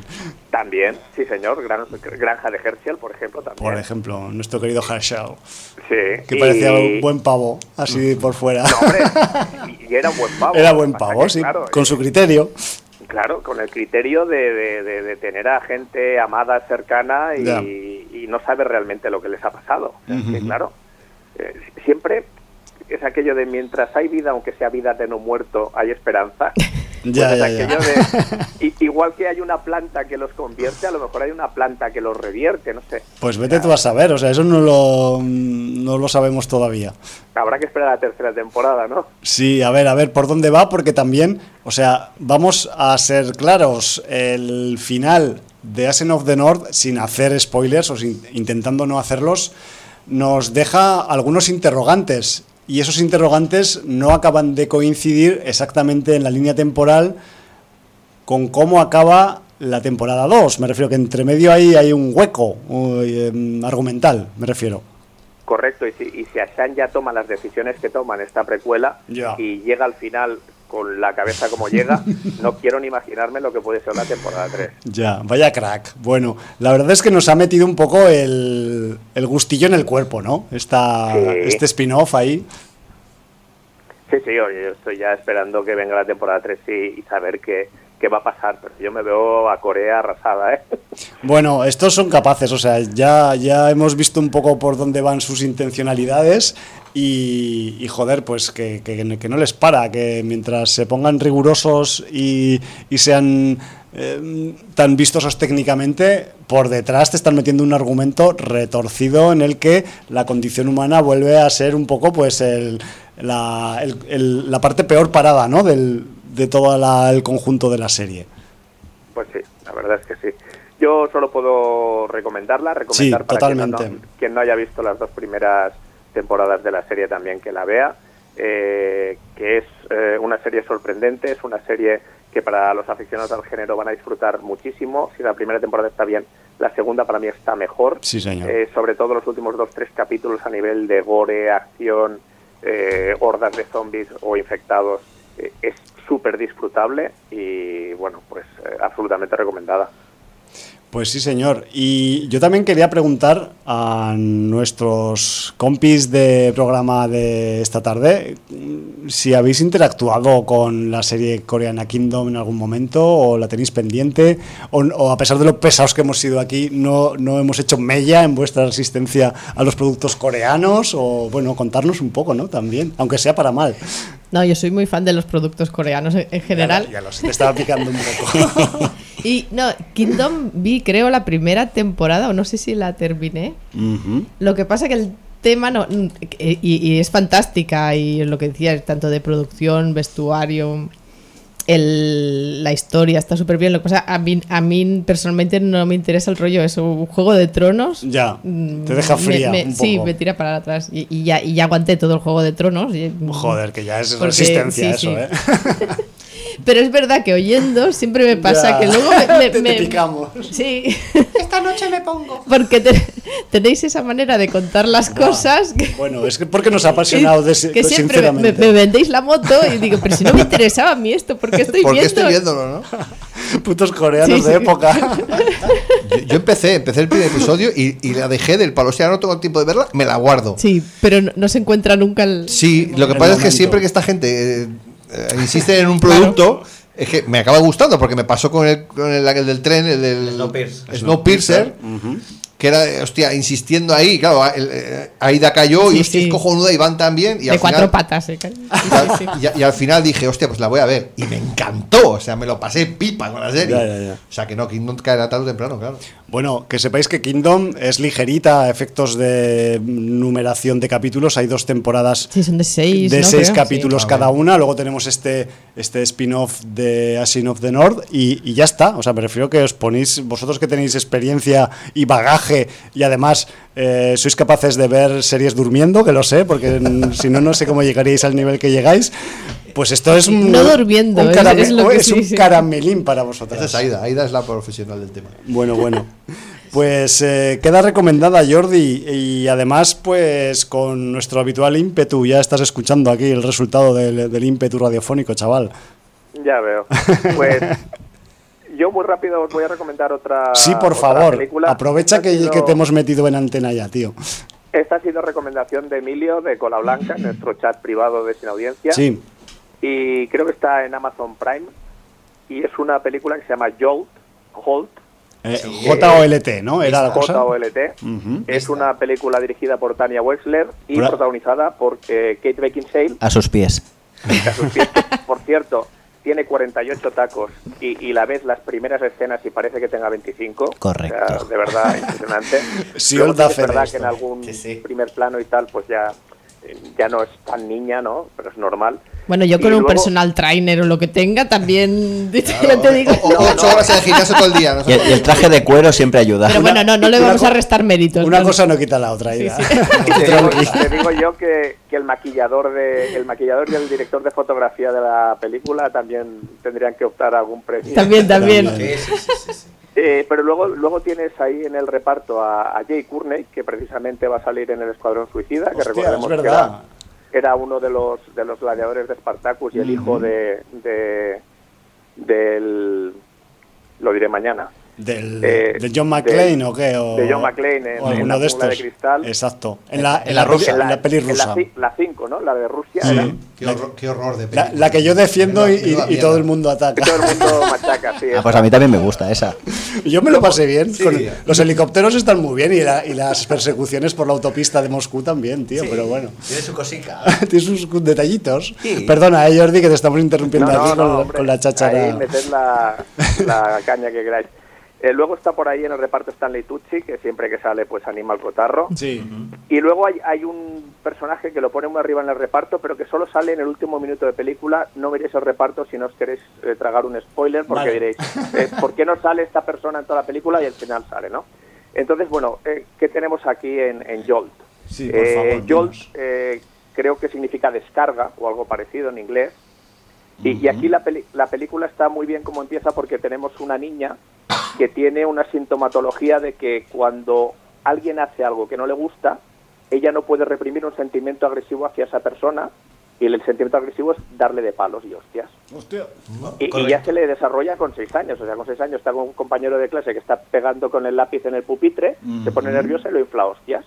S6: también sí señor Gran- granja de Herschel por ejemplo también
S2: Por ejemplo, nuestro querido Herschel,
S6: sí
S2: que parecía
S6: y- Mm.
S2: un buen pavo, así por fuera.
S6: No, hombre, y- y era un buen pavo.
S2: Era
S6: Lo
S2: buen
S6: que pasa
S2: pavo,
S6: que,
S2: sí,
S6: Claro, eh,
S2: con su criterio.
S6: claro, con el criterio de, de- de- de tener a gente amada, cercana y,
S2: Ya.
S6: y no sabe realmente lo que les ha pasado. O sea, es que, claro, eh, siempre es aquello de mientras hay vida, aunque sea vida de no muerto, hay esperanza.
S2: Ya,
S6: Pues
S2: ya,
S6: es
S2: ya.
S6: aquello de- i- igual que hay una planta que los convierte, a lo mejor hay una planta que los revierte, no sé.
S2: Pues vete tú a saber, o sea, eso no lo, no lo sabemos todavía.
S6: Habrá que esperar a la tercera temporada, ¿no?
S2: Sí, a ver, a ver por dónde va, porque también, o sea, vamos a ser claros, el final de Asen of the North, sin hacer spoilers o sin- intentando no hacerlos, nos deja algunos interrogantes. Y esos interrogantes no acaban de coincidir exactamente en la línea temporal con cómo acaba la temporada 2. Me refiero que entre medio ahí hay un hueco uy, em, argumental, me refiero.
S6: Correcto, y si, y si Ashan ya toma las decisiones que toma en esta precuela
S2: Ya.
S6: y llega al final con la cabeza como llega, no quiero ni imaginarme lo que puede ser la temporada 3.
S2: Ya, vaya crack. Bueno, la verdad es que nos ha metido un poco el, el gustillo en el cuerpo, ¿no? Esta,
S6: Sí.
S2: Este spin-off ahí.
S6: Sí, sí, yo, yo estoy ya esperando que venga la temporada 3 y, y saber qué, qué va a pasar, pero yo me veo a Corea arrasada, ¿eh?
S2: Bueno, estos son capaces, o sea, ya, ya hemos visto un poco por dónde van sus intencionalidades y, y, joder, pues que, que- que no les para, que mientras se pongan rigurosos y, y sean eh, tan vistosos técnicamente, por detrás te están metiendo un argumento retorcido en el que la condición humana vuelve a ser un poco pues el, la, el- el- la parte peor parada ¿no? Del, de todo el conjunto de la serie.
S6: Pues sí, la verdad es que sí. Yo solo puedo recomendarla, recomendar
S2: Sí,
S6: para quien no-
S2: totalmente.
S6: no- quien no haya visto las dos primeras temporadas de la serie también que la vea, eh, que es eh, una serie sorprendente, es una serie que para los aficionados al género van a disfrutar muchísimo. Si la primera temporada está bien, la segunda para mí está mejor.
S2: Sí, señor.
S6: Eh, sobre todo los últimos dos, tres capítulos a nivel de gore, acción, eh, hordas de zombies o infectados, eh, es súper disfrutable y bueno, pues eh, absolutamente recomendada.
S2: Pues sí, señor. Y yo también quería preguntar a nuestros compis de programa de esta tarde mm, si habéis interactuado con la serie coreana Kingdom en algún momento o la tenéis pendiente o, o a pesar de lo pesados que hemos sido aquí no, no hemos hecho mella en vuestra asistencia a los productos coreanos o bueno, contarnos un poco, ¿no? También, aunque sea para mal.
S4: No, yo soy muy fan de los productos coreanos en en general.
S2: Ya, lo- ya lo sé, te estaba picando un poco.
S4: Y no, Kingdom vi creo la primera temporada, o no sé si la terminé.
S2: Ujú.
S4: Lo que pasa que el tema no mm, y, y es fantástica y lo que decías, tanto de producción, vestuario, el- la historia está súper bien. Lo que pasa, a mí, a mí personalmente no me interesa el rollo eso, un juego de tronos.
S2: Ya,
S4: mm,
S2: te deja
S4: me-
S2: fría.
S4: me-
S2: un poco.
S4: Sí, me tira para atrás y, y ya, y ya aguanté todo el juego de tronos. y-
S2: Joder, que ya es
S4: Porque-
S2: resistencia
S4: sí,
S2: eso,
S4: sí.
S2: ¿eh?
S4: Pero es verdad que oyendo siempre me pasa
S2: Ya.
S4: que luego me, me-
S2: Te- te
S4: me-
S2: picamos.
S4: Sí,
S7: Esta noche me pongo.
S4: porque te- tenéis esa manera de contar las cosas que,
S2: Bueno, es que porque nos ha apasionado,
S4: que
S2: des-
S4: siempre me- me,
S2: pues sinceramente.
S4: me vendéis la moto y digo, pero si no me interesaba a mí esto, ¿por qué estoy
S3: ¿Por qué
S4: viendo?
S3: estoy viéndolo, no?
S2: Putos coreanos
S4: Sí,
S2: de
S4: sí.
S2: época.
S3: Yo, yo empecé, empecé el primer episodio y, y la dejé del palo. Si ahora no tengo tiempo de verla, me la guardo.
S4: Sí, pero no, no se encuentra nunca el...
S3: Sí, lo que
S2: El
S3: pasa es que
S2: momento.
S3: siempre que esta gente eh, eh, insiste en un producto, es que me acaba gustando, porque me pasó con el, con el- aquel del tren, el del
S5: Snowpiercer.
S3: Snowpiercer, que era, eh, hostia, insistiendo ahí, claro, a- el, eh, Aida cayó y
S4: Sí,
S3: hostia,
S4: sí.
S3: es cojonuda, Iván también. Y
S4: de
S3: al
S4: cuatro
S3: final,
S4: patas. eh, calla. Sí, sí, sí.
S3: y, y al final dije, hostia, pues la voy a ver. Y me encantó, o sea, me lo pasé pipa con la serie.
S2: Ya, ya, ya.
S3: O sea, que no, Kingdom caerá tarde o temprano, claro.
S2: Bueno, que sepáis que Kingdom es ligerita a efectos de numeración de capítulos. Hay dos temporadas
S4: Sí, son de seis,
S2: de
S4: ¿no?
S2: seis
S4: Creo,
S2: capítulos
S3: Ah,
S2: cada
S3: bueno.
S2: una. Luego tenemos este, este spin-off de Asin of the North y, y ya está. O sea, me refiero que os ponéis, vosotros que tenéis experiencia y bagaje y además eh, sois capaces de ver series durmiendo, que lo sé, porque mm, si no, no sé cómo llegaríais al nivel que llegáis. Pues esto es un,
S4: No durmiendo,
S2: un
S4: es-
S2: carame-
S4: es lo que
S2: es
S4: sí,
S2: un
S4: sí.
S2: caramelín para
S3: Esa
S2: vosotras.
S3: es Aida, Aida es la profesional del tema.
S2: Bueno, bueno. Pues eh, queda recomendada Jordi y además pues con nuestro habitual ímpetu, ya estás escuchando aquí el resultado del, del ímpetu radiofónico, chaval.
S6: Ah, Ya veo. Pues yo muy rápido os voy a recomendar otra.
S2: sí, por
S6: otra
S2: favor,
S6: película.
S2: aprovecha
S6: Esta ha
S2: que,
S6: sido-
S2: que te hemos metido en antena ya, tío.
S6: Esta ha sido recomendación de Emilio de Cola Blanca, en nuestro chat privado de Sin Audiencia.
S2: Mm. Sí,
S6: y creo que está en Amazon Prime y es una película que se llama Jolt, Holt,
S2: eh, J-O-L-T, ¿no? Era la cosa.
S6: J-O-L-T.
S2: Ujú.
S6: Es una película dirigida por Tania Wexler y
S2: Hola.
S6: protagonizada por eh, Kate Beckinsale,
S1: A sus pies.
S6: que a sus pies, por cierto, tiene 48 tacos y, y la ves las primeras escenas y parece que tenga 25.
S1: Correcto.
S6: O sea, de verdad, impresionante.
S2: Sí,
S6: Luego
S2: os da
S6: sí que
S2: fe
S6: es
S2: de
S6: verdad
S2: esto.
S6: que en algún
S5: Sí, sí.
S6: primer plano y tal, pues ya, eh, ya no es tan niña, ¿no? Pero es normal.
S4: Bueno, yo
S6: Y
S4: con un
S6: luego-
S4: personal trainer o lo que tenga también ya te digo.
S3: O- o- ocho horas en el gimnasio todo el día. ¿no?
S1: Y el, y el traje de cuero siempre ayuda.
S4: Pero bueno, no, no le
S2: una
S4: vamos a
S2: co-
S4: restar méritos.
S2: Una
S4: ¿no?
S2: cosa no quita la otra. Ida.
S4: sí.
S6: Y te, digo, te digo yo que, que el maquillador de el maquillador y el director de fotografía de la película también tendrían que optar a algún premio.
S4: También, también.
S2: También.
S5: Sí, sí, sí, sí, sí.
S6: Eh, pero luego, luego tienes ahí en el reparto a, a Jay Courtney, que precisamente va a salir en el Escuadrón Suicida, que
S2: Hostia,
S6: recordemos
S2: es
S6: que
S2: verdad.
S6: era, era uno de los de los gladiadores de Spartacus y el hijo de, de del lo diré mañana.
S2: Del,
S6: Eh,
S2: de John
S6: de-
S2: McClane o qué? O,
S6: de John McClane en-
S2: o alguno
S6: en La
S2: de
S6: jungla
S2: estos.
S6: de cristal. Eh,
S2: Exacto. En la, en
S5: En
S2: la,
S5: la
S2: peli-
S5: rusa.
S2: en la peli rusa.
S6: en la 5, ¿no? La de Rusia.
S2: Sí.
S6: era.
S3: Qué horror, qué horror de
S2: La,
S3: película.
S2: la que yo defiendo y,
S3: Menuda- menuda
S2: y- y todo
S3: mierda.
S2: el mundo
S6: Que
S2: ataca.
S6: todo el mundo machaca, sí.
S1: Ah, pues a mí también me gusta esa.
S2: Yo me lo pasé bien.
S3: Sí.
S2: con- los helicópteros están muy bien y, la- y las persecuciones por la autopista de Moscú también, tío. Pero bueno.
S5: Tiene su cosica.
S2: Tiene sus detallitos.
S5: Sí.
S2: Perdona, eh, Jordi, que te estamos interrumpiendo
S6: No, no,
S2: aquí
S6: no,
S2: con, la-
S6: hombre.
S2: con la cháchara.
S6: Ahí meted la, la caña que queráis. Eh, luego está por ahí en el reparto Stanley Tucci, que siempre que sale pues anima al cotarro.
S2: Sí.
S6: Y luego hay, hay un personaje que lo pone muy arriba en el reparto, pero que solo sale en el último minuto de película. No veréis el reparto si no os queréis eh, tragar un spoiler, porque
S2: Vale.
S6: diréis, eh, ¿por qué no sale esta persona en toda la película y al final sale, no? Entonces, bueno, eh, ¿qué tenemos aquí en, en Jolt?
S2: Sí, por favor,
S6: Eh, Jolt eh, creo que significa descarga o algo parecido en inglés. Y, y aquí la, peli- la película está muy bien como empieza porque tenemos una niña que tiene una sintomatología de que cuando alguien hace algo que no le gusta, ella no puede reprimir un sentimiento agresivo hacia esa persona y el sentimiento agresivo es darle de palos y hostias. Y- Y, ya se le desarrolla con seis años. O sea, con seis años está con un compañero de clase que está pegando con el lápiz en el pupitre, se pone nerviosa y lo infla a hostias.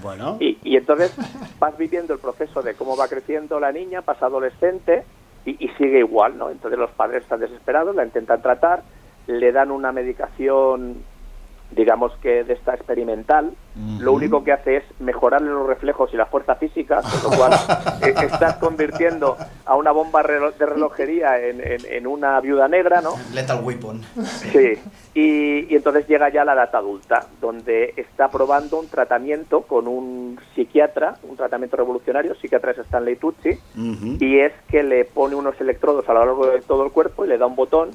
S2: Bueno.
S6: Y, y entonces vas viviendo el proceso de cómo va creciendo la niña, pasa adolescente y, y sigue igual, ¿no? Entonces los padres están desesperados, la intentan tratar, le dan una medicación, digamos que de esta experimental, lo único que hace es mejorarle los reflejos y la fuerza física, con lo cual eh, estás convirtiendo a una bomba relo- de relojería en- en- en una viuda negra, ¿no?
S5: Lethal Weapon.
S6: Sí, y, y entonces llega ya la edad adulta, donde está probando un tratamiento con un psiquiatra, un tratamiento revolucionario, el psiquiatra es Stanley Tucci, y es que le pone unos electrodos a lo largo de todo el cuerpo y le da un botón,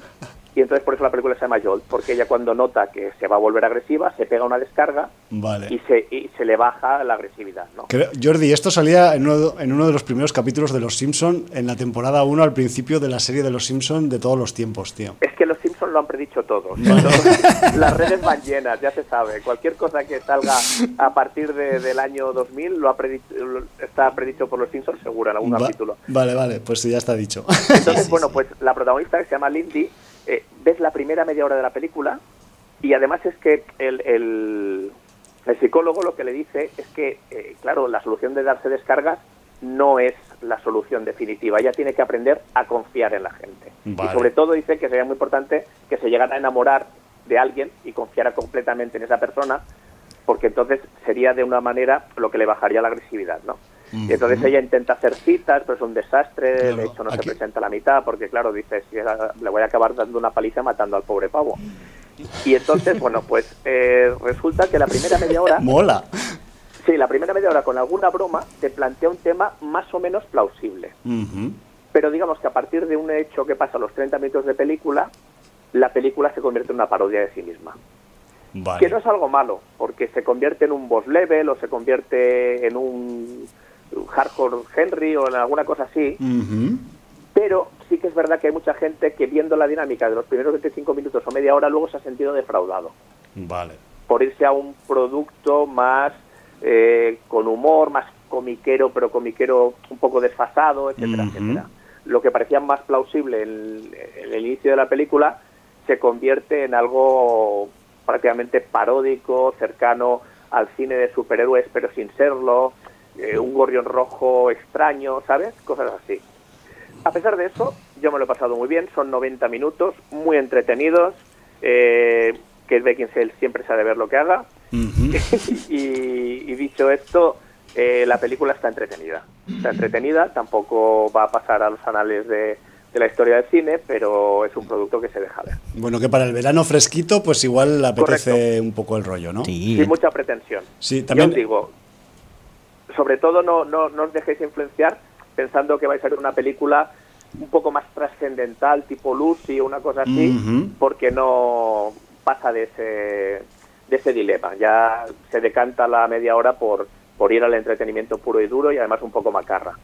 S6: y entonces por eso la película se llama Jolt, porque ella cuando nota que se va a volver agresiva, se pega una descarga
S2: Vale.
S6: y se, y se le baja la agresividad, ¿no?
S2: Creo- Jordi, esto salía en uno, en uno de los primeros capítulos de Los Simpson en la temporada 1 al principio de la serie de Los Simpson de todos los tiempos, tío.
S6: Es que los Simpsons lo han predicho todo. Entonces, Las redes van llenas, ya se sabe. Cualquier cosa que salga a partir de- del año 2000 lo ha predicho, lo- está predicho por los Simpsons seguro en algún
S2: Va-
S6: capítulo.
S2: Vale, vale, pues ya está dicho.
S6: Entonces, bueno, pues la protagonista que se llama Lindy, eh, ves la primera media hora de la película y además es que el, el- el psicólogo lo que le dice es que, eh, claro, la solución de darse descargas no es la solución definitiva. Ella tiene que aprender a confiar en la gente.
S2: Vale.
S6: Y sobre todo dice que sería muy importante que se llegara a enamorar de alguien y confiara completamente en esa persona porque entonces sería de una manera lo que le bajaría la agresividad, ¿no? Y entonces ella intenta hacer citas, pero es un desastre, de hecho no
S3: aquí-
S6: se presenta a la mitad, porque claro, dices, le voy a acabar dando una paliza matando al pobre pavo. Y entonces, bueno, pues eh, resulta que la primera media hora,
S2: Mola.
S6: sí, la primera media hora con alguna broma te plantea un tema más o menos plausible.
S2: Ujú.
S6: Pero digamos que a partir de un hecho que pasa a los 30 minutos de película, la película se convierte en una parodia de sí misma.
S2: Vale.
S6: Que no es algo malo, porque se convierte en un boss level o se convierte en un hardcore Henry o en alguna cosa así,
S2: Ujú.
S6: pero sí que es verdad que hay mucha gente que viendo la dinámica de los primeros 25 minutos o media hora luego se ha sentido defraudado
S2: Vale.
S6: por irse a un producto más eh, con humor, más comiquero, pero comiquero un poco desfasado, etcétera,
S2: Ujú.
S6: etcétera. Lo que parecía más plausible en en el inicio de la película se convierte en algo prácticamente paródico, cercano al cine de superhéroes, pero sin serlo, eh, un gorrión rojo extraño, ¿sabes? Cosas así. A pesar de eso, yo me lo he pasado muy bien, son 90 minutos, muy entretenidos, eh, que Beckinsale siempre sabe ver lo que haga,
S2: Ujú.
S6: y, y dicho esto, eh, la película está entretenida, está entretenida, tampoco va a pasar a los anales de de la historia del cine, pero es un producto que se deja ver.
S2: Bueno, que para el verano fresquito, pues igual le apetece
S6: Correcto.
S2: un poco el rollo, ¿no?
S1: Sí. eh,
S6: Sin mucha pretensión.
S2: Sí,
S6: Yo
S2: también-
S6: os digo, sobre todo no, no, no os dejéis influenciar pensando que vais a ver una película un poco más trascendental, tipo Lucy o una cosa así,
S2: Ujú.
S6: porque no pasa de ese, de ese dilema. Ya se decanta la media hora por, por ir al entretenimiento puro y duro y además un poco macarra.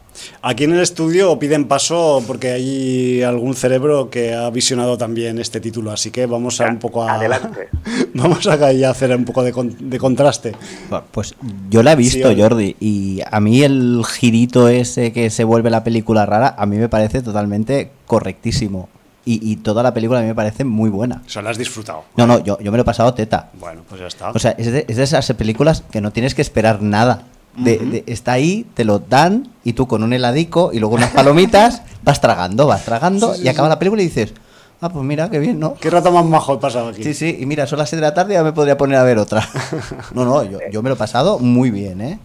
S2: Aquí en el estudio piden paso porque hay algún cerebro que ha visionado también este título, así que vamos a un poco a.
S6: Adelante.
S2: Vamos a ya hacer un poco de, con- de contraste.
S1: Bueno, Pues yo la he visto,
S2: Sí, oye.
S1: Jordi, y a mí el girito ese que se vuelve la película rara, a mí me parece totalmente correctísimo. Y, y toda la película a mí me parece muy buena.
S2: O sea, lo has disfrutado.
S1: No, no, yo, yo me lo he pasado teta.
S2: Bueno, pues ya está.
S1: O sea, es de, es de esas películas que no tienes que esperar nada. De- de- está ahí, te lo dan y tú con un heladico y luego unas palomitas vas tragando, vas tragando y acaba la película y dices, ah, pues mira, qué bien, ¿no?
S2: ¿Qué rato más majo he pasado aquí?
S1: Sí, sí, y mira, son las 6 de la tarde y ya me podría poner a ver otra. No, no, yo, yo me lo he pasado muy bien, ¿eh?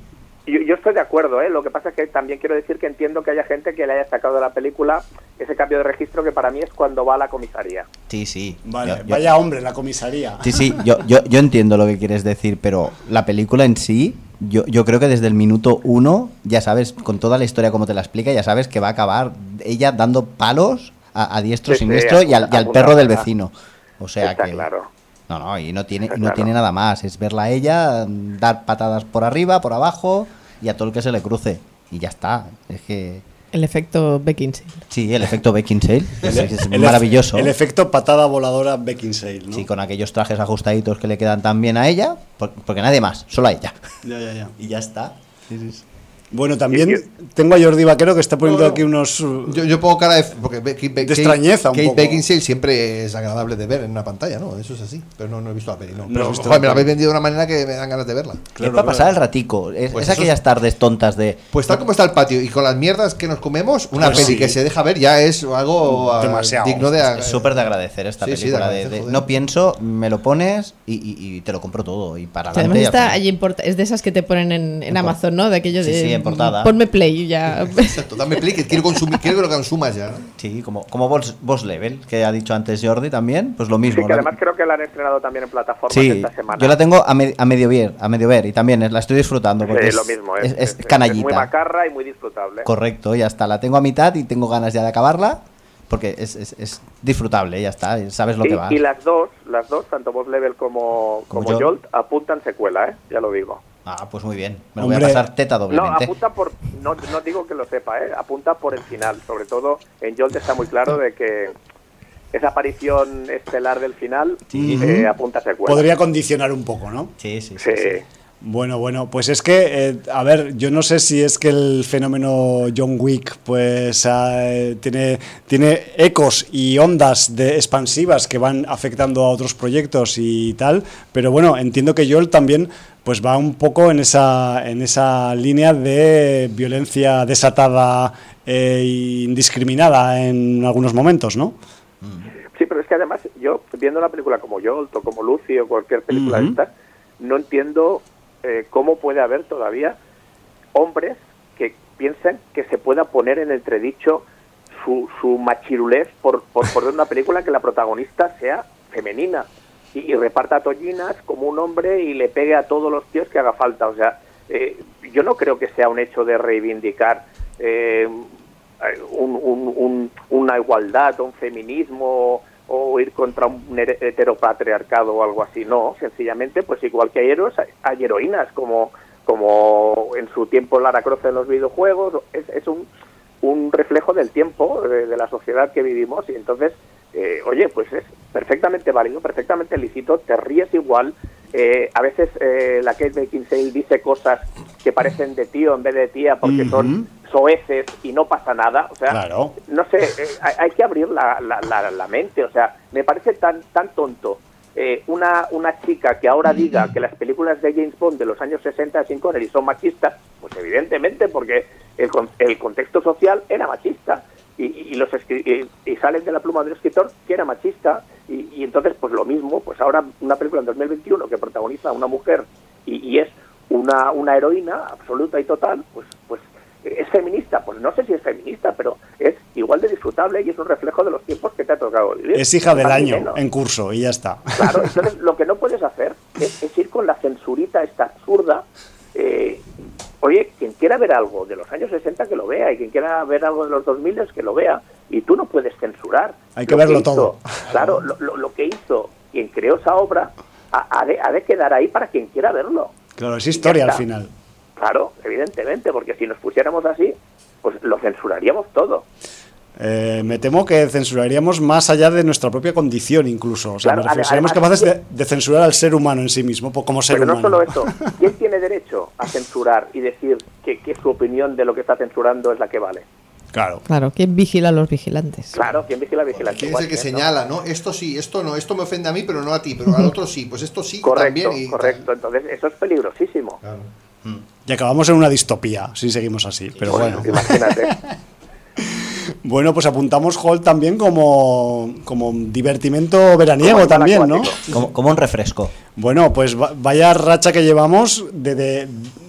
S6: Yo, yo estoy de acuerdo, ¿eh? lo que pasa es que también quiero decir que entiendo que haya gente que le haya sacado de la película ese cambio de registro que para mí es cuando va a la comisaría.
S1: Sí, sí.
S2: Vale,
S1: Yo- yo-
S2: vaya hombre, la comisaría.
S1: Sí, sí, yo, yo, yo entiendo lo que quieres decir, pero la película en sí, yo, yo creo que desde el minuto uno, ya sabes, con toda la historia como te la explica, ya sabes que va a acabar ella dando palos a, a diestro,
S6: Sí, sí,
S1: siniestro y al, y al perro del
S6: apunta,
S1: vecino. O sea
S6: Está
S1: que...
S6: claro.
S1: No, no, y no tiene, y no
S6: Está claro.
S1: tiene nada más. Es verla a ella, mm, dar patadas por arriba, por abajo y a todo el que se le cruce. Y ya está. Es que...
S4: El efecto Beckinsale.
S1: Sí, el efecto Beckinsale es, es
S2: El ef-
S1: maravilloso.
S2: El efecto patada voladora Beckinsale, ¿no?
S1: Sí, con aquellos trajes ajustaditos que le quedan tan bien a ella, por- porque nadie más, solo a ella.
S2: Ya, ya, ya.
S1: Y ya está.
S2: Bueno, también tengo a Jordi Vaquero que está poniendo aquí unos. uh,
S3: Yo, yo pongo cara de. Porque Be- Kate- Kate-
S2: extrañeza un
S3: Kate
S2: poco.
S3: Beckinsale siempre es agradable de ver en una pantalla, ¿no? Eso es así. Pero no, no he visto la peli, no. Pero,
S2: has visto
S3: joder,
S2: la
S3: me la
S2: peli.
S3: habéis vendido de una manera que me dan ganas de verla.
S2: Claro,
S1: es para pasar
S2: claro.
S1: el ratico. Es,
S3: Pues
S1: es
S3: eso
S1: aquellas tardes tontas de.
S3: Pues tal como está el patio y con las mierdas que nos comemos, una
S2: Pues
S3: peli
S2: sí.
S3: que se deja ver ya es algo ah,
S2: Demasiado.
S3: digno de.
S1: Es súper de agradecer esta
S3: Sí, sí,
S1: película.
S3: de
S1: de-
S3: agradecer,
S1: de
S3: joder.
S1: no pienso, me lo pones y, y- y te lo compro todo. Y para
S4: Que además
S1: adelante y al
S4: está
S1: final.
S4: allí en porta- es de esas que te ponen en, en
S1: por-
S4: Amazon, ¿no? De aquello
S1: Sí,
S4: de
S1: sí, en portada.
S4: ponme play y ya.
S3: Exacto, dame play que quiero, consumir, quiero que lo consumas ya. ¿no?
S1: Sí, como, como boss, boss level, que ha dicho antes Jordi también, pues lo mismo.
S6: Sí, que
S1: la-
S6: además creo que la han estrenado también en plataformas
S1: Sí,
S6: esta semana.
S1: yo la tengo a, me- a medio ver, a medio ver y también es- la estoy disfrutando
S6: Sí,
S1: porque es,
S6: lo mismo, es,
S1: es- es
S6: es- es
S1: canallita.
S6: muy macarra y muy disfrutable.
S1: Correcto, ya está. La tengo a mitad y tengo ganas ya de acabarla porque es, es- es disfrutable, ya está. Sabes lo
S6: y,
S1: que va.
S6: y las dos, las dos, tanto Boss Level como,
S1: Como
S6: como,
S1: Jolt.
S6: Jolt, apuntan secuela, ¿eh? ya lo digo.
S1: Ah, pues muy bien. Me lo voy
S2: Hombre.
S1: a pasar teta
S6: No,
S1: doblemente.
S6: apunta por, no, no digo que lo sepa, ¿eh? apunta por el final. Sobre todo en Jolt está muy claro de que esa aparición estelar del final eh, apunta secuela.
S2: Podría condicionar un poco, ¿no?
S1: Sí, sí, sí.
S6: Sí.
S1: sí.
S2: Bueno, bueno, pues es que, eh, a ver, yo no sé si es que el fenómeno John Wick pues ha, eh, tiene, tiene ecos y ondas de expansivas que van afectando a otros proyectos y tal, pero bueno, entiendo que Joel también pues va un poco en esa, en esa línea de violencia desatada e indiscriminada en algunos momentos, ¿no?
S6: Sí, pero es que además yo, viendo una película como Jolt o como Lucy o cualquier película
S2: Ujú.
S6: de estas, no entiendo eh, cómo puede haber todavía hombres que piensan que se pueda poner en entredicho su, su machirulez por, por, por ver una película que la protagonista sea femenina y, y reparta tollinas como un hombre y le pegue a todos los tíos que haga falta. O sea, eh, yo no creo que sea un hecho de reivindicar eh, un- un- un- una igualdad, un feminismo o ir contra un here- heteropatriarcado o algo así. No, sencillamente, pues igual que hay héroes, hay heroínas, como, como en su tiempo Lara Croft en los videojuegos. Es, es un, un reflejo del tiempo, de, de la sociedad que vivimos. Y entonces, eh, oye, pues es perfectamente válido, perfectamente lícito, te ríes igual. Eh, a veces eh, la Kate Beckinsale dice cosas que parecen de tío en vez de tía porque son soeces y no pasa nada. O sea,
S2: Claro.
S6: no sé, eh, hay, hay que abrir la, la- la- la mente. O sea, me parece tan, tan tonto eh, una, una chica que ahora diga que las películas de James Bond de los años 60 de Sean Connery son machistas, pues evidentemente porque el, con- el contexto social era machista. Y, y- y los escri- eh, y, y salen de la pluma del escritor que era machista y, y entonces pues lo mismo pues ahora una película en 2021 que protagoniza a una mujer y, y es una, una heroína absoluta y total pues pues ¿Es feminista? Pues no sé si es feminista, pero es igual de disfrutable y es un reflejo de los tiempos que te ha tocado vivir.
S2: Es hija del
S6: Más y
S2: año
S6: menos.
S2: en curso y ya está.
S6: Claro, entonces lo que no puedes hacer es, es ir con la censurita esta absurda. eh, oye, quien quiera ver algo de los años 60 que lo vea y quien quiera ver algo de los 2000 es que lo vea. Y tú no puedes censurar.
S2: Hay que
S6: Lo
S2: verlo
S6: hizo-
S2: todo.
S6: Claro, lo, lo- lo que hizo quien creó esa obra ha, ha de, ha de quedar ahí para quien quiera verlo.
S2: Claro, es historia
S6: Ya
S2: al
S6: está.
S2: final.
S6: Claro, evidentemente, porque si nos pusiéramos así, pues lo censuraríamos todo.
S2: Eh, me temo que censuraríamos más allá de nuestra propia condición incluso. O sea,
S6: Claro,
S2: me refiero,
S6: ade-
S2: seríamos
S6: además-
S2: capaces de, de censurar al ser humano en sí mismo, po- como ser
S6: Pero no
S2: humano.
S6: solo eso, ¿quién tiene derecho a censurar y decir que, que su opinión de lo que está censurando es la que vale?
S2: Claro.
S4: Claro, ¿quién vigila a los vigilantes?
S6: Claro, ¿quién vigila vigilante?
S3: ¿Quién es
S6: Igual
S3: el que
S6: ¿no?
S3: señala, no? Esto sí, esto no, esto me ofende a mí, pero no a ti, pero al otro sí, pues esto sí
S6: Correcto,
S3: también. y-
S6: correcto. Entonces, eso es peligrosísimo.
S3: Claro.
S2: Y acabamos en una distopía si seguimos así. Pero bueno.
S6: Pues, Imagínate.
S2: Bueno, pues apuntamos Hall también como, como un divertimento veraniego
S6: Como animal
S2: también, ¿no?
S6: acuático.
S1: Como, como un refresco.
S2: Bueno, pues va- vaya racha que llevamos de, de-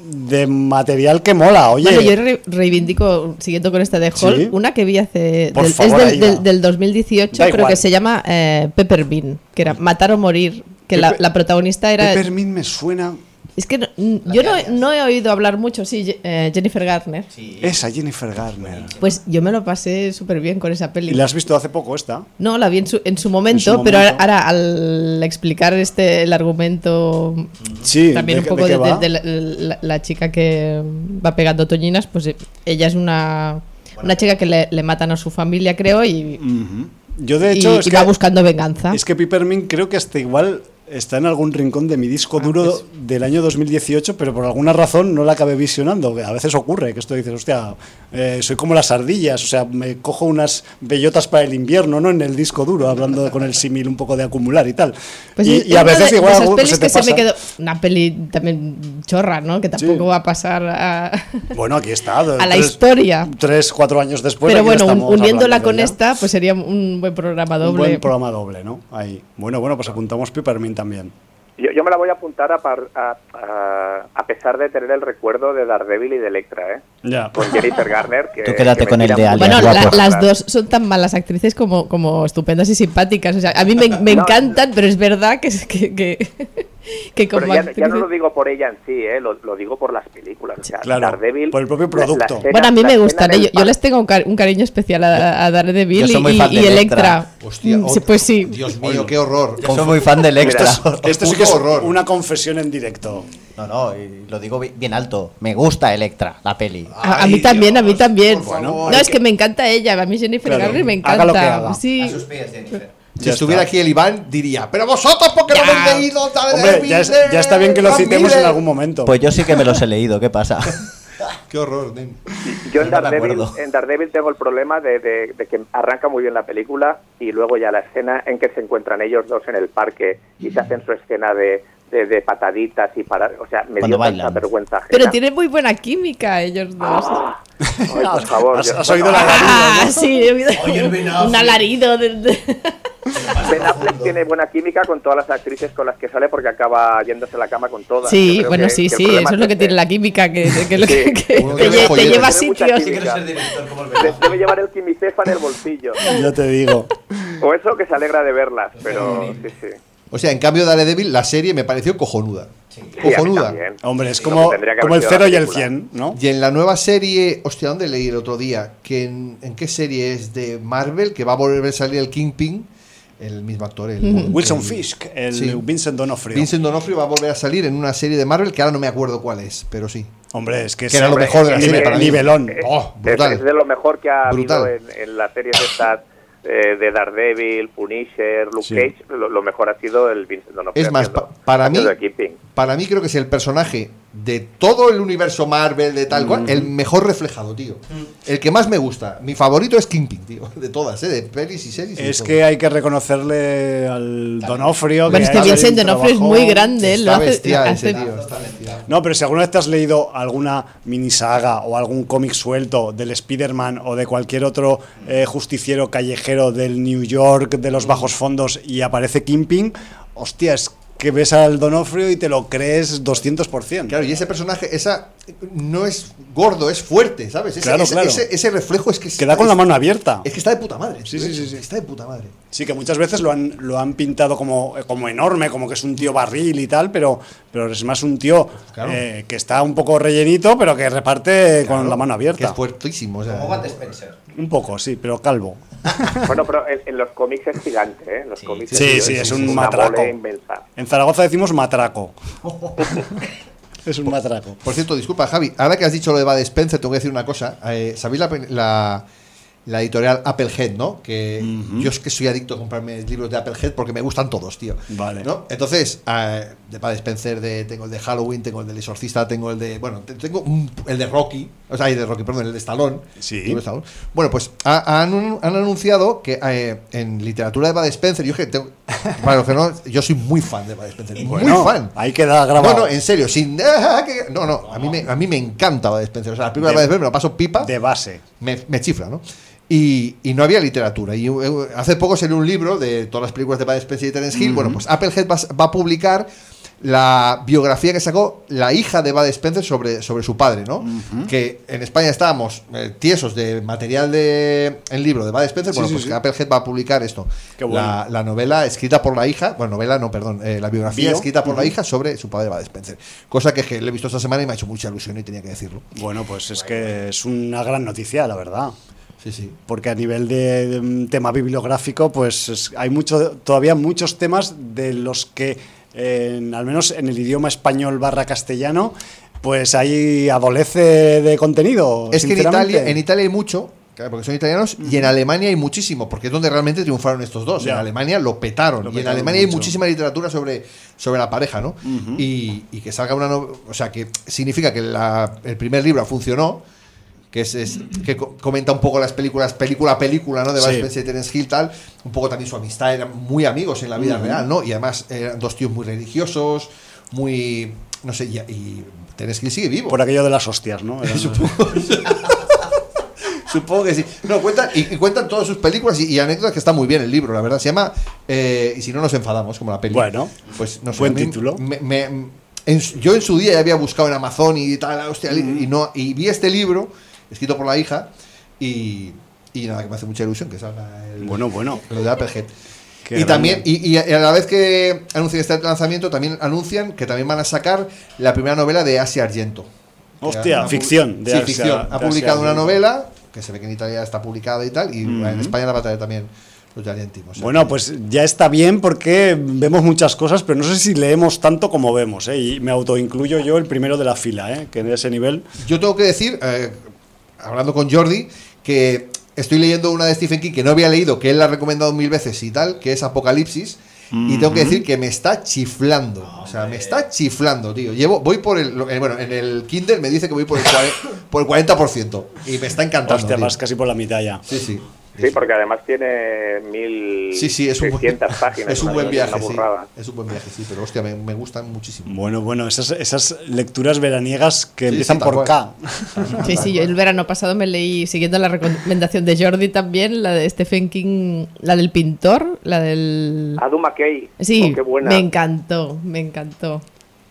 S2: de material que mola, oye.
S4: Bueno, yo re- reivindico, siguiendo con esta de Hall,
S2: Sí.
S4: una que vi hace.
S2: Por
S4: del-
S2: favor,
S4: es del,
S2: Aida.
S4: del- del 2018,
S2: Da
S4: creo
S2: igual.
S4: que se llama eh, Peppermint, que era Matar o Morir, que la,
S2: Pepper-
S4: la protagonista era.
S2: Peppermint me suena.
S4: Es que no- mm, yo no, no he oído hablar mucho, sí, Je- eh, Jennifer Garner.
S2: Esa, Jennifer Garner.
S4: Pues yo me lo pasé súper bien con esa peli.
S2: ¿Y la has visto hace poco esta?
S4: No, la vi en su, en su momento,
S2: momento.
S4: pero ahora, ahora al explicar este el argumento
S2: Sí,
S4: también
S2: ¿de qué-
S4: un poco
S2: de
S4: de,
S2: qué va?
S4: de la, la- la chica que va pegando toñinas, pues eh, ella es una, una chica que le, le matan a su familia, creo, y,
S2: Ujú. Yo, de hecho,
S4: y-
S2: es,
S4: y
S2: que,
S4: va buscando venganza.
S2: es que Peppermint creo que hasta igual está en algún rincón de mi disco duro
S4: pues.
S2: del año 2018, pero por alguna razón no la acabé visionando. que A veces ocurre que esto dices, hostia, eh, soy como las ardillas, o sea, me cojo unas bellotas para el invierno, ¿no? En el disco duro, hablando con el símil un poco de acumular y tal.
S4: Pues
S2: y,
S4: es-
S2: y a
S4: es una
S2: veces
S4: de- de
S2: igual
S4: esas
S2: algo
S4: pelis
S2: se te
S4: que se
S2: pasa.
S4: me quedó una peli también chorra, ¿no? Que tampoco va a pasar a,
S2: Bueno, aquí está.
S4: a la historia.
S2: Tres, cuatro años después.
S4: Pero
S2: aquí
S4: bueno, un-
S2: estamos
S4: uniéndola
S2: hablando
S4: con
S2: de ella.
S4: esta, pues sería un buen programa doble.
S2: Un buen programa doble, ¿no? Ahí. Bueno, bueno, pues apuntamos Peppermint también.
S6: Yo, yo me la voy a apuntar a, par- a, a- a pesar de tener el recuerdo de Daredevil y de Electra, ¿eh?
S2: Ya.
S6: Con Jennifer Garner. Que,
S1: Tú quédate
S6: que me
S1: con el
S6: tira
S1: de
S6: mucho
S1: Alias,
S4: bueno,
S6: para
S4: la-
S1: guapo.
S6: atrás.
S4: las dos son tan malas actrices como, como estupendas y simpáticas. O sea, a mí me, me
S6: No,
S4: encantan, pero es verdad que, es que, que, que
S6: Pero
S4: como
S6: ya, ya no
S4: actrices-
S6: lo digo por ella en sí, ¿eh? lo, lo digo por las películas. O sea,
S2: Claro,
S6: Daredevil,
S2: por el propio
S6: la- la
S2: producto.
S6: escena-
S4: Bueno, a mí
S6: la
S4: me
S6: escena
S4: gustan.
S6: del
S4: ¿eh? Yo, yo
S6: parque.
S4: les tengo un, cari- un cariño especial a, a Daredevil
S1: Yo soy muy
S4: y,
S1: fan de
S4: y Electra.
S1: Electra.
S3: Hostia,
S4: Mm,
S3: oh,
S4: sí, pues sí.
S3: Dios mío, qué horror.
S1: Yo soy muy fan del
S3: Este
S1: extra.
S2: Esto sí que es
S3: Puto horror.
S2: una confesión en directo.
S1: No, no, y lo digo bi- bien alto. Me gusta Electra, la peli.
S4: A, a
S3: Ay,
S4: mí también, a mí
S3: Dios,
S4: también.
S3: por favor.
S4: no, es que me encanta ella. A mí Jennifer
S2: Claro,
S4: Garner me encanta.
S2: haga lo que haga.
S4: Sí.
S1: pies, Jennifer.
S3: Si
S2: Ya
S3: estuviera
S2: está.
S3: aquí el Iván, diría, pero vosotros, ¿por qué no
S2: Ya.
S3: habéis leído tal
S2: Hombre, ya, es- ya está bien que lo citemos en algún momento.
S1: Pues yo sí que me los he leído, ¿qué pasa?
S3: Qué horror, nen.
S6: Yo en
S1: No me
S6: Daredevil,
S1: acuerdo.
S6: en Daredevil tengo el problema de, de- de que arranca muy bien la película y luego ya la escena en que se encuentran ellos dos en el parque y se hacen su escena de, de- de pataditas y para, o sea, me
S1: Cuando
S6: dio
S1: bailan.
S6: tanta vergüenza. ajena.
S4: Pero tienen muy buena química ellos dos.
S6: Ah, ay, por favor,
S2: Has,
S6: yo-
S2: has oído la
S4: Ah,
S2: garganta, ¿no?
S4: sí, he oído un alarido. de- de-
S6: Ben Affleck tiene buena química con todas las actrices con las que sale porque acaba yéndose a la cama con todas. Yo
S4: Sí,
S6: creo
S4: bueno,
S6: que-
S4: sí,
S6: que el
S4: sí,
S6: problema
S4: eso es lo que
S6: ese.
S4: tiene la química, que, que es lo que-
S6: Sí.
S4: que
S3: Uno
S4: te,
S3: que ve
S4: lle- te
S3: folletes.
S4: lleva a
S6: Tiene mucha
S4: sitios.
S6: química. De- Debe llevar el quimicefa en el bolsillo.
S2: Ya te digo.
S6: O eso que se alegra de verlas, pero sí, sí.
S3: O sea, en cambio, Daredevil, la serie me pareció cojonuda.
S6: Sí, a mí
S3: Cojonuda.
S6: también.
S2: Hombre, es
S6: Sí, lo
S2: como,
S6: que tendría que
S2: como el
S6: haber sido
S2: 0
S6: la
S2: y el
S6: película.
S2: 100, ¿no?
S3: Y en la nueva serie, hostia, ¿dónde leí el otro día? Que en, ¿en qué serie es de Marvel? Que va a volver a salir el Kingpin, el mismo actor, el,
S2: Wilson
S3: el-
S2: Fisk, el
S3: Sí.
S2: Vincent Donofrio.
S3: Vincent Donofrio va a volver a salir en una serie de Marvel que ahora no me acuerdo cuál es, pero sí.
S2: Hombre, es que, es
S3: Que era lo mejor de la
S2: nive-
S3: serie para mí.
S2: Nivelón.
S6: Eh,
S3: Oh,
S6: es-
S3: brutal.
S6: Es, de lo mejor que ha
S3: Brutal.
S6: habido en, en las series estas eh, de Daredevil, Punisher, Luke
S2: Sí.
S6: Cage. Lo, lo mejor ha sido el Vincent D'Onofrio.
S3: Es más,
S6: haciendo-
S3: pa- para mí,
S6: haciendo de Keeping.
S3: para mí creo que es el personaje de todo el universo Marvel, de tal cual, el mejor reflejado, tío.
S4: Mm.
S3: El que más me gusta. Mi favorito es Kingpin, tío. De todas, ¿eh? De pelis y series. y de
S2: Es
S3: todo.
S2: que hay que reconocerle al Donofrio. que
S4: Bueno,
S2: ha
S4: este
S2: hecho
S4: Vincent
S2: un
S4: Donofrio es
S2: trabajo-
S4: muy grande, él lo
S3: Está
S4: hace,
S3: bestial
S4: lo
S3: ese
S4: hace-
S3: tío. Está bestial.
S2: No, pero si alguna vez te has leído alguna minisaga o algún cómic suelto del Spider-Man o de cualquier otro eh, justiciero callejero del New York, de los bajos fondos, y aparece Kingpin, hostia, es que ves al Donofrio y te lo crees 200%.
S3: Claro, y ese personaje, esa no es gordo, es fuerte, ¿sabes? Ese,
S2: Claro,
S3: ese,
S2: claro.
S3: ese- ese reflejo es que
S2: Queda con la mano abierta.
S3: Es que está de puta madre.
S2: Sí, sí, sí, sí.
S3: Está de puta madre.
S2: Sí, que muchas veces lo han, lo han pintado como, eh, como enorme, como que es un tío barril y tal, pero, pero es más un tío
S3: Claro.
S2: eh, que está un poco rellenito, pero que reparte con
S3: Claro,
S2: la mano
S3: Que es pues
S2: abierta.
S3: fuertísimo. O sea,
S5: Como Bat Spencer.
S2: Un poco, sí, pero calvo.
S6: Bueno, pero en, en los cómics es gigante, ¿eh? En los cómics
S2: Sí, sí, es un
S6: una
S2: matraco.
S6: mole inmensa.
S2: En Zaragoza decimos matraco. es un matraco.
S3: Por cierto, disculpa, Javi, ahora que has dicho lo de Bad Spencer, tengo que decir una cosa. Eh, ¿Sabéis la, pe- la- la editorial Applehead, no? Que yo es que soy adicto a comprarme libros de Applehead porque me gustan todos, tío.
S2: Vale.
S3: ¿no? Entonces, eh, de Bad Spencer, de, tengo el de Halloween, tengo el del Exorcista, tengo el de. Bueno, te- tengo un- el de Rocky, o sea, el de Rocky, perdón, el de Stallone.
S2: Sí.
S3: El de Stallone. Bueno, pues ha- han, han anunciado que eh, en literatura de Bad Spencer, yo, es que tengo- para los que no, yo soy muy fan de Bad Spencer, muy
S2: Bueno,
S3: fan.
S2: Ahí queda
S3: No,
S2: grabado.
S3: no, en serio, sin. ah, que- No, no, a mí me, a mí me encanta Bad Spencer. O sea, las películas de Bud Spencer me lo paso pipa,
S2: De base.
S3: me, me chifla, ¿no? Y, y no había literatura. Y eh, hace poco salió un libro de todas las películas de Bad Spencer y Terence Hill. Bueno, pues Applehead va, a- va a publicar la biografía que sacó la hija de Bad Spencer sobre, sobre su padre, ¿no? Que en España estábamos eh, tiesos de material de el libro de Bad Spencer.
S2: Sí,
S3: bueno,
S2: sí,
S3: pues
S2: sí.
S3: que Applehead va a publicar esto.
S2: Qué bueno.
S3: La- la novela escrita por la hija, bueno, novela no, perdón, eh, la biografía
S2: Bio.
S3: escrita por la hija sobre su padre Bad Spencer. Cosa que, je, le he visto esta semana y me ha hecho mucha ilusión y tenía que decirlo.
S2: Bueno, pues es que es una gran noticia, la verdad.
S3: Sí, sí.
S2: Porque a nivel de, de, mm, tema bibliográfico, pues es- hay mucho, todavía muchos temas de los que, eh, en- al menos en el idioma español barra castellano, pues ahí adolece de contenido.
S3: Es que en
S2: sinceramente.
S3: Italia, en Italia hay mucho, claro, porque son italianos, y en Alemania hay muchísimo, porque es donde realmente triunfaron estos dos.
S2: Ya.
S3: En Alemania lo petaron.
S2: Lo
S3: y en
S2: petaron
S3: Alemania hay
S2: mucho.
S3: muchísima literatura sobre, sobre la pareja, ¿no? y, y que salga una no- O sea, que significa que la- el primer libro funcionó. Que, es, es- que co- comenta un poco las películas, película a película, ¿no? De Bud
S2: Sí.
S3: Spencer y Terence Hill, tal. Un poco también su amistad, eran muy amigos en la vida real, ¿no? Y además eran dos tíos muy religiosos, muy. No sé, y, y Terence Hill sigue vivo.
S2: Por aquello de las hostias, ¿no? Era-
S3: Supongo que sí. No, cuentan, y, y cuentan todas sus películas y, y anécdotas que está muy bien el libro, la verdad. Se llama eh, Y si no nos enfadamos, como la peli.
S2: Bueno,
S3: pues no sé,
S2: buen
S3: a mí
S2: título.
S3: me- me- en su- yo en su día ya había buscado en Amazon y tal, hostia, y,
S2: Mm.
S3: no, y vi este libro, escrito por la hija, y, y nada, que me hace mucha ilusión que salga el,
S2: Bueno, bueno.
S3: lo de Applehead.
S2: Qué grande.
S3: Y también, y, y a la vez que anuncian este lanzamiento, también anuncian que también van a sacar la primera novela de Asia Argento.
S2: Hostia,
S3: Ha pub-
S2: ficción de
S3: sí,
S2: Asia-
S3: ficción.
S2: de
S3: Ha
S2: Asia
S3: publicado una
S2: Argento.
S3: novela que se ve que en Italia está publicada y tal, y eh, en España la va a traer también los de Argentino, o sea
S2: Bueno,
S3: que-
S2: pues ya está bien porque vemos muchas cosas, pero no sé si leemos tanto como vemos, ¿eh? Y me autoincluyo yo el primero de la fila, ¿eh? Que en ese nivel...
S3: Yo tengo que decir, eh, hablando con Jordi, que estoy leyendo una de Stephen King que no había leído, que él la ha recomendado mil veces y tal, que es Apocalipsis. Y tengo que decir que me está chiflando. o sea, me está chiflando, tío. Llevo, voy por el. lo- eh, Bueno, en el Kindle me dice que voy por el, cuare- por el 40%. Y me está encantando.
S2: Hostia,
S3: tío.
S2: vas casi por la mitad ya.
S3: Sí, sí.
S6: Sí, porque además tiene mil
S3: Sí, sí, es un, buen,
S6: páginas.
S3: es un
S6: una
S3: buen
S6: cosa,
S3: viaje,
S6: una
S3: sí.
S6: burrada.
S3: Es un buen viaje, sí, pero hostia, me, me gustan muchísimo.
S2: Bueno, bueno, esas, esas lecturas veraniegas que
S3: Sí,
S2: empiezan
S3: sí, tal
S2: por K.
S3: cual.
S4: Sí, sí, yo el verano pasado me leí, siguiendo la recomendación de Jordi también, la de Stephen King, la del pintor, la del...
S6: Adu McKay.
S4: Sí,
S6: Ah, oh, qué buena.
S4: me encantó, me encantó.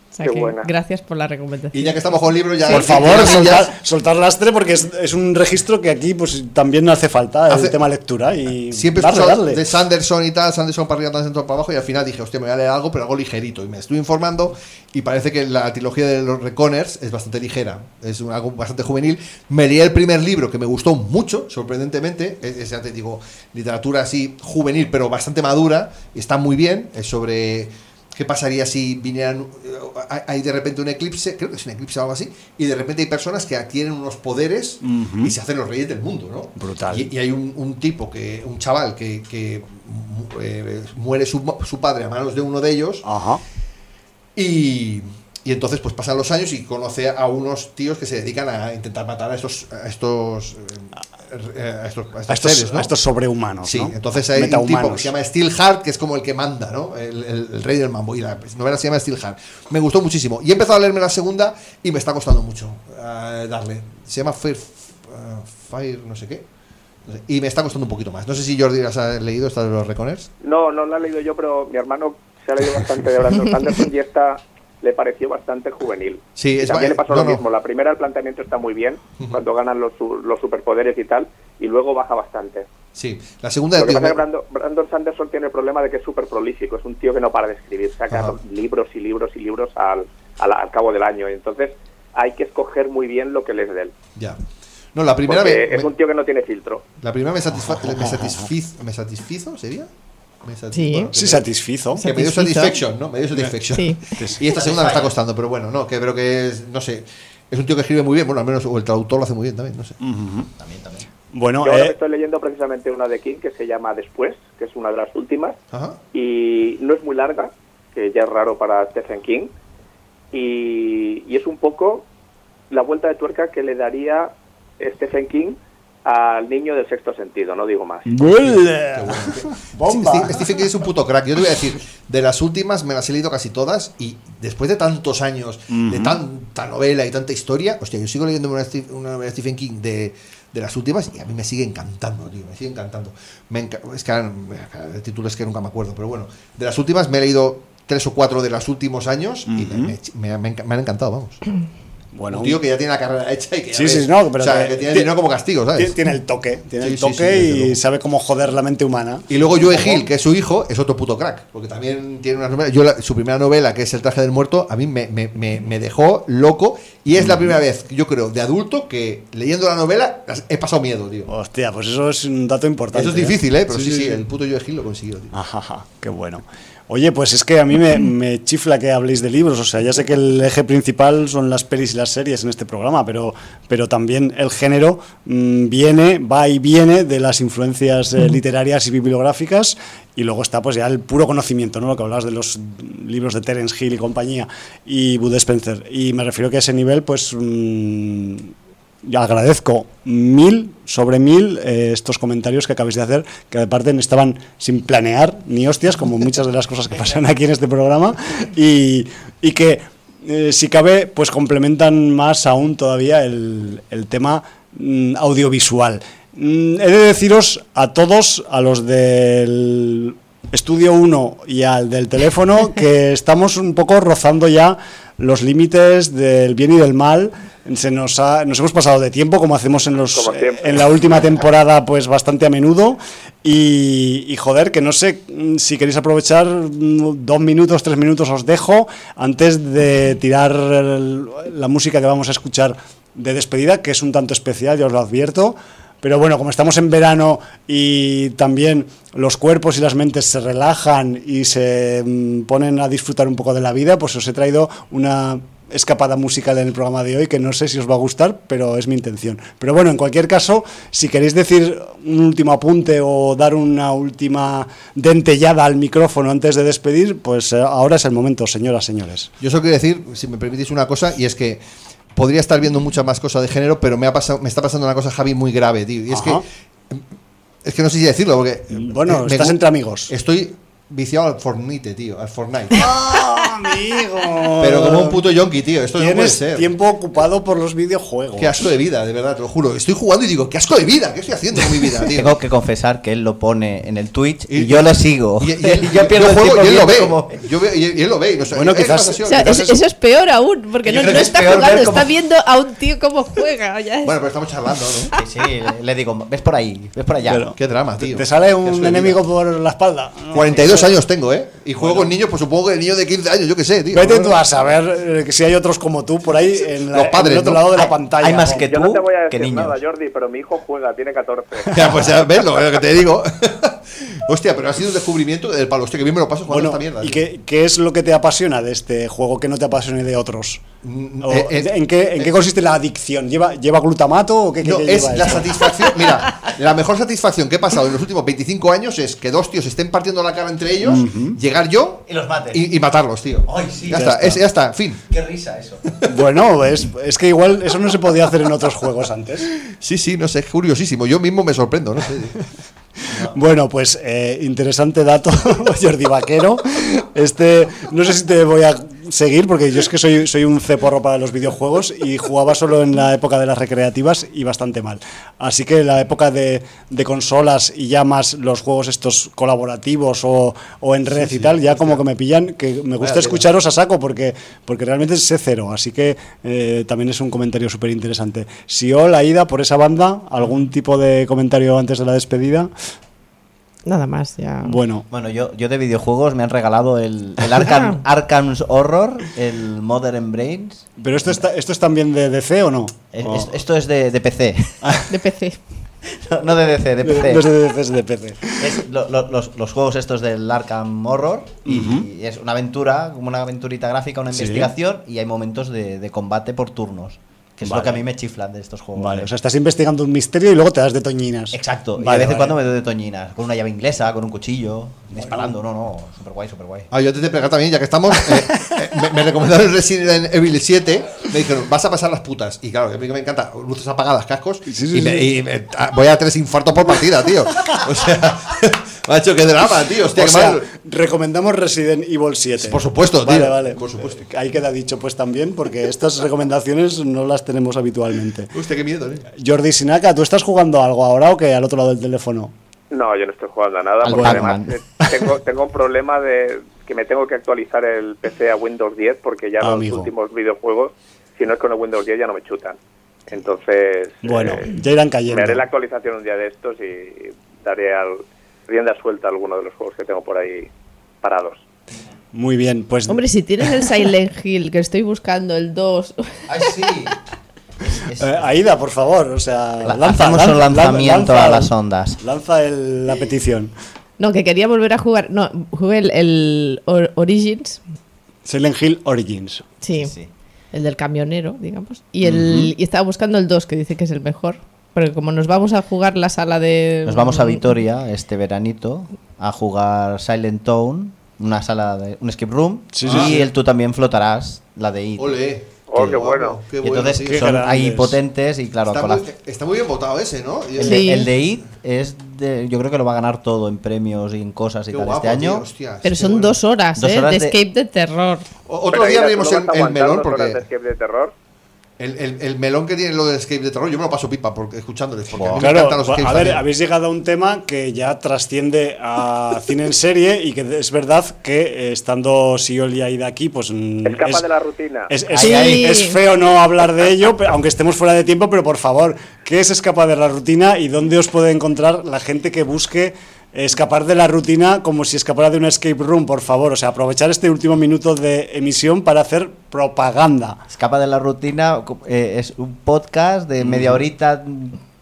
S4: O sea
S6: Qué
S4: que
S6: buena.
S4: gracias por la
S3: Y
S4: recomendación.
S3: ya que estamos con libros, ya.
S2: Por favor,
S3: ya-
S2: soltar, soltar lastre porque es, es un registro que aquí pues también hace falta el
S3: Hace-
S2: tema lectura y
S3: Siempre he
S2: darle,
S3: escuchado
S2: darle.
S3: de Sanderson y tal, Sanderson para arriba, Sanderson para abajo, y al final dije, hostia, me voy a leer algo, pero algo ligerito. Y me estuve informando y parece que la trilogía de los Reconers es bastante ligera, es un- algo bastante juvenil. Me leí el primer libro que me gustó mucho, sorprendentemente, es, es, ya te digo, literatura así juvenil, pero bastante madura, está muy bien, es sobre... ¿Qué pasaría si vinieran, eh, hay- hay de repente un eclipse, creo que es un eclipse o algo así, y de repente hay personas que adquieren unos poderes y se hacen los reyes del mundo, ¿no?
S2: Brutal.
S3: Y, y hay un, un tipo, que un chaval que, que mu- eh, muere su, ma- su padre a manos de uno de ellos
S2: Ajá.
S3: y, y entonces pues pasan los años y conoce a unos tíos que se dedican a intentar matar a estos a estos eh, a estos, a estos
S2: A estos,
S3: seres, ¿no?
S2: a estos sobrehumanos.
S3: Sí,
S2: ¿no?
S3: entonces hay un tipo que
S2: Metahumanos.
S3: se llama Steelheart, que es como el que manda, ¿no? El, el- el rey del mambo. Y la novela se llama Steelheart. Me gustó muchísimo. Y he empezado a leerme la segunda y me está costando mucho eh, darle. Se llama Fire, eh, Fire no sé qué. No sé. Y me está costando un poquito más. No sé si Jordi las ha leído, estas de los Reconers.
S6: No, no la he leído yo, pero mi hermano se ha leído bastante de Brandon Sanderson y esta le pareció bastante juvenil.
S3: Sí,
S6: Y
S3: es va-
S6: también le pasó
S3: no,
S6: lo
S3: no.
S6: mismo. La primera, el planteamiento está muy bien, cuando ganan los, su- los superpoderes y tal, y luego baja bastante.
S3: Sí, la segunda de
S6: Lo que pasa es que Brando- Brandon Sanderson tiene el problema de que es súper prolífico, es un tío que no para de escribir, saca
S3: Ajá.
S6: libros y libros y libros al, al, al cabo del año. Entonces hay que escoger muy bien lo que les dé él.
S3: Ya. No, la primera
S6: porque
S3: vez.
S6: es un tío que no tiene filtro.
S3: La primera me, satisfa me satisfiz ¿Me satisfizo? ¿Sería? Me satis-
S4: Sí.
S3: bueno, que
S2: Sí,
S3: me-
S2: satisfizo.
S3: Que me dio
S4: Satisfizo.
S3: satisfaction, ¿no? Me dio satisfaction.
S4: Sí.
S3: Y esta segunda me está costando, pero bueno, no, que creo que es, no sé. Es un tío que escribe muy bien, bueno, al menos, o el traductor lo hace muy bien también, no sé.
S5: También, también.
S2: Bueno,
S6: Yo ahora me
S2: eh,
S6: estoy leyendo precisamente una de King que se llama Después, que es una de las últimas,
S3: Ajá.
S6: y no es muy larga, que ya es raro para Stephen King, y, y es un poco la vuelta de tuerca que le daría Stephen King al niño del sexto sentido, no digo más.
S3: Qué bueno.
S2: Bomba.
S3: Steve- Stephen King es un puto crack. Yo te voy a decir, de las últimas me las he leído casi todas y después de tantos años, de tanta novela y tanta historia, hostia, yo sigo leyendo una, Steve- una novela de Stephen King de, de las últimas y a mí me sigue encantando, tío, me sigue encantando. Me enca- es que ahora, eh, de títulos que nunca me acuerdo, pero bueno, de las últimas me he leído tres o cuatro de los últimos años y me, me- me enca- me han encantado, vamos.
S2: bueno,
S3: Un tío que ya tiene la carrera hecha y que, ya
S2: Sí,
S3: ves,
S2: sí, no, pero
S3: o sea,
S2: que-
S3: que tiene
S2: ti-
S3: dinero como castigo, ¿sabes?
S2: tiene, tiene el toque, tiene
S3: Sí,
S2: el
S3: sí, sí,
S2: toque
S3: desde
S2: y
S3: luego.
S2: sabe cómo joder la mente humana.
S3: Y luego Joe Hill, que es su hijo, es otro puto crack. Porque también tiene unas novelas. Yo, la- su primera novela, que es El traje del muerto, a mí me, me- me- me dejó loco. Y es
S2: Mm.
S3: la primera vez, yo creo, de adulto que leyendo la novela las- he pasado miedo, tío.
S2: Hostia, pues eso es un dato importante.
S3: Eso es difícil, ¿eh? Pero sí, sí, el puto Joe Hill lo consiguió, tío.
S2: Ajá, ajá, qué bueno. Oye, pues es que a mí me, me chifla que habléis de libros. O sea, ya sé que el eje principal son las pelis y las series en este programa, pero, pero también el género mm, viene, va y viene de las influencias eh, literarias y bibliográficas. Y luego está pues ya el puro conocimiento, ¿no? Lo que hablabas de los libros de Terence Hill y compañía y Bud Spencer. Y me refiero que a ese nivel, pues... mm, y agradezco mil sobre mil eh, estos comentarios que acabáis de hacer, que aparte estaban sin planear ni hostias, como muchas de las cosas que pasan aquí en este programa, y, y que eh, si cabe, pues complementan más aún todavía el, el tema mm, audiovisual. Mm, he de deciros a todos, a los del Estudio 1 y al del teléfono, que estamos un poco rozando ya los límites del bien y del mal. Se nos, ha- nos hemos pasado de tiempo, como hacemos en, los,
S6: Como siempre.
S2: en la última temporada, pues bastante a menudo. Y, y, joder, que no sé mm, si queréis aprovechar mm, dos minutos, tres minutos, os dejo antes de tirar el- la música que vamos a escuchar de despedida, que es un tanto especial, ya os lo advierto. Pero bueno, como estamos en verano y también los cuerpos y las mentes se relajan y se mm, ponen a disfrutar un poco de la vida, pues os he traído una escapada musical en el programa de hoy que no sé si os va a gustar, pero es mi intención. Pero bueno, en cualquier caso, si queréis decir un último apunte o dar una última dentellada al micrófono antes de despedir, pues eh, ahora es el momento, señoras, señores.
S3: Yo solo quiero decir, si me permitís una cosa, y es que podría estar viendo muchas más cosas de género, pero me, ha pasado, me está pasando una cosa, Javi, muy grave, tío. Y es
S2: Ajá.
S3: que. Es que no sé si decirlo, porque.
S2: Bueno,
S3: eh, me
S2: estás
S3: gu-
S2: entre amigos.
S3: Estoy viciado al Fortnite, tío, al Fortnite. ¡Oh,
S2: amigo!
S3: Pero como un puto yonki, tío. Esto no puede
S2: Tienes
S3: ser.
S2: tiempo ocupado por los videojuegos.
S3: Qué asco de vida, de verdad, te lo juro. Estoy jugando y digo, qué asco de vida, ¿qué estoy haciendo con mi vida, tío?
S1: Tengo que confesar que él lo pone en el Twitch y,
S3: Y-
S1: yo lo sigo.
S3: Y, y él,
S1: Y yo pierdo el
S3: juego
S1: tiempo
S3: y él lo ve.
S1: viendo cómo-
S3: Yo veo- y, él, y él lo ve. y no sé,
S2: Bueno,
S3: ¿qué
S2: quizás-
S3: pasa, tío?
S4: O sea,
S3: Quizás
S4: es-
S3: es-
S4: eso es peor aún, porque
S1: Yo
S4: no,
S1: creo
S4: no
S1: que es
S4: está
S1: peor ver
S4: jugando,
S1: cómo-
S4: está viendo a un tío cómo juega. Ya es-
S3: Bueno, pero estamos charlando, ¿no?
S1: Sí, sí, le- le digo, ves por ahí, ves por allá.
S2: Pero-
S3: Qué drama,
S2: Te,
S3: tío.
S2: te sale
S3: Qué
S2: un
S3: asco de
S2: enemigo
S3: vida.
S2: por la espalda. ¿no?
S3: 42 años tengo, ¿eh? Y juego con niños, pues supongo que niños de 15 años, yo qué sé, tío.
S2: Vete
S3: Bueno,
S2: tú a saber eh, que si hay otros como tú por ahí en, la-
S3: Los padres,
S2: en el otro
S3: ¿no?
S2: lado de la
S1: Hay-
S2: pantalla.
S1: hay más
S2: ¿no?
S1: que-
S6: Yo no
S1: tú,
S6: te voy a
S1: que
S6: decir
S1: niños.
S6: nada, Jordi, pero mi hijo juega, tiene 14.
S3: Ya, pues ya ves lo que te digo. Hostia, pero ha sido un descubrimiento del palo. Hostia, que bien me lo paso
S2: Bueno,
S3: jugando a esta mierda.
S2: ¿y
S3: tío.
S2: qué, qué es lo que te apasiona de este juego que no te apasione de otros?
S3: Mm,
S2: O,
S3: eh, eh,
S2: ¿En, qué, en qué consiste la adicción? ¿Lleva, lleva glutamato o qué, qué-
S3: No,
S2: qué
S3: es
S2: lleva
S3: la
S2: esto?
S3: satisfacción. Mira, la mejor satisfacción que he pasado en los últimos 25 años es que dos tíos estén partiendo la cara entre ellos, llegar yo
S5: Y los mates.
S3: y, y matarlos, tío.
S5: Ay, sí.
S3: ya,
S5: Ya
S3: está,
S2: está.
S3: es- ya está, fin.
S5: Qué risa eso.
S2: Bueno, es, es que igual eso no se podía hacer en otros juegos antes.
S3: Sí, sí, no sé, es curiosísimo. Yo mismo me sorprendo, no sé.
S2: Bueno, pues eh, interesante dato, Jordi Vaquero. Este, no sé si te voy a seguir porque yo es que soy, soy un ceporro para los videojuegos y jugaba solo en la época de las recreativas y bastante mal. Así que la época de, de consolas y ya más los juegos estos colaborativos o, o en red y tal, ya como que me pillan, que me gusta
S3: tela.
S2: escucharos a saco porque, porque realmente sé cero. Así que eh, también es un comentario súper interesante. Si la ida por esa banda, algún tipo de comentario antes de la despedida.
S4: Nada más, ya.
S2: Bueno,
S1: Bueno, yo, yo de videojuegos me han regalado el, el Arkham, Arkham's Horror, el Modern Brains.
S2: pero esto, está, esto es también de DC o no?
S1: Es-
S2: O-
S1: es- esto es de, de PC.
S4: De PC.
S1: No, no de DC, de PC.
S2: Ah. No es de DC, es de PC.
S1: Es lo- lo- los, los juegos estos del Arkham Horror y, y es una aventura, como una aventurita gráfica, una
S2: Sí.
S1: investigación y hay momentos de, de combate por turnos, que es
S2: Vale.
S1: lo que a mí me chiflan de estos juegos. ¿eh?
S2: Vale, o sea, estás investigando un misterio y luego te das de toñinas.
S1: Exacto, y
S2: Vale,
S1: de vez en
S2: vale.
S1: cuando me doy de toñinas, con una llave inglesa, con un cuchillo, disparando, no, no, super guay, super guay.
S3: Ah, yo te de pegar también, ya que estamos. eh, eh, me, me recomendaron Resident Evil 7. Me dijeron, vas a pasar las putas. Y claro, a mí que me encanta, luces apagadas, cascos.
S2: sí,
S3: y me-
S2: sí.
S3: y me- ah, voy a tres infartos por partida, tío. O sea, macho, qué drama, tío. Hostia,
S2: O
S3: qué
S2: sea,
S3: mal.
S2: recomendamos Resident Evil 7.
S3: Por supuesto, tío.
S2: Vale, vale.
S3: Por supuesto.
S2: Eh, Ahí queda dicho pues también, porque estas recomendaciones no las tenemos habitualmente.
S3: Hostia, qué miedo, ¿eh?
S2: Jordi Sinaca, ¿tú estás jugando algo ahora o qué al otro lado del teléfono?
S6: No, yo no estoy jugando a nada,
S1: Al
S6: porque
S1: Pac-Man.
S6: además eh, tengo, tengo un problema de que me tengo que actualizar el PC a Windows 10 porque ya
S2: Amigo.
S6: los últimos videojuegos, si no es con el Windows 10 ya no me chutan. Entonces,
S2: Bueno,
S6: eh,
S2: ya irán
S6: me
S2: cayendo.
S6: haré la actualización un día de estos y daré al- rienda suelta a alguno de los juegos que tengo por ahí parados.
S2: Muy bien, pues
S4: Hombre, si tienes el Silent Hill, que estoy buscando el 2.
S1: ¡Ay, sí! Es- es-
S2: eh, Aida, por favor, o sea,
S1: La-
S2: Eh, lanza,
S1: hacemos
S2: lanza,
S1: un
S2: lan-
S1: lanzamiento
S2: lanza
S1: a
S2: el-
S1: las ondas.
S2: Lanza el- la petición.
S4: No, que quería volver a jugar. No, jugué el, el Or- Origins.
S2: Silent Hill Origins.
S4: Sí,
S1: sí.
S4: El del camionero, digamos. Y, el, y estaba buscando el 2, que dice que es el mejor. Porque como nos vamos a jugar la sala de. Mm,
S1: Nos vamos a Vitoria este veranito a jugar Silent Town, una sala de un escape room
S2: Sí,
S1: y
S2: sí, sí.
S1: el tú también flotarás, la de IT.
S3: Ole.
S6: Oh,
S1: Sí.
S6: qué bueno.
S3: Qué
S1: Y
S3: bueno,
S1: entonces
S3: tío.
S2: Qué
S1: son
S2: grandes.
S1: ahí potentes y claro,
S3: está,
S1: con la-
S3: muy, está muy bien votado ese, ¿no? Y
S1: el,
S3: el-
S1: de,
S4: Sí.
S1: el de IT es de- yo creo que lo va a ganar todo en premios y en cosas y
S3: Qué
S1: tal
S3: guapo,
S1: este año.
S3: tío, hostia,
S4: Pero
S3: sí,
S4: son
S3: bueno.
S4: dos horas,
S1: Dos
S4: ¿eh?
S1: horas
S4: de
S1: de-
S4: escape de terror.
S3: O- Otro día abrimos el, el melón porque.
S6: de terror?
S3: El, el- el melón que tiene lo del escape de terror, yo me lo paso pipa porque, escuchándoles. Porque a mí me
S2: Claro,
S3: encantan los escapes
S2: a ver,
S3: también.
S2: habéis llegado a un tema que ya trasciende a cine en serie y que es verdad que eh, estando Siol y Aida aquí, pues. mm,
S6: Escapa
S2: es-
S6: de la rutina.
S2: Es, es-
S4: Ahí, ahí.
S2: es feo no hablar de ello, pe- aunque estemos fuera de tiempo, pero por favor, ¿qué es escapar de la rutina y dónde os puede encontrar la gente que busque escapar de la rutina como si escapara de un escape room, por favor? O sea, aprovechar este último minuto de emisión para hacer propaganda.
S1: Escapa de la rutina co- eh, es un podcast de media horita,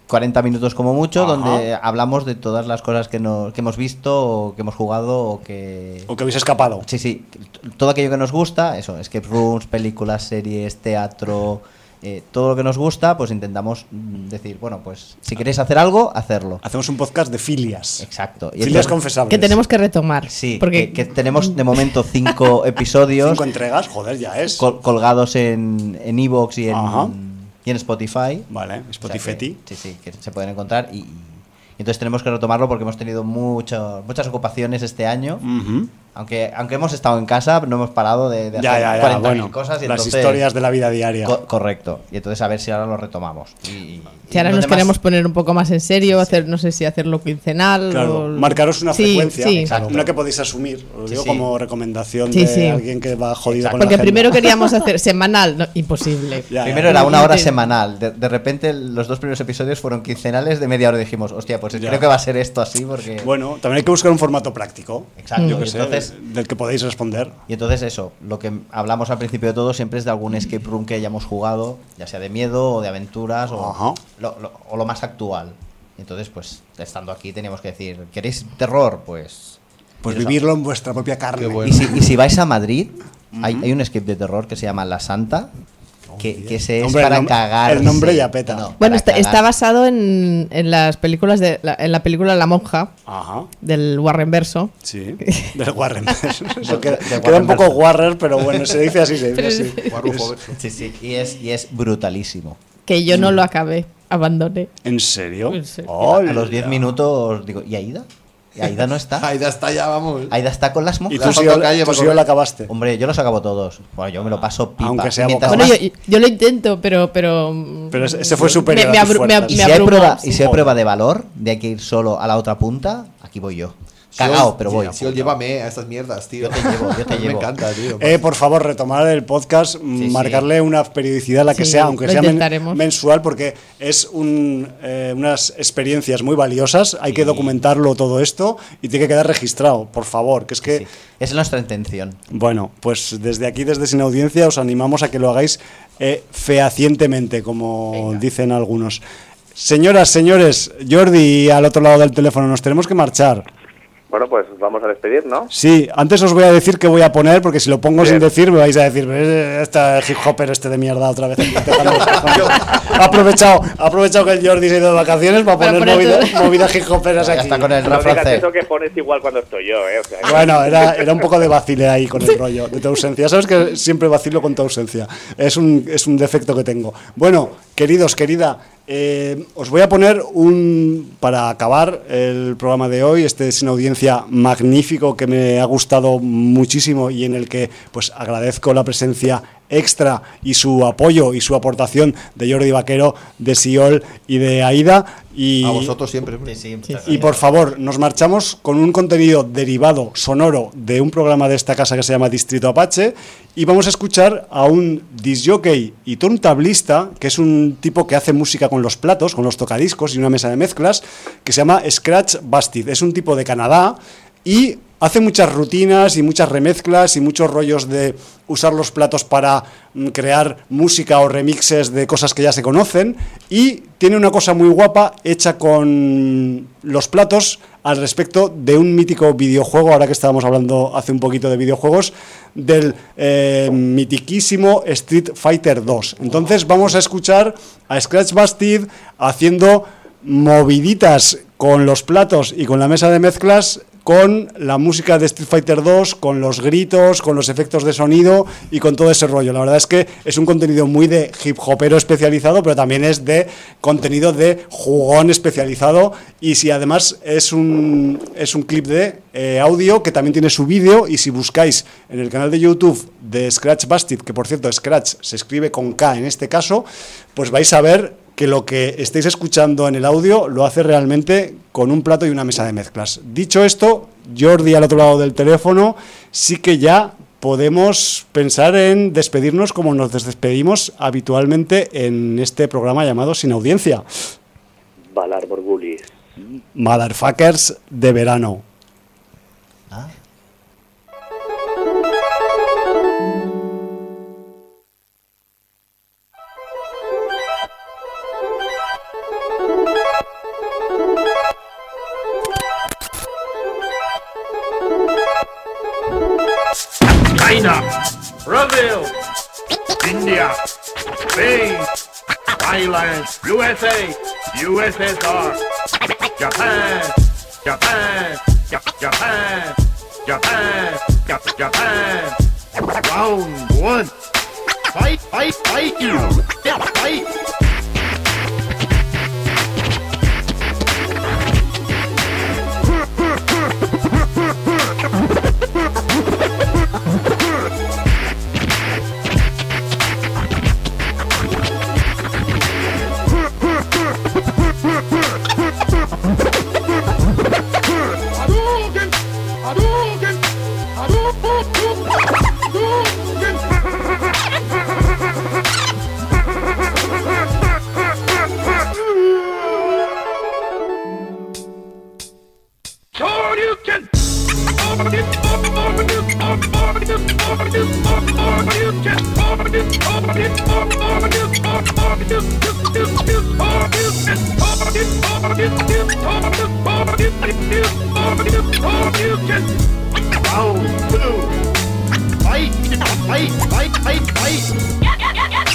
S1: 40 minutos como mucho,
S2: Ajá.
S1: donde hablamos de todas las cosas que, nos, que hemos visto o que hemos jugado o que...
S2: O que habéis escapado.
S1: Sí, sí, t- todo aquello que nos gusta, eso, escape rooms, películas, series, teatro, eh, todo lo que nos gusta, pues intentamos mm, decir, bueno, pues si queréis hacer algo, hacerlo.
S2: Hacemos un podcast de filias.
S1: Exacto. Y
S2: Filias
S1: entonces-
S2: confesables.
S4: Que tenemos que retomar.
S1: Sí,
S4: porque
S1: que, que tenemos de momento cinco episodios
S2: Cinco entregas, joder, ya es.
S1: col- colgados en en Evox y,
S2: Ajá.
S1: en, y en Spotify.
S2: Vale,
S1: O sea que-
S2: Spotify.
S1: sí, sí, que se pueden encontrar y, y entonces tenemos que retomarlo porque hemos tenido mucho- muchas ocupaciones este año.
S2: Ujú.
S1: Aunque, aunque hemos estado en casa, no hemos parado de, de
S2: Ya,
S1: hacer
S2: ya, ya.
S1: 40.000
S2: Bueno,
S1: cosas. Y
S2: las
S1: entonces-
S2: historias de la vida diaria.
S1: Co- correcto. Y entonces a ver si ahora lo retomamos. Y, y-
S4: Si ahora
S1: y los
S4: nos
S1: demás-
S4: queremos poner un poco más en serio, hacer, no sé si hacerlo quincenal.
S2: Claro,
S4: o-
S2: marcaros una
S4: Sí,
S2: frecuencia,
S4: sí.
S1: Exacto.
S2: una que podéis asumir. Os
S1: Sí,
S2: digo
S1: sí.
S2: como recomendación
S4: Sí,
S2: de
S4: sí.
S2: alguien que va jodido con la
S4: Porque
S2: agenda.
S4: primero queríamos hacer semanal, no, imposible.
S2: Ya,
S1: Primero
S2: ya.
S1: era una hora
S4: Sí.
S1: semanal. De, de repente los dos primeros episodios fueron quincenales de media hora. y Dijimos, hostia, pues
S2: Ya.
S1: creo que va a ser esto así porque...
S2: Bueno, también hay que buscar un formato práctico.
S1: Exacto.
S2: Yo
S1: y
S2: que sé,
S1: entonces,
S2: del que podéis responder.
S1: Y entonces eso, lo que hablamos al principio de todo siempre es de algún escape room que hayamos jugado, ya sea de miedo o de aventuras
S2: Ajá.
S1: o, lo, lo- o lo más actual. Entonces, pues, estando aquí teníamos que decir, ¿queréis terror? Pues...
S2: Pues
S1: iros a-
S2: vivirlo en vuestra propia carne.
S3: Qué bueno.
S1: Y si, y si vais a Madrid, hay, hay un escape de terror que se llama La Santa, que, que se es
S2: Hombre, el
S1: para
S2: nom-
S1: cagar.
S2: el nombre ya peta.
S4: Bueno, está, está basado en, en las películas de la, en la película La monja
S2: Ajá.
S4: del Warren Verso.
S2: Sí. Del Warren. Eso
S1: Del-
S2: queda,
S1: del
S2: queda un
S1: Warren
S2: poco
S1: verso.
S2: Warren, pero bueno, se dice así, se dice
S4: Pero-
S2: así.
S3: Guarrufo, verso.
S1: Sí, sí, y es, y es brutalísimo.
S4: Que yo
S5: Mm.
S4: no lo acabé, abandoné.
S2: ¿En serio?
S4: En serio.
S1: A
S2: Hola.
S1: los 10 minutos digo, ¿y Aida?
S5: Y Aida no está.
S3: Aida está ya, vamos.
S5: Aida está con las
S2: Y
S5: monjas.
S2: tú sí,
S3: Pasando calle,
S2: tú
S3: por
S2: sí la
S3: favor.
S2: acabaste.
S5: Hombre, yo los acabo todos. Bueno, yo me lo paso pipa.
S2: Aunque sea
S5: Mientras
S2: boca
S4: Bueno,
S5: más-
S4: yo, yo lo intento, pero. Pero,
S2: Pero ese- ese fue superior
S4: Me, me
S2: a tus
S4: abru- me ab-
S2: fuerzas.
S5: Y
S4: me
S5: si, hay
S4: abrumó,
S5: prueba,
S4: sí.
S5: y si hay prueba de valor, de hay que ir solo a la otra punta, aquí voy yo. Cagao, pero voy.
S3: Si llévame a estas mierdas, tío.
S5: Yo te llevo, yo te
S3: Me
S5: llevo.
S3: encanta, tío.
S2: Eh, por favor, retomar el podcast, mm,
S5: Sí, sí.
S2: marcarle una periodicidad a la que
S4: Sí,
S2: sea, aunque
S4: lo
S2: sea men-
S4: intentaremos.
S2: mensual, porque es un, eh, unas experiencias muy valiosas. Hay que
S5: Sí.
S2: documentarlo todo esto y tiene que quedar registrado, por favor. Que es que,
S5: Sí, Es nuestra intención.
S2: bueno, pues desde aquí, desde Sin Audiencia, os animamos a que lo hagáis eh, fehacientemente, como dicen algunos. Señoras, señores, Jordi, al otro lado del teléfono, nos tenemos que marchar.
S6: Bueno, pues vamos a despedir, ¿no?
S2: Sí, antes os voy a decir que voy a poner, porque si lo pongo
S6: Bien.
S2: sin decir, me vais a decir, "Eh, este hip hopper este de mierda otra vez. aquí tocando los cojones". ha, aprovechado, ha aprovechado que el Jordi se ha ido de vacaciones para
S4: Para
S2: poner
S4: poner
S2: movidas
S4: todo.
S2: movidas hip hoperas
S5: Ya
S2: aquí.
S5: está con el
S6: No
S5: rap
S6: digas
S5: francés.
S6: eso que pones igual cuando estoy yo, ¿eh? O sea, que-
S2: Bueno, era, era un poco de vacile ahí con el rollo de tu ausencia. Sabes que siempre vacilo con tu ausencia. Es un, es un defecto que tengo. Bueno, queridos, querida, eh, os voy a poner un. Para acabar el programa de hoy, este es una audiencia magnífico que me ha gustado muchísimo y en el que pues agradezco la presencia extra y su apoyo y su aportación de Jordi Vaquero, de Siol y de Aida. Y
S3: A vosotros siempre. hombre.
S5: Sí, pues sí,
S2: y por favor, nos marchamos con un contenido derivado sonoro de un programa de esta casa que se llama Distrito Apache y vamos a escuchar a un disjockey y turntablista, que es un tipo que hace música con los platos, con los tocadiscos y una mesa de mezclas, que se llama Scratch Bastid. Es un tipo de Canadá y hace muchas rutinas y muchas remezclas y muchos rollos de usar los platos para mm, crear música o remixes de cosas que ya se conocen y tiene una cosa muy guapa hecha con los platos al respecto de un mítico videojuego, ahora que estábamos hablando hace un poquito de videojuegos, del eh, mitiquísimo Street Fighter 2. Entonces vamos a escuchar a Scratch Bastid haciendo moviditas con los platos y con la mesa de mezclas, con la música de Street Fighter 2, con los gritos, con los efectos de sonido y con todo ese rollo. La verdad es que es un contenido muy de hip hopero especializado, pero también es de contenido de jugón especializado. Y si además es un, es un clip de eh, audio que también tiene su vídeo, y si buscáis en el canal de YouTube de Scratch Bastid, que por cierto Scratch se escribe con K en este caso, pues vais a ver que lo que estáis escuchando en el audio lo hace realmente con un plato y una mesa de mezclas. Dicho esto, Jordi al otro lado del teléfono, sí que ya podemos pensar en despedirnos como nos despedimos habitualmente en este programa llamado Sin Audiencia.
S6: Valar Borgulis.
S2: Motherfuckers de verano.
S5: Ah.
S8: China, Brazil, India, Spain, Thailand, USA, USSR, Japan, Japan, Ja- Japan, Japan, Ja- Japan. Round one. Fight, fight, fight you. Yeah, Fight. Hadouken! Hadouken! Hadouken! Hadouken! Shoryuken! Round two. Fight! Fight! Fight! Fight! Fight!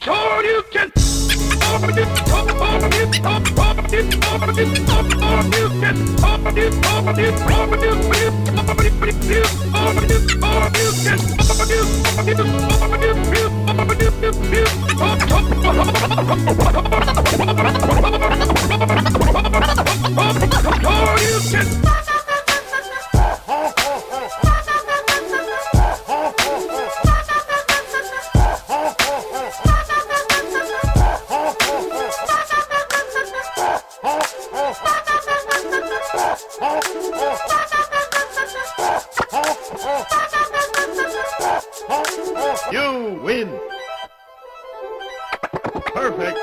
S8: Shoryuken! Shoryuken! You win. Perfect.